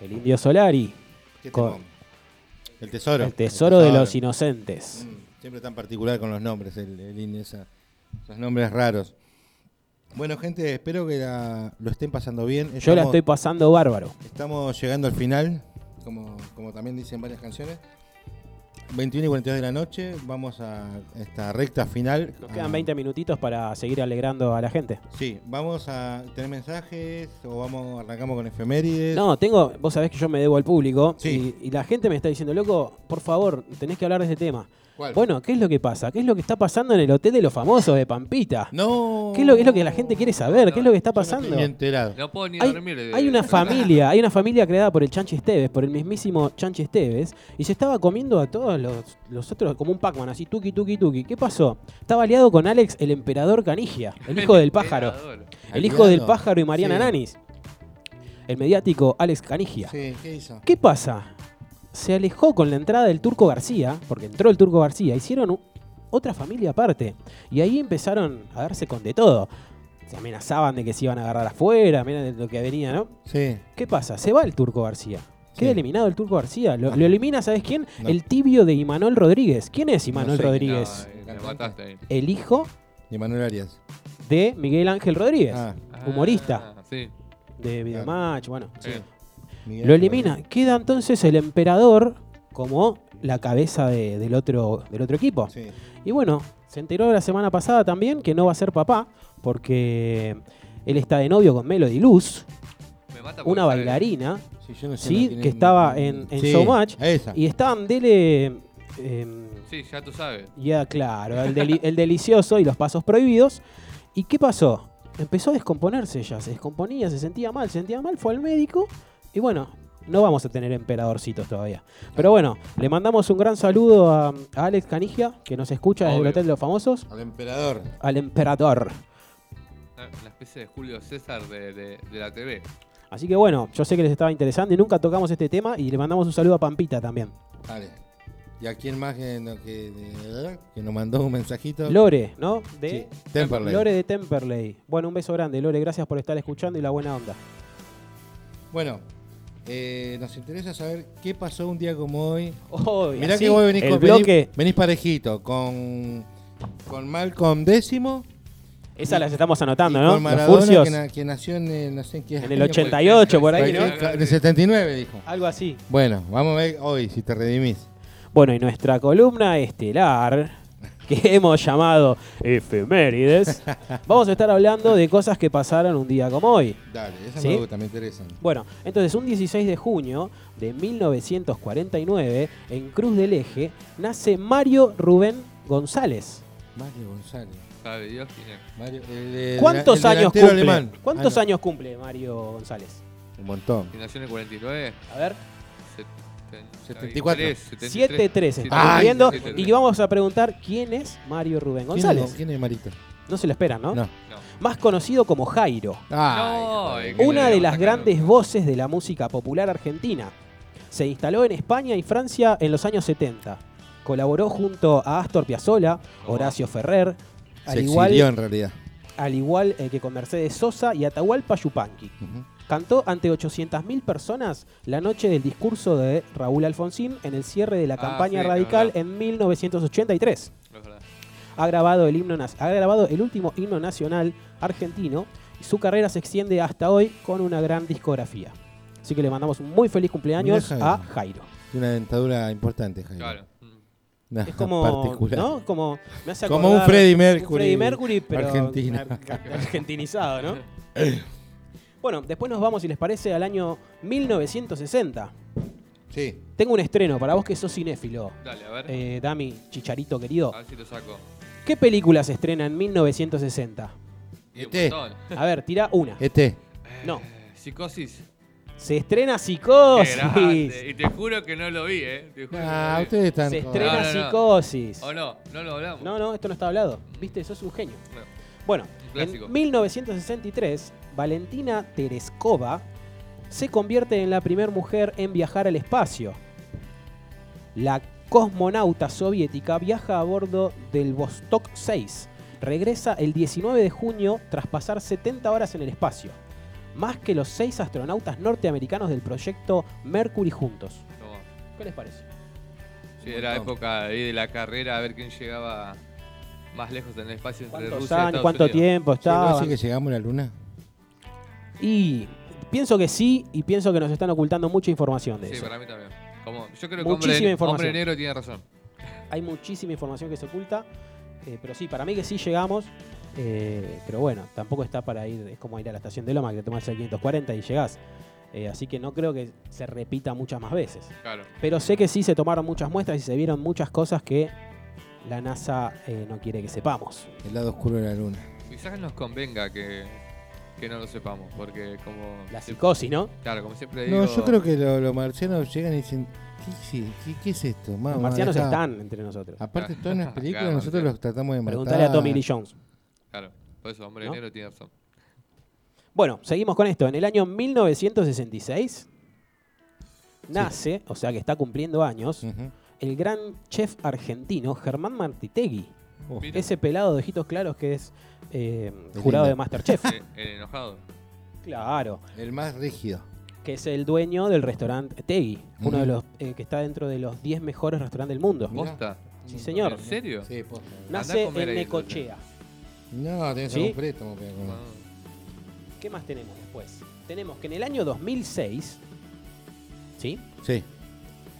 El indio Solari. ¿Qué con temón? el tesoro. El tesoro de los inocentes. Mm, Siempre tan particular con los nombres, el, el indio, esa- esos nombres raros. Bueno, gente, espero que la- lo estén pasando bien. Yo la estoy pasando bárbaro. Estamos llegando al final, como, como también dicen varias canciones. 21 y 42 de la noche, vamos a Ah, esta recta final. Nos Ah, quedan 20 minutitos para seguir alegrando a la gente. Sí, vamos a tener mensajes o vamos arrancamos con efemérides. No, tengo, vos sabés que yo me debo al público y, y la gente me está diciendo, loco, por favor, tenés que hablar de este tema. ¿Cuál? Bueno, ¿qué es lo que pasa? ¿Qué es lo que está pasando en el hotel de los famosos de Pampita? No. ¿Qué es lo, es lo que la gente quiere saber? ¿Qué es lo que está pasando? enterado. Eh, No puedo ni Hay, dormir. de- hay una familia, hay una familia creada por el Chanchi Esteves, por el mismísimo Chanchi Esteves, y se estaba comiendo a todos los, los otros como un Pac-Man, así tuki tuki tuki. ¿Qué pasó? Estaba aliado con Alex, el emperador Canigia, el hijo del pájaro. El hijo del pájaro y Mariana Sí. Nanis. El mediático Alex Canigia. Sí, ¿qué hizo? ¿Qué pasa? Se alejó con la entrada del Turco García, porque entró el Turco García, hicieron u- otra familia aparte. Y ahí empezaron a darse con de todo. Se amenazaban de que se iban a agarrar afuera, mirá de lo que venía, ¿no? Sí. ¿Qué pasa? Se va el Turco García. Queda eliminado el Turco García. Lo, lo elimina, ¿sabes quién? No. El tibio de Imanol Rodríguez. ¿Quién es No Imanol sé. Rodríguez? No, eh, la mataste ahí. El hijo De Manuel Arias. de Miguel Ángel Rodríguez, Ah. humorista Sí. de Videomatch, bueno. Sí. Miguel Lo elimina. Queda entonces el emperador como la cabeza de- del, otro, del otro equipo. Sí. Y bueno, se enteró la semana pasada también que no va a ser papá porque él está de novio con Melody Luz, una bailarina, Sí, yo no sé, ¿sí? no tiene que ni- estaba en, en Sí, Showmatch. a esa. Y estaban dele... em, Sí, ya tú sabes. ya, ah, claro, el, deli- el delicioso y los pasos prohibidos. ¿Y qué pasó? Empezó a descomponerse ella, se descomponía, se sentía mal, se sentía mal, fue al médico y bueno, no vamos a tener emperadorcitos todavía. Pero bueno, le mandamos un gran saludo a, a Alex Canigia, que nos escucha desde el Obvio. Hotel de los Famosos, Al emperador. al emperador. Ah, La especie de Julio César de, de- de la TV. Así que bueno, yo sé que les estaba interesando y nunca tocamos este tema y le mandamos un saludo a Pampita también. Vale. ¿Y a quién más que, no- que, de- que nos mandó un mensajito? Lore, ¿no? De Sí, Temperley. Lore de Temperley. Bueno, un beso grande, Lore, gracias por estar escuchando y la buena onda. Bueno, eh, nos interesa saber qué pasó un día como hoy. Oh, y Mirá así, que vos venís, el con, bloque. venís, venís parejito con, con Malcolm décimo. Esas las estamos anotando, y ¿no? Con Los Maradona, furcios. que, na- que nació en, eh, no sé en qué En año. el 88, por ahí, ¿no? En el 79, dijo. Algo así. Bueno, vamos a ver hoy si te redimís. Bueno, y nuestra columna estelar, que hemos llamado efemérides, vamos a estar hablando de cosas que pasaron un día como hoy. Dale, esa ¿Sí? me gusta, me interesa. Bueno, entonces un 16 de junio de 1949, en Cruz del Eje, nace Mario Rubén González. Mario González. Sabe Dios quién es. Mario, el de- ¿Cuántos el años delantero cumple? alemán. ¿Cuántos Ah, no, años cumple Mario González? Un montón. Si nació en el 49. A ver. 74. 7-3, Ah, Ay, estamos viendo. siete, tres. Y vamos a preguntar quién es Mario Rubén ¿Quién es- González. ¿Quién es Marito? No se lo esperan, ¿no? No. Más conocido como Jairo. No, es que Una le de vamos las sacando. grandes voces de la música popular argentina. Se instaló en España y Francia en los años 70. Colaboró junto a Astor Piazzolla, Horacio Ferrer, al Se igual, exilió en realidad. al igual eh, que con Mercedes Sosa y Atahualpa Yupanqui. Ujú. Cantó ante 800.000 personas la noche del discurso de Raúl Alfonsín en el cierre de la Ah, campaña sí, es radical verdad. en 1983 Es verdad. ha grabado el, himno, nas- ha grabado el último himno nacional argentino y su carrera se extiende hasta hoy con una gran discografía. Así que le mandamos un muy feliz cumpleaños Mirá, Jairo. a Jairo. Tiene una dentadura importante, Jairo. Claro. Una Es como, particular. ¿no? como, me hace Como acordar un Freddie Mercury Freddie Mercury, pero argentino. ar- argentinizado, ¿no? Bueno, después nos vamos, si les parece, al año 1960. Sí. Tengo un estreno para vos que sos cinéfilo. Dale, a ver. Eh, Dami, chicharito querido. A ver si lo saco. ¿Qué película se estrena en 1960? Y un Este. montón. A ver, tira una. Este. No. Eh, Psicosis. Se estrena Qué Psicosis. grande. Y te juro que no lo vi, ¿eh? Te juro Ah, que no lo vi. ustedes están. Se con- estrena No, no, no. Psicosis. ¿O no? No lo hablamos. Mm. No, no, esto no está hablado. Viste, sos un genio. Bueno, Bueno, clásico. en 1963, Valentina Tereskova se convierte en la primera mujer en viajar al espacio. La cosmonauta soviética viaja a bordo del Vostok 6 regresa el 19 de junio tras pasar 70 horas en el espacio, más que los seis astronautas norteamericanos del proyecto Mercury juntos. ¿Qué les parece? Sí, era época ahí de la carrera, a ver quién llegaba más lejos en el espacio entre ¿Cuántos Rusia y años? Estados ¿Cuánto Unidos. tiempo ¿Llegó estaba? así que llegamos a la luna? Y pienso que sí, y pienso que nos están ocultando mucha información de Sí, eso. para mí también. Como, yo creo que Muchísima hombre, hombre información. negro tiene razón. Hay muchísima información que se oculta, eh, pero sí, para mí que sí llegamos. eh, pero bueno, tampoco está para ir, es como ir a la estación de Loma, que te tomas el 540 y llegás. Eh, así que no creo que se repita muchas más veces. Claro. Pero sé que sí se tomaron muchas muestras y se vieron muchas cosas que la NASA eh, no quiere que sepamos. El lado oscuro de la luna. Quizás nos convenga que, que no lo sepamos, porque como... La psicosis, ¿no? Claro, como siempre digo... No, yo creo que lo- los marcianos llegan y dicen, ¿qué, sí- qué- qué es esto? Mamá, Los marcianos acá". están entre nosotros. Aparte, todas las películas Claro, nosotros los tratamos de matar. Preguntale a Tommy Lee Jones. Claro, por eso hombre ¿No? negro tiene razón. Bueno, seguimos con esto. En el año 1966 nace, o sea que está cumpliendo años, el gran chef argentino Germán Martitegui. Oh. Mira. Ese pelado de ojitos claros que es eh, jurado de Masterchef. Sí, Eh, El enojado. Claro. El más rígido. Que es el dueño del restaurante Tegui, uno Ujú. de los eh, que está dentro de los 10 mejores restaurantes del mundo. ¿Posta? Sí, señor. ¿En serio? Sí, posta. Nace en Necochea. No, tenés ¿Sí? un préstamo. que- ¿Qué más tenemos después? Tenemos que en el año 2006, ¿sí? Sí,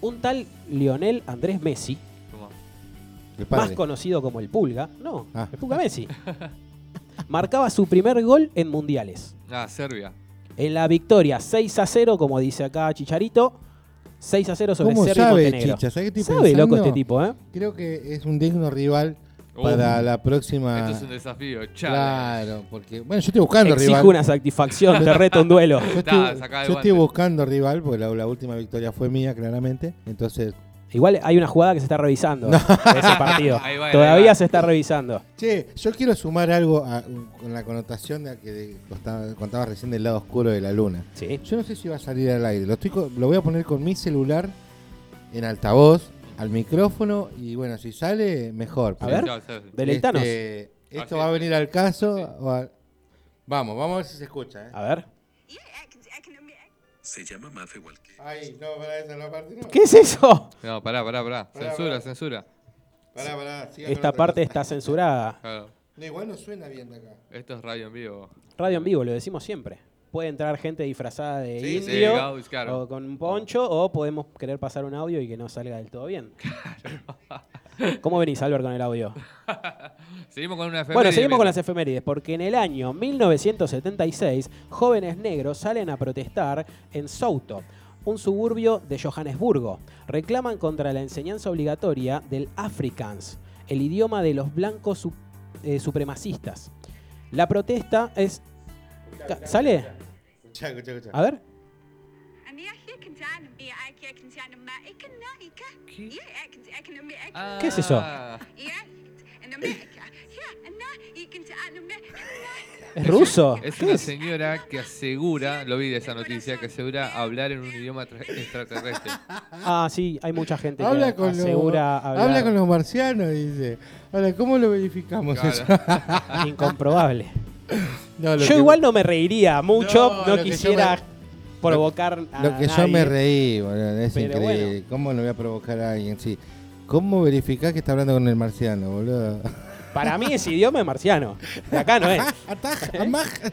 Un tal Lionel Andrés Messi, el más padre. conocido como el Pulga, no, Ah. el Pulga Messi, marcaba su primer gol en mundiales. Ah, Serbia. En la victoria 6 a 0, como dice acá Chicharito, 6 a 0 sobre ¿Cómo Serbia y sabe, Montenegro. Chicha? ¿Sabe qué estoy Sabe, loco, pensando? este tipo, ¿eh? Creo que es un digno rival Uh, para la próxima... Esto es un desafío, chale. Claro, porque... Bueno, yo estoy buscando Exijo rival. una satisfacción, te reto un duelo. Yo estoy, Nah, sacá el yo estoy guante. buscando rival, porque la, la última victoria fue mía, claramente. Entonces... Igual hay una jugada que se está revisando de ese partido. Ahí va, ahí Todavía va. se está revisando. Che, yo quiero sumar algo a- con la connotación de la que de- contaba- contabas recién del lado oscuro de la luna. Sí. Yo no sé si va a salir al aire. Lo, estoy co- lo voy a poner con mi celular en altavoz, al micrófono y bueno, si sale, mejor. A ver, Sí, sí, sí. deleítanos. Este, esto va a venir al caso. o a- Vamos, vamos a ver si se escucha. ¿eh? A ver. Se llama Mafe Walker. Ay, no, para esa no, parte no. ¿Qué es eso? No, pará, pará, pará. Pará, censura, pará. censura. Pará, pará, siga con Esta otra parte cosa. está censurada. Claro. No, igual no suena bien de acá. Esto es radio en vivo. Radio en vivo, lo decimos siempre. Puede entrar gente disfrazada de Sí, sí, indio gaus, claro. o con un poncho o podemos querer pasar un audio y que no salga del todo bien. ¿Cómo venís, Albert, con el audio? Seguimos con una Bueno, seguimos con mientras. las efemérides, porque en el año 1976, jóvenes negros salen a protestar en Souto, un suburbio de Johannesburgo. Reclaman contra la enseñanza obligatoria del Afrikaans, el idioma de los blancos su- eh, supremacistas. La protesta es... Ca- ¿Sale? Escuchá, escuchá, escuchá. A ver. ¿Qué es eso? Ah. ¿Es Ah. ruso? Es ¿Qué una es? señora que asegura, lo vi de esa noticia, que asegura hablar en un idioma tra- extraterrestre. Ah, sí, hay mucha gente Habla que con, los, asegura hablar habla con los marcianos, dice. Ahora, ¿cómo lo verificamos Claro. eso? incomprobable. No, lo yo que- igual no me reiría mucho, No, no, lo que yo quisiera provocar a Lo que nadie. yo me reí, boludo, es Pero increíble. bueno. ¿Cómo lo voy a provocar a alguien? Sí. ¿Cómo verificás que está hablando con el marciano, boludo? Para mí ese idioma es marciano. De acá no es. Ataja, amaja.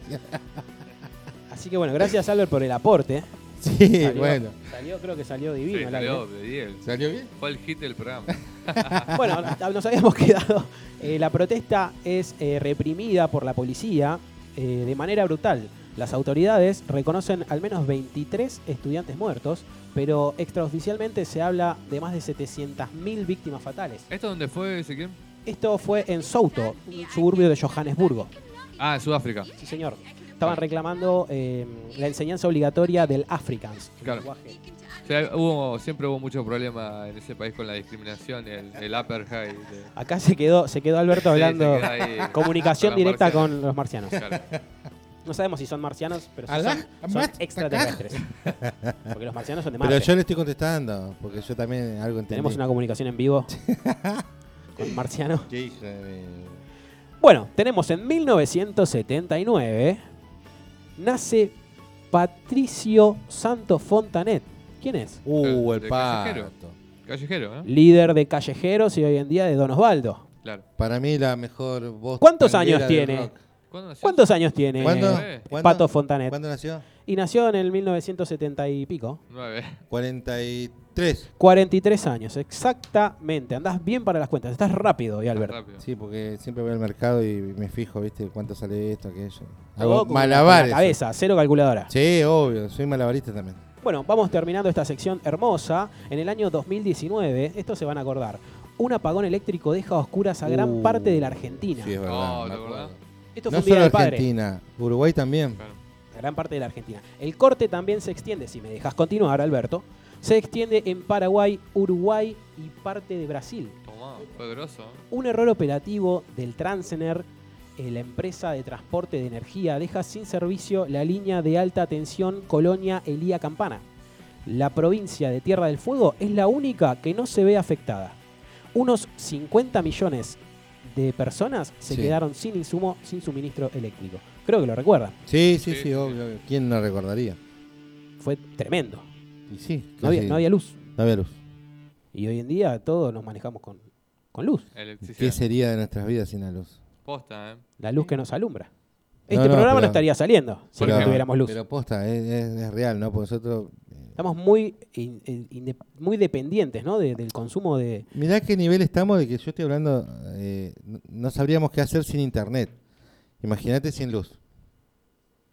Así que bueno, gracias Albert por el aporte. Sí, Salió- bueno. Salió, creo que salió Sí, divino. el aire. salió, de 10. ¿Salió bien? Fue el hit del programa. bueno, nos habíamos quedado. eh, la protesta es eh, reprimida por la policía eh, de manera brutal. Las autoridades reconocen al menos 23 estudiantes muertos, pero extraoficialmente se habla de más de 700.000 víctimas fatales. ¿Esto dónde fue, Ezequiel? Esto fue en Souto, un suburbio de Johannesburgo. Ah, en Sudáfrica. Sí, señor. Estaban reclamando eh, la enseñanza obligatoria del Africans. el Claro. lenguaje. O sea, hubo, siempre hubo mucho problema en ese país con la discriminación, el, el upper high. de- Acá se quedó, se quedó Alberto Sí, se hablando queda ahí. comunicación Con los directa marcianos. con los marcianos. Claro. No sabemos si son marcianos, pero si Alá, son, son amat, extraterrestres. Porque los marcianos son de Marte. Pero yo le estoy contestando, porque yo también algo entendí. Tenemos una comunicación en vivo con marciano. ¿Qué hija de- Bueno, tenemos en 1979 nace Patricio Santos Fontanet. ¿Quién es? Uh, De Callejero. Callejero, ¿eh? Líder de callejeros y hoy en día de Don Osvaldo. Claro. Para mí la mejor voz. ¿Cuántos tanguera años del tiene? rock. ¿Cuántos años tiene ¿Cuándo? eh, ¿Cuándo? Pato Fontanet? ¿Cuándo nació? Y nació en el 1970 y pico. 43. 43 años, exactamente. Andás bien para las cuentas. Estás rápido, y Alberto. Sí, porque siempre voy al mercado y me fijo, ¿viste? ¿Cuánto sale esto, aquello? Todo Hago con- con malabares. la cabeza, cero calculadora. Sí, obvio, soy malabarista también. Bueno, vamos terminando esta sección hermosa. En el año 2019, esto se van a acordar, un apagón eléctrico deja a oscuras a gran Uh, parte de la Argentina. Sí, es verdad. me acuerdo. Esto fue no un día solo del padre. Argentina, Uruguay también. gran parte de la Argentina. El corte también se extiende, si me dejas continuar, Alberto, se extiende en Paraguay, Uruguay y parte de Brasil. Tomá, fue grosso. ¿eh? Un error operativo del Transener, eh, la empresa de transporte de energía, deja sin servicio la línea de alta tensión Colonia Elía Campana. La provincia de Tierra del Fuego es la única que no se ve afectada. Unos 50 millones de personas se Sí. quedaron sin insumo, sin suministro eléctrico. Creo que lo recuerdan. Sí, sí, sí, obvio. obvio. ¿Quién no recordaría? Fue tremendo. Y sí. No había- casi- no había luz. No había luz. Y hoy en día todos nos manejamos con, con luz. ¿Qué sería de nuestras vidas sin la luz? Posta, ¿eh? La luz que nos alumbra. Este No, no, programa no pero- estaría saliendo si pero- no tuviéramos luz. Pero posta, es, es- es real, ¿no? Porque nosotros. Estamos muy, in- in- inde- muy dependientes ¿no? de- del consumo de... Mirá qué nivel estamos de que yo estoy hablando. eh, no- no sabríamos qué hacer sin internet. Imagínate sin luz.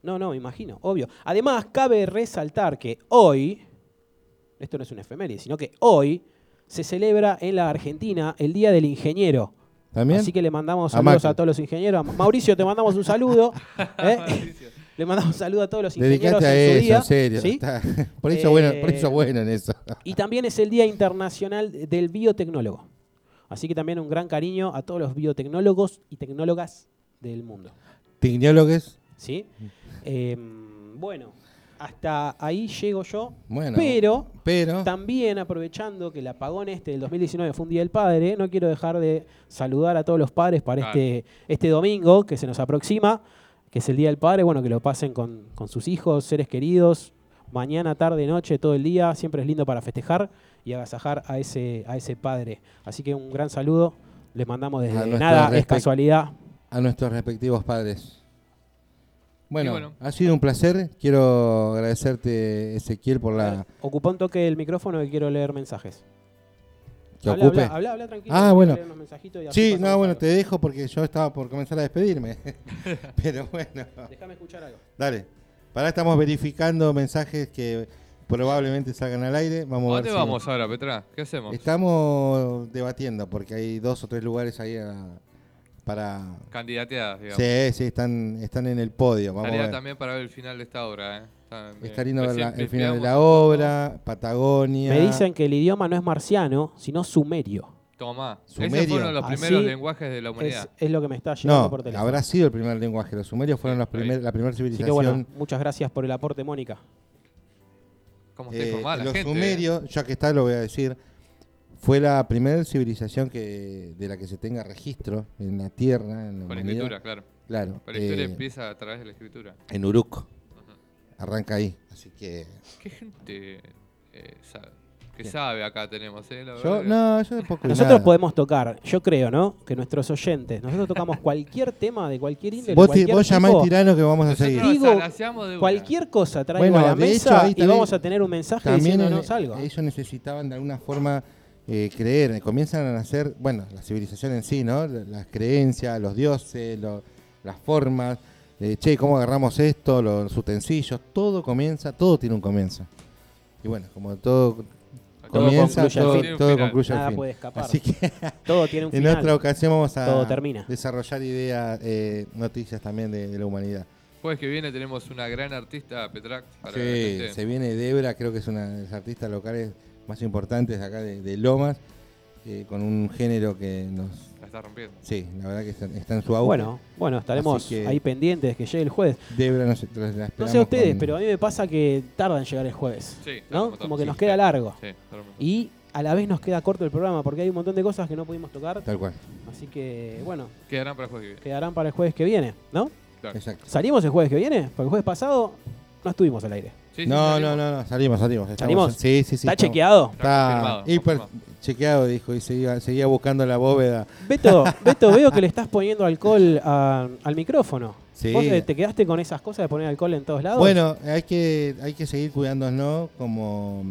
No, no, me imagino, obvio. Además, cabe resaltar que hoy, esto no es una efeméride, sino que hoy se celebra en la Argentina el Día del Ingeniero. ¿También? Así que le mandamos A saludos Macri. a todos los ingenieros. A Mauricio, te mandamos un saludo. ¿eh? Le mandamos un saludo a todos los ingenieros Dedicate a en su eso, día, en serio. ¿sí? Está- por, eso bueno, por eso Eh, bueno en eso. Y también es el Día Internacional del Biotecnólogo. Así que también un gran cariño a todos los biotecnólogos y tecnólogas del mundo. Tecnólogos. ¿sí? Em, bueno, hasta ahí llego yo. Bueno, pero, pero- también aprovechando que el apagón este del 2019 fue un Día del Padre, no quiero dejar de saludar a todos los padres para Claro. este, este domingo que se nos aproxima, que es el Día del Padre. Bueno, que lo pasen con, con sus hijos, seres queridos. Mañana, tarde, noche, todo el día. Siempre es lindo para festejar y agasajar a ese, a ese padre. Así que un gran saludo. Les mandamos A desde nuestros nada, es respect- casualidad. A nuestros respectivos padres. Bueno, bueno. ha sido un placer. Quiero agradecerte, Ezequiel, por la. Ocupa un toque del micrófono que quiero leer mensajes. que Habla, ocupe. habla, habla, habla tranquilo, Ah, que bueno. leo unos mensajitos y así Sí, pasamos no, bueno, algo. te dejo porque yo estaba por comenzar a despedirme. Pero bueno. Déjame escuchar algo. Dale. Para estamos verificando mensajes que probablemente salgan al aire. Vamos ¿A a ver dónde si- vamos ahora, Petra? ¿Qué hacemos? Estamos debatiendo porque hay dos o tres lugares ahí a- para. Candidateadas, digamos. Sí, sí, están, están en el podio. Vamos a Estaría ver. también para ver el final de esta obra, ¿eh? Está, bien. Está lindo ver Recién la- el final de pispeamos. la obra, Patagonia. Me dicen que el idioma no es marciano, sino sumerio. Tomá. Ese Sumerio. fue uno de los Así primeros lenguajes de la humanidad. Es, es lo que me está llegando No, por teléfono. habrá sido el primer lenguaje. Los sumerios fueron los primer- la primera Así civilización. que bueno, muchas gracias por el aporte, Mónica. ¿Cómo Eh, está informada la los gente? sumerios, ya que está, lo voy a decir, fue la primera civilización que de la que se tenga registro en la Tierra. En la Con humanidad. escritura, claro. Claro. Pero la historia eh, empieza a través de la escritura. en Uruk. Arranca ahí. Así que. ¿Qué gente eh, sabe? ¿Qué sabe acá tenemos, eh? La Yo, verdad que- no, yo de poco y Nosotros nada. podemos tocar, yo creo, ¿no? Que nuestros oyentes, nosotros tocamos cualquier tema de cualquier índole. Vos, ti- cualquier vos llamá al tipo. tirano que vamos a seguir. Digo, Salaseamos de una. cualquier cosa traigo Bueno, a la de hecho, mesa ahí y también- vamos a tener un mensaje También diciéndonos el- algo. ellos necesitaban de alguna forma eh, creer, eh, comienzan a nacer, bueno, la civilización en sí, ¿no? L- Las creencias, los dioses, lo- las formas, eh, che, ¿cómo agarramos esto? Los utensilios, todo comienza, todo tiene un comienzo. Y bueno, como todo comienza, concluye al todo, fin. todo Tiene un final. concluye al Nada fin. puede escapar. Así que Todo tiene un en final. otra ocasión vamos a Todo termina. desarrollar ideas, eh, noticias también de- de la humanidad. Jueves que viene tenemos una gran artista, Petrac. para la Sí, gente. se viene Debra, creo que es una de las artistas locales más importantes de acá de, de Lomas, eh, con un género que nos... La está rompiendo. Sí, la verdad que está, está en su auge. Bueno, bueno, estaremos Así que ahí pendientes de que llegue el jueves. Debra nos, la esperamos No sé a ustedes, con- pero a mí me pasa que tarda en llegar el jueves. Sí, ¿no? tardamos Como que tanto. nos Sí, queda sí. largo. Sí, tardamos. y a la vez nos queda corto el programa porque hay un montón de cosas que no pudimos tocar. Tal cual. Así que, bueno, Quedarán para el jueves que viene. quedarán para el jueves que viene, ¿no? Claro. Exacto. ¿Salimos el jueves que viene? Porque el jueves pasado no estuvimos al aire. Sí, No, no, no, no, salimos, salimos. estamos- ¿Salimos? Sí, sí, sí. ¿Está estamos- chequeado? Está, hiper chequeado, dijo, y seguía, seguía buscando la bóveda. Beto, Beto, veo que le estás poniendo alcohol a- al micrófono. Sí. ¿Vos eh, te quedaste con esas cosas de poner alcohol en todos lados? Bueno, hay que, hay que seguir cuidándonos, como,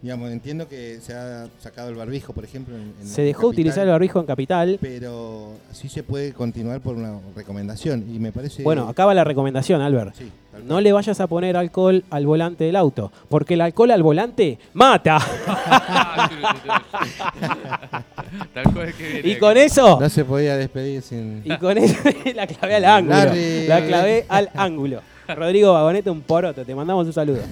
digamos, entiendo que se ha sacado el barbijo, por ejemplo. en- en- se en dejó Capital. utilizar el barbijo en Capital. Pero sí se puede continuar por una recomendación, y me parece... Bueno, acaba la recomendación, Albert. Sí, tal No le vayas a poner alcohol al volante del auto, porque el alcohol al volante mata. Tal cual que viene. y con eso, No se podía despedir sin... y con eso la clavé al ángulo. Larry. La clavé al ángulo. Rodrigo Vagoneta, un poroto, te mandamos un saludo.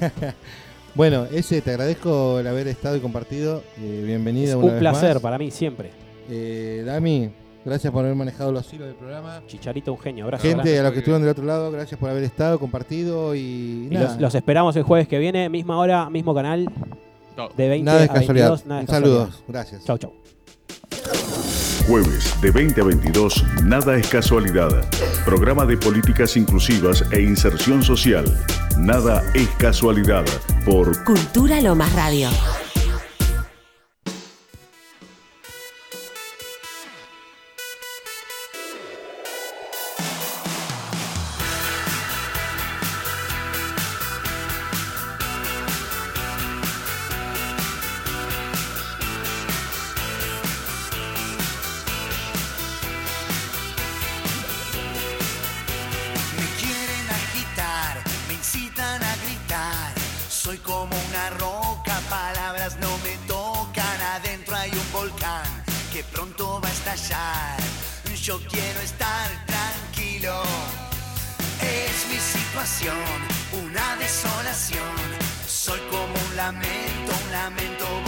Bueno, ese, te agradezco el haber estado y compartido. eh, bienvenido Es una un vez placer más. para mí siempre. Eh, Dami, gracias por haber manejado los hilos del programa. Chicharito, un genio. Abrazo. Gente, grande. a los que estuvieron del otro lado, gracias por haber estado, compartido y, Y nada. los, los esperamos el jueves que viene, misma hora, mismo canal. De 20 Nada es a casualidad. 22, nada es Un saludo. casualidad. Gracias. Chau, chau. Jueves de 20 a 22, Nada es casualidad. Programa de políticas inclusivas e inserción social. Nada es casualidad por Cultura Lomas Radio. Me quieren agitar, me incitan a gritar. Soy como una roca, palabras no me tocan. Adentro hay un volcán que pronto va a estallar. Yo quiero estar tranquilo. Es mi situación, una desolación. Soy como un lamento, un lamento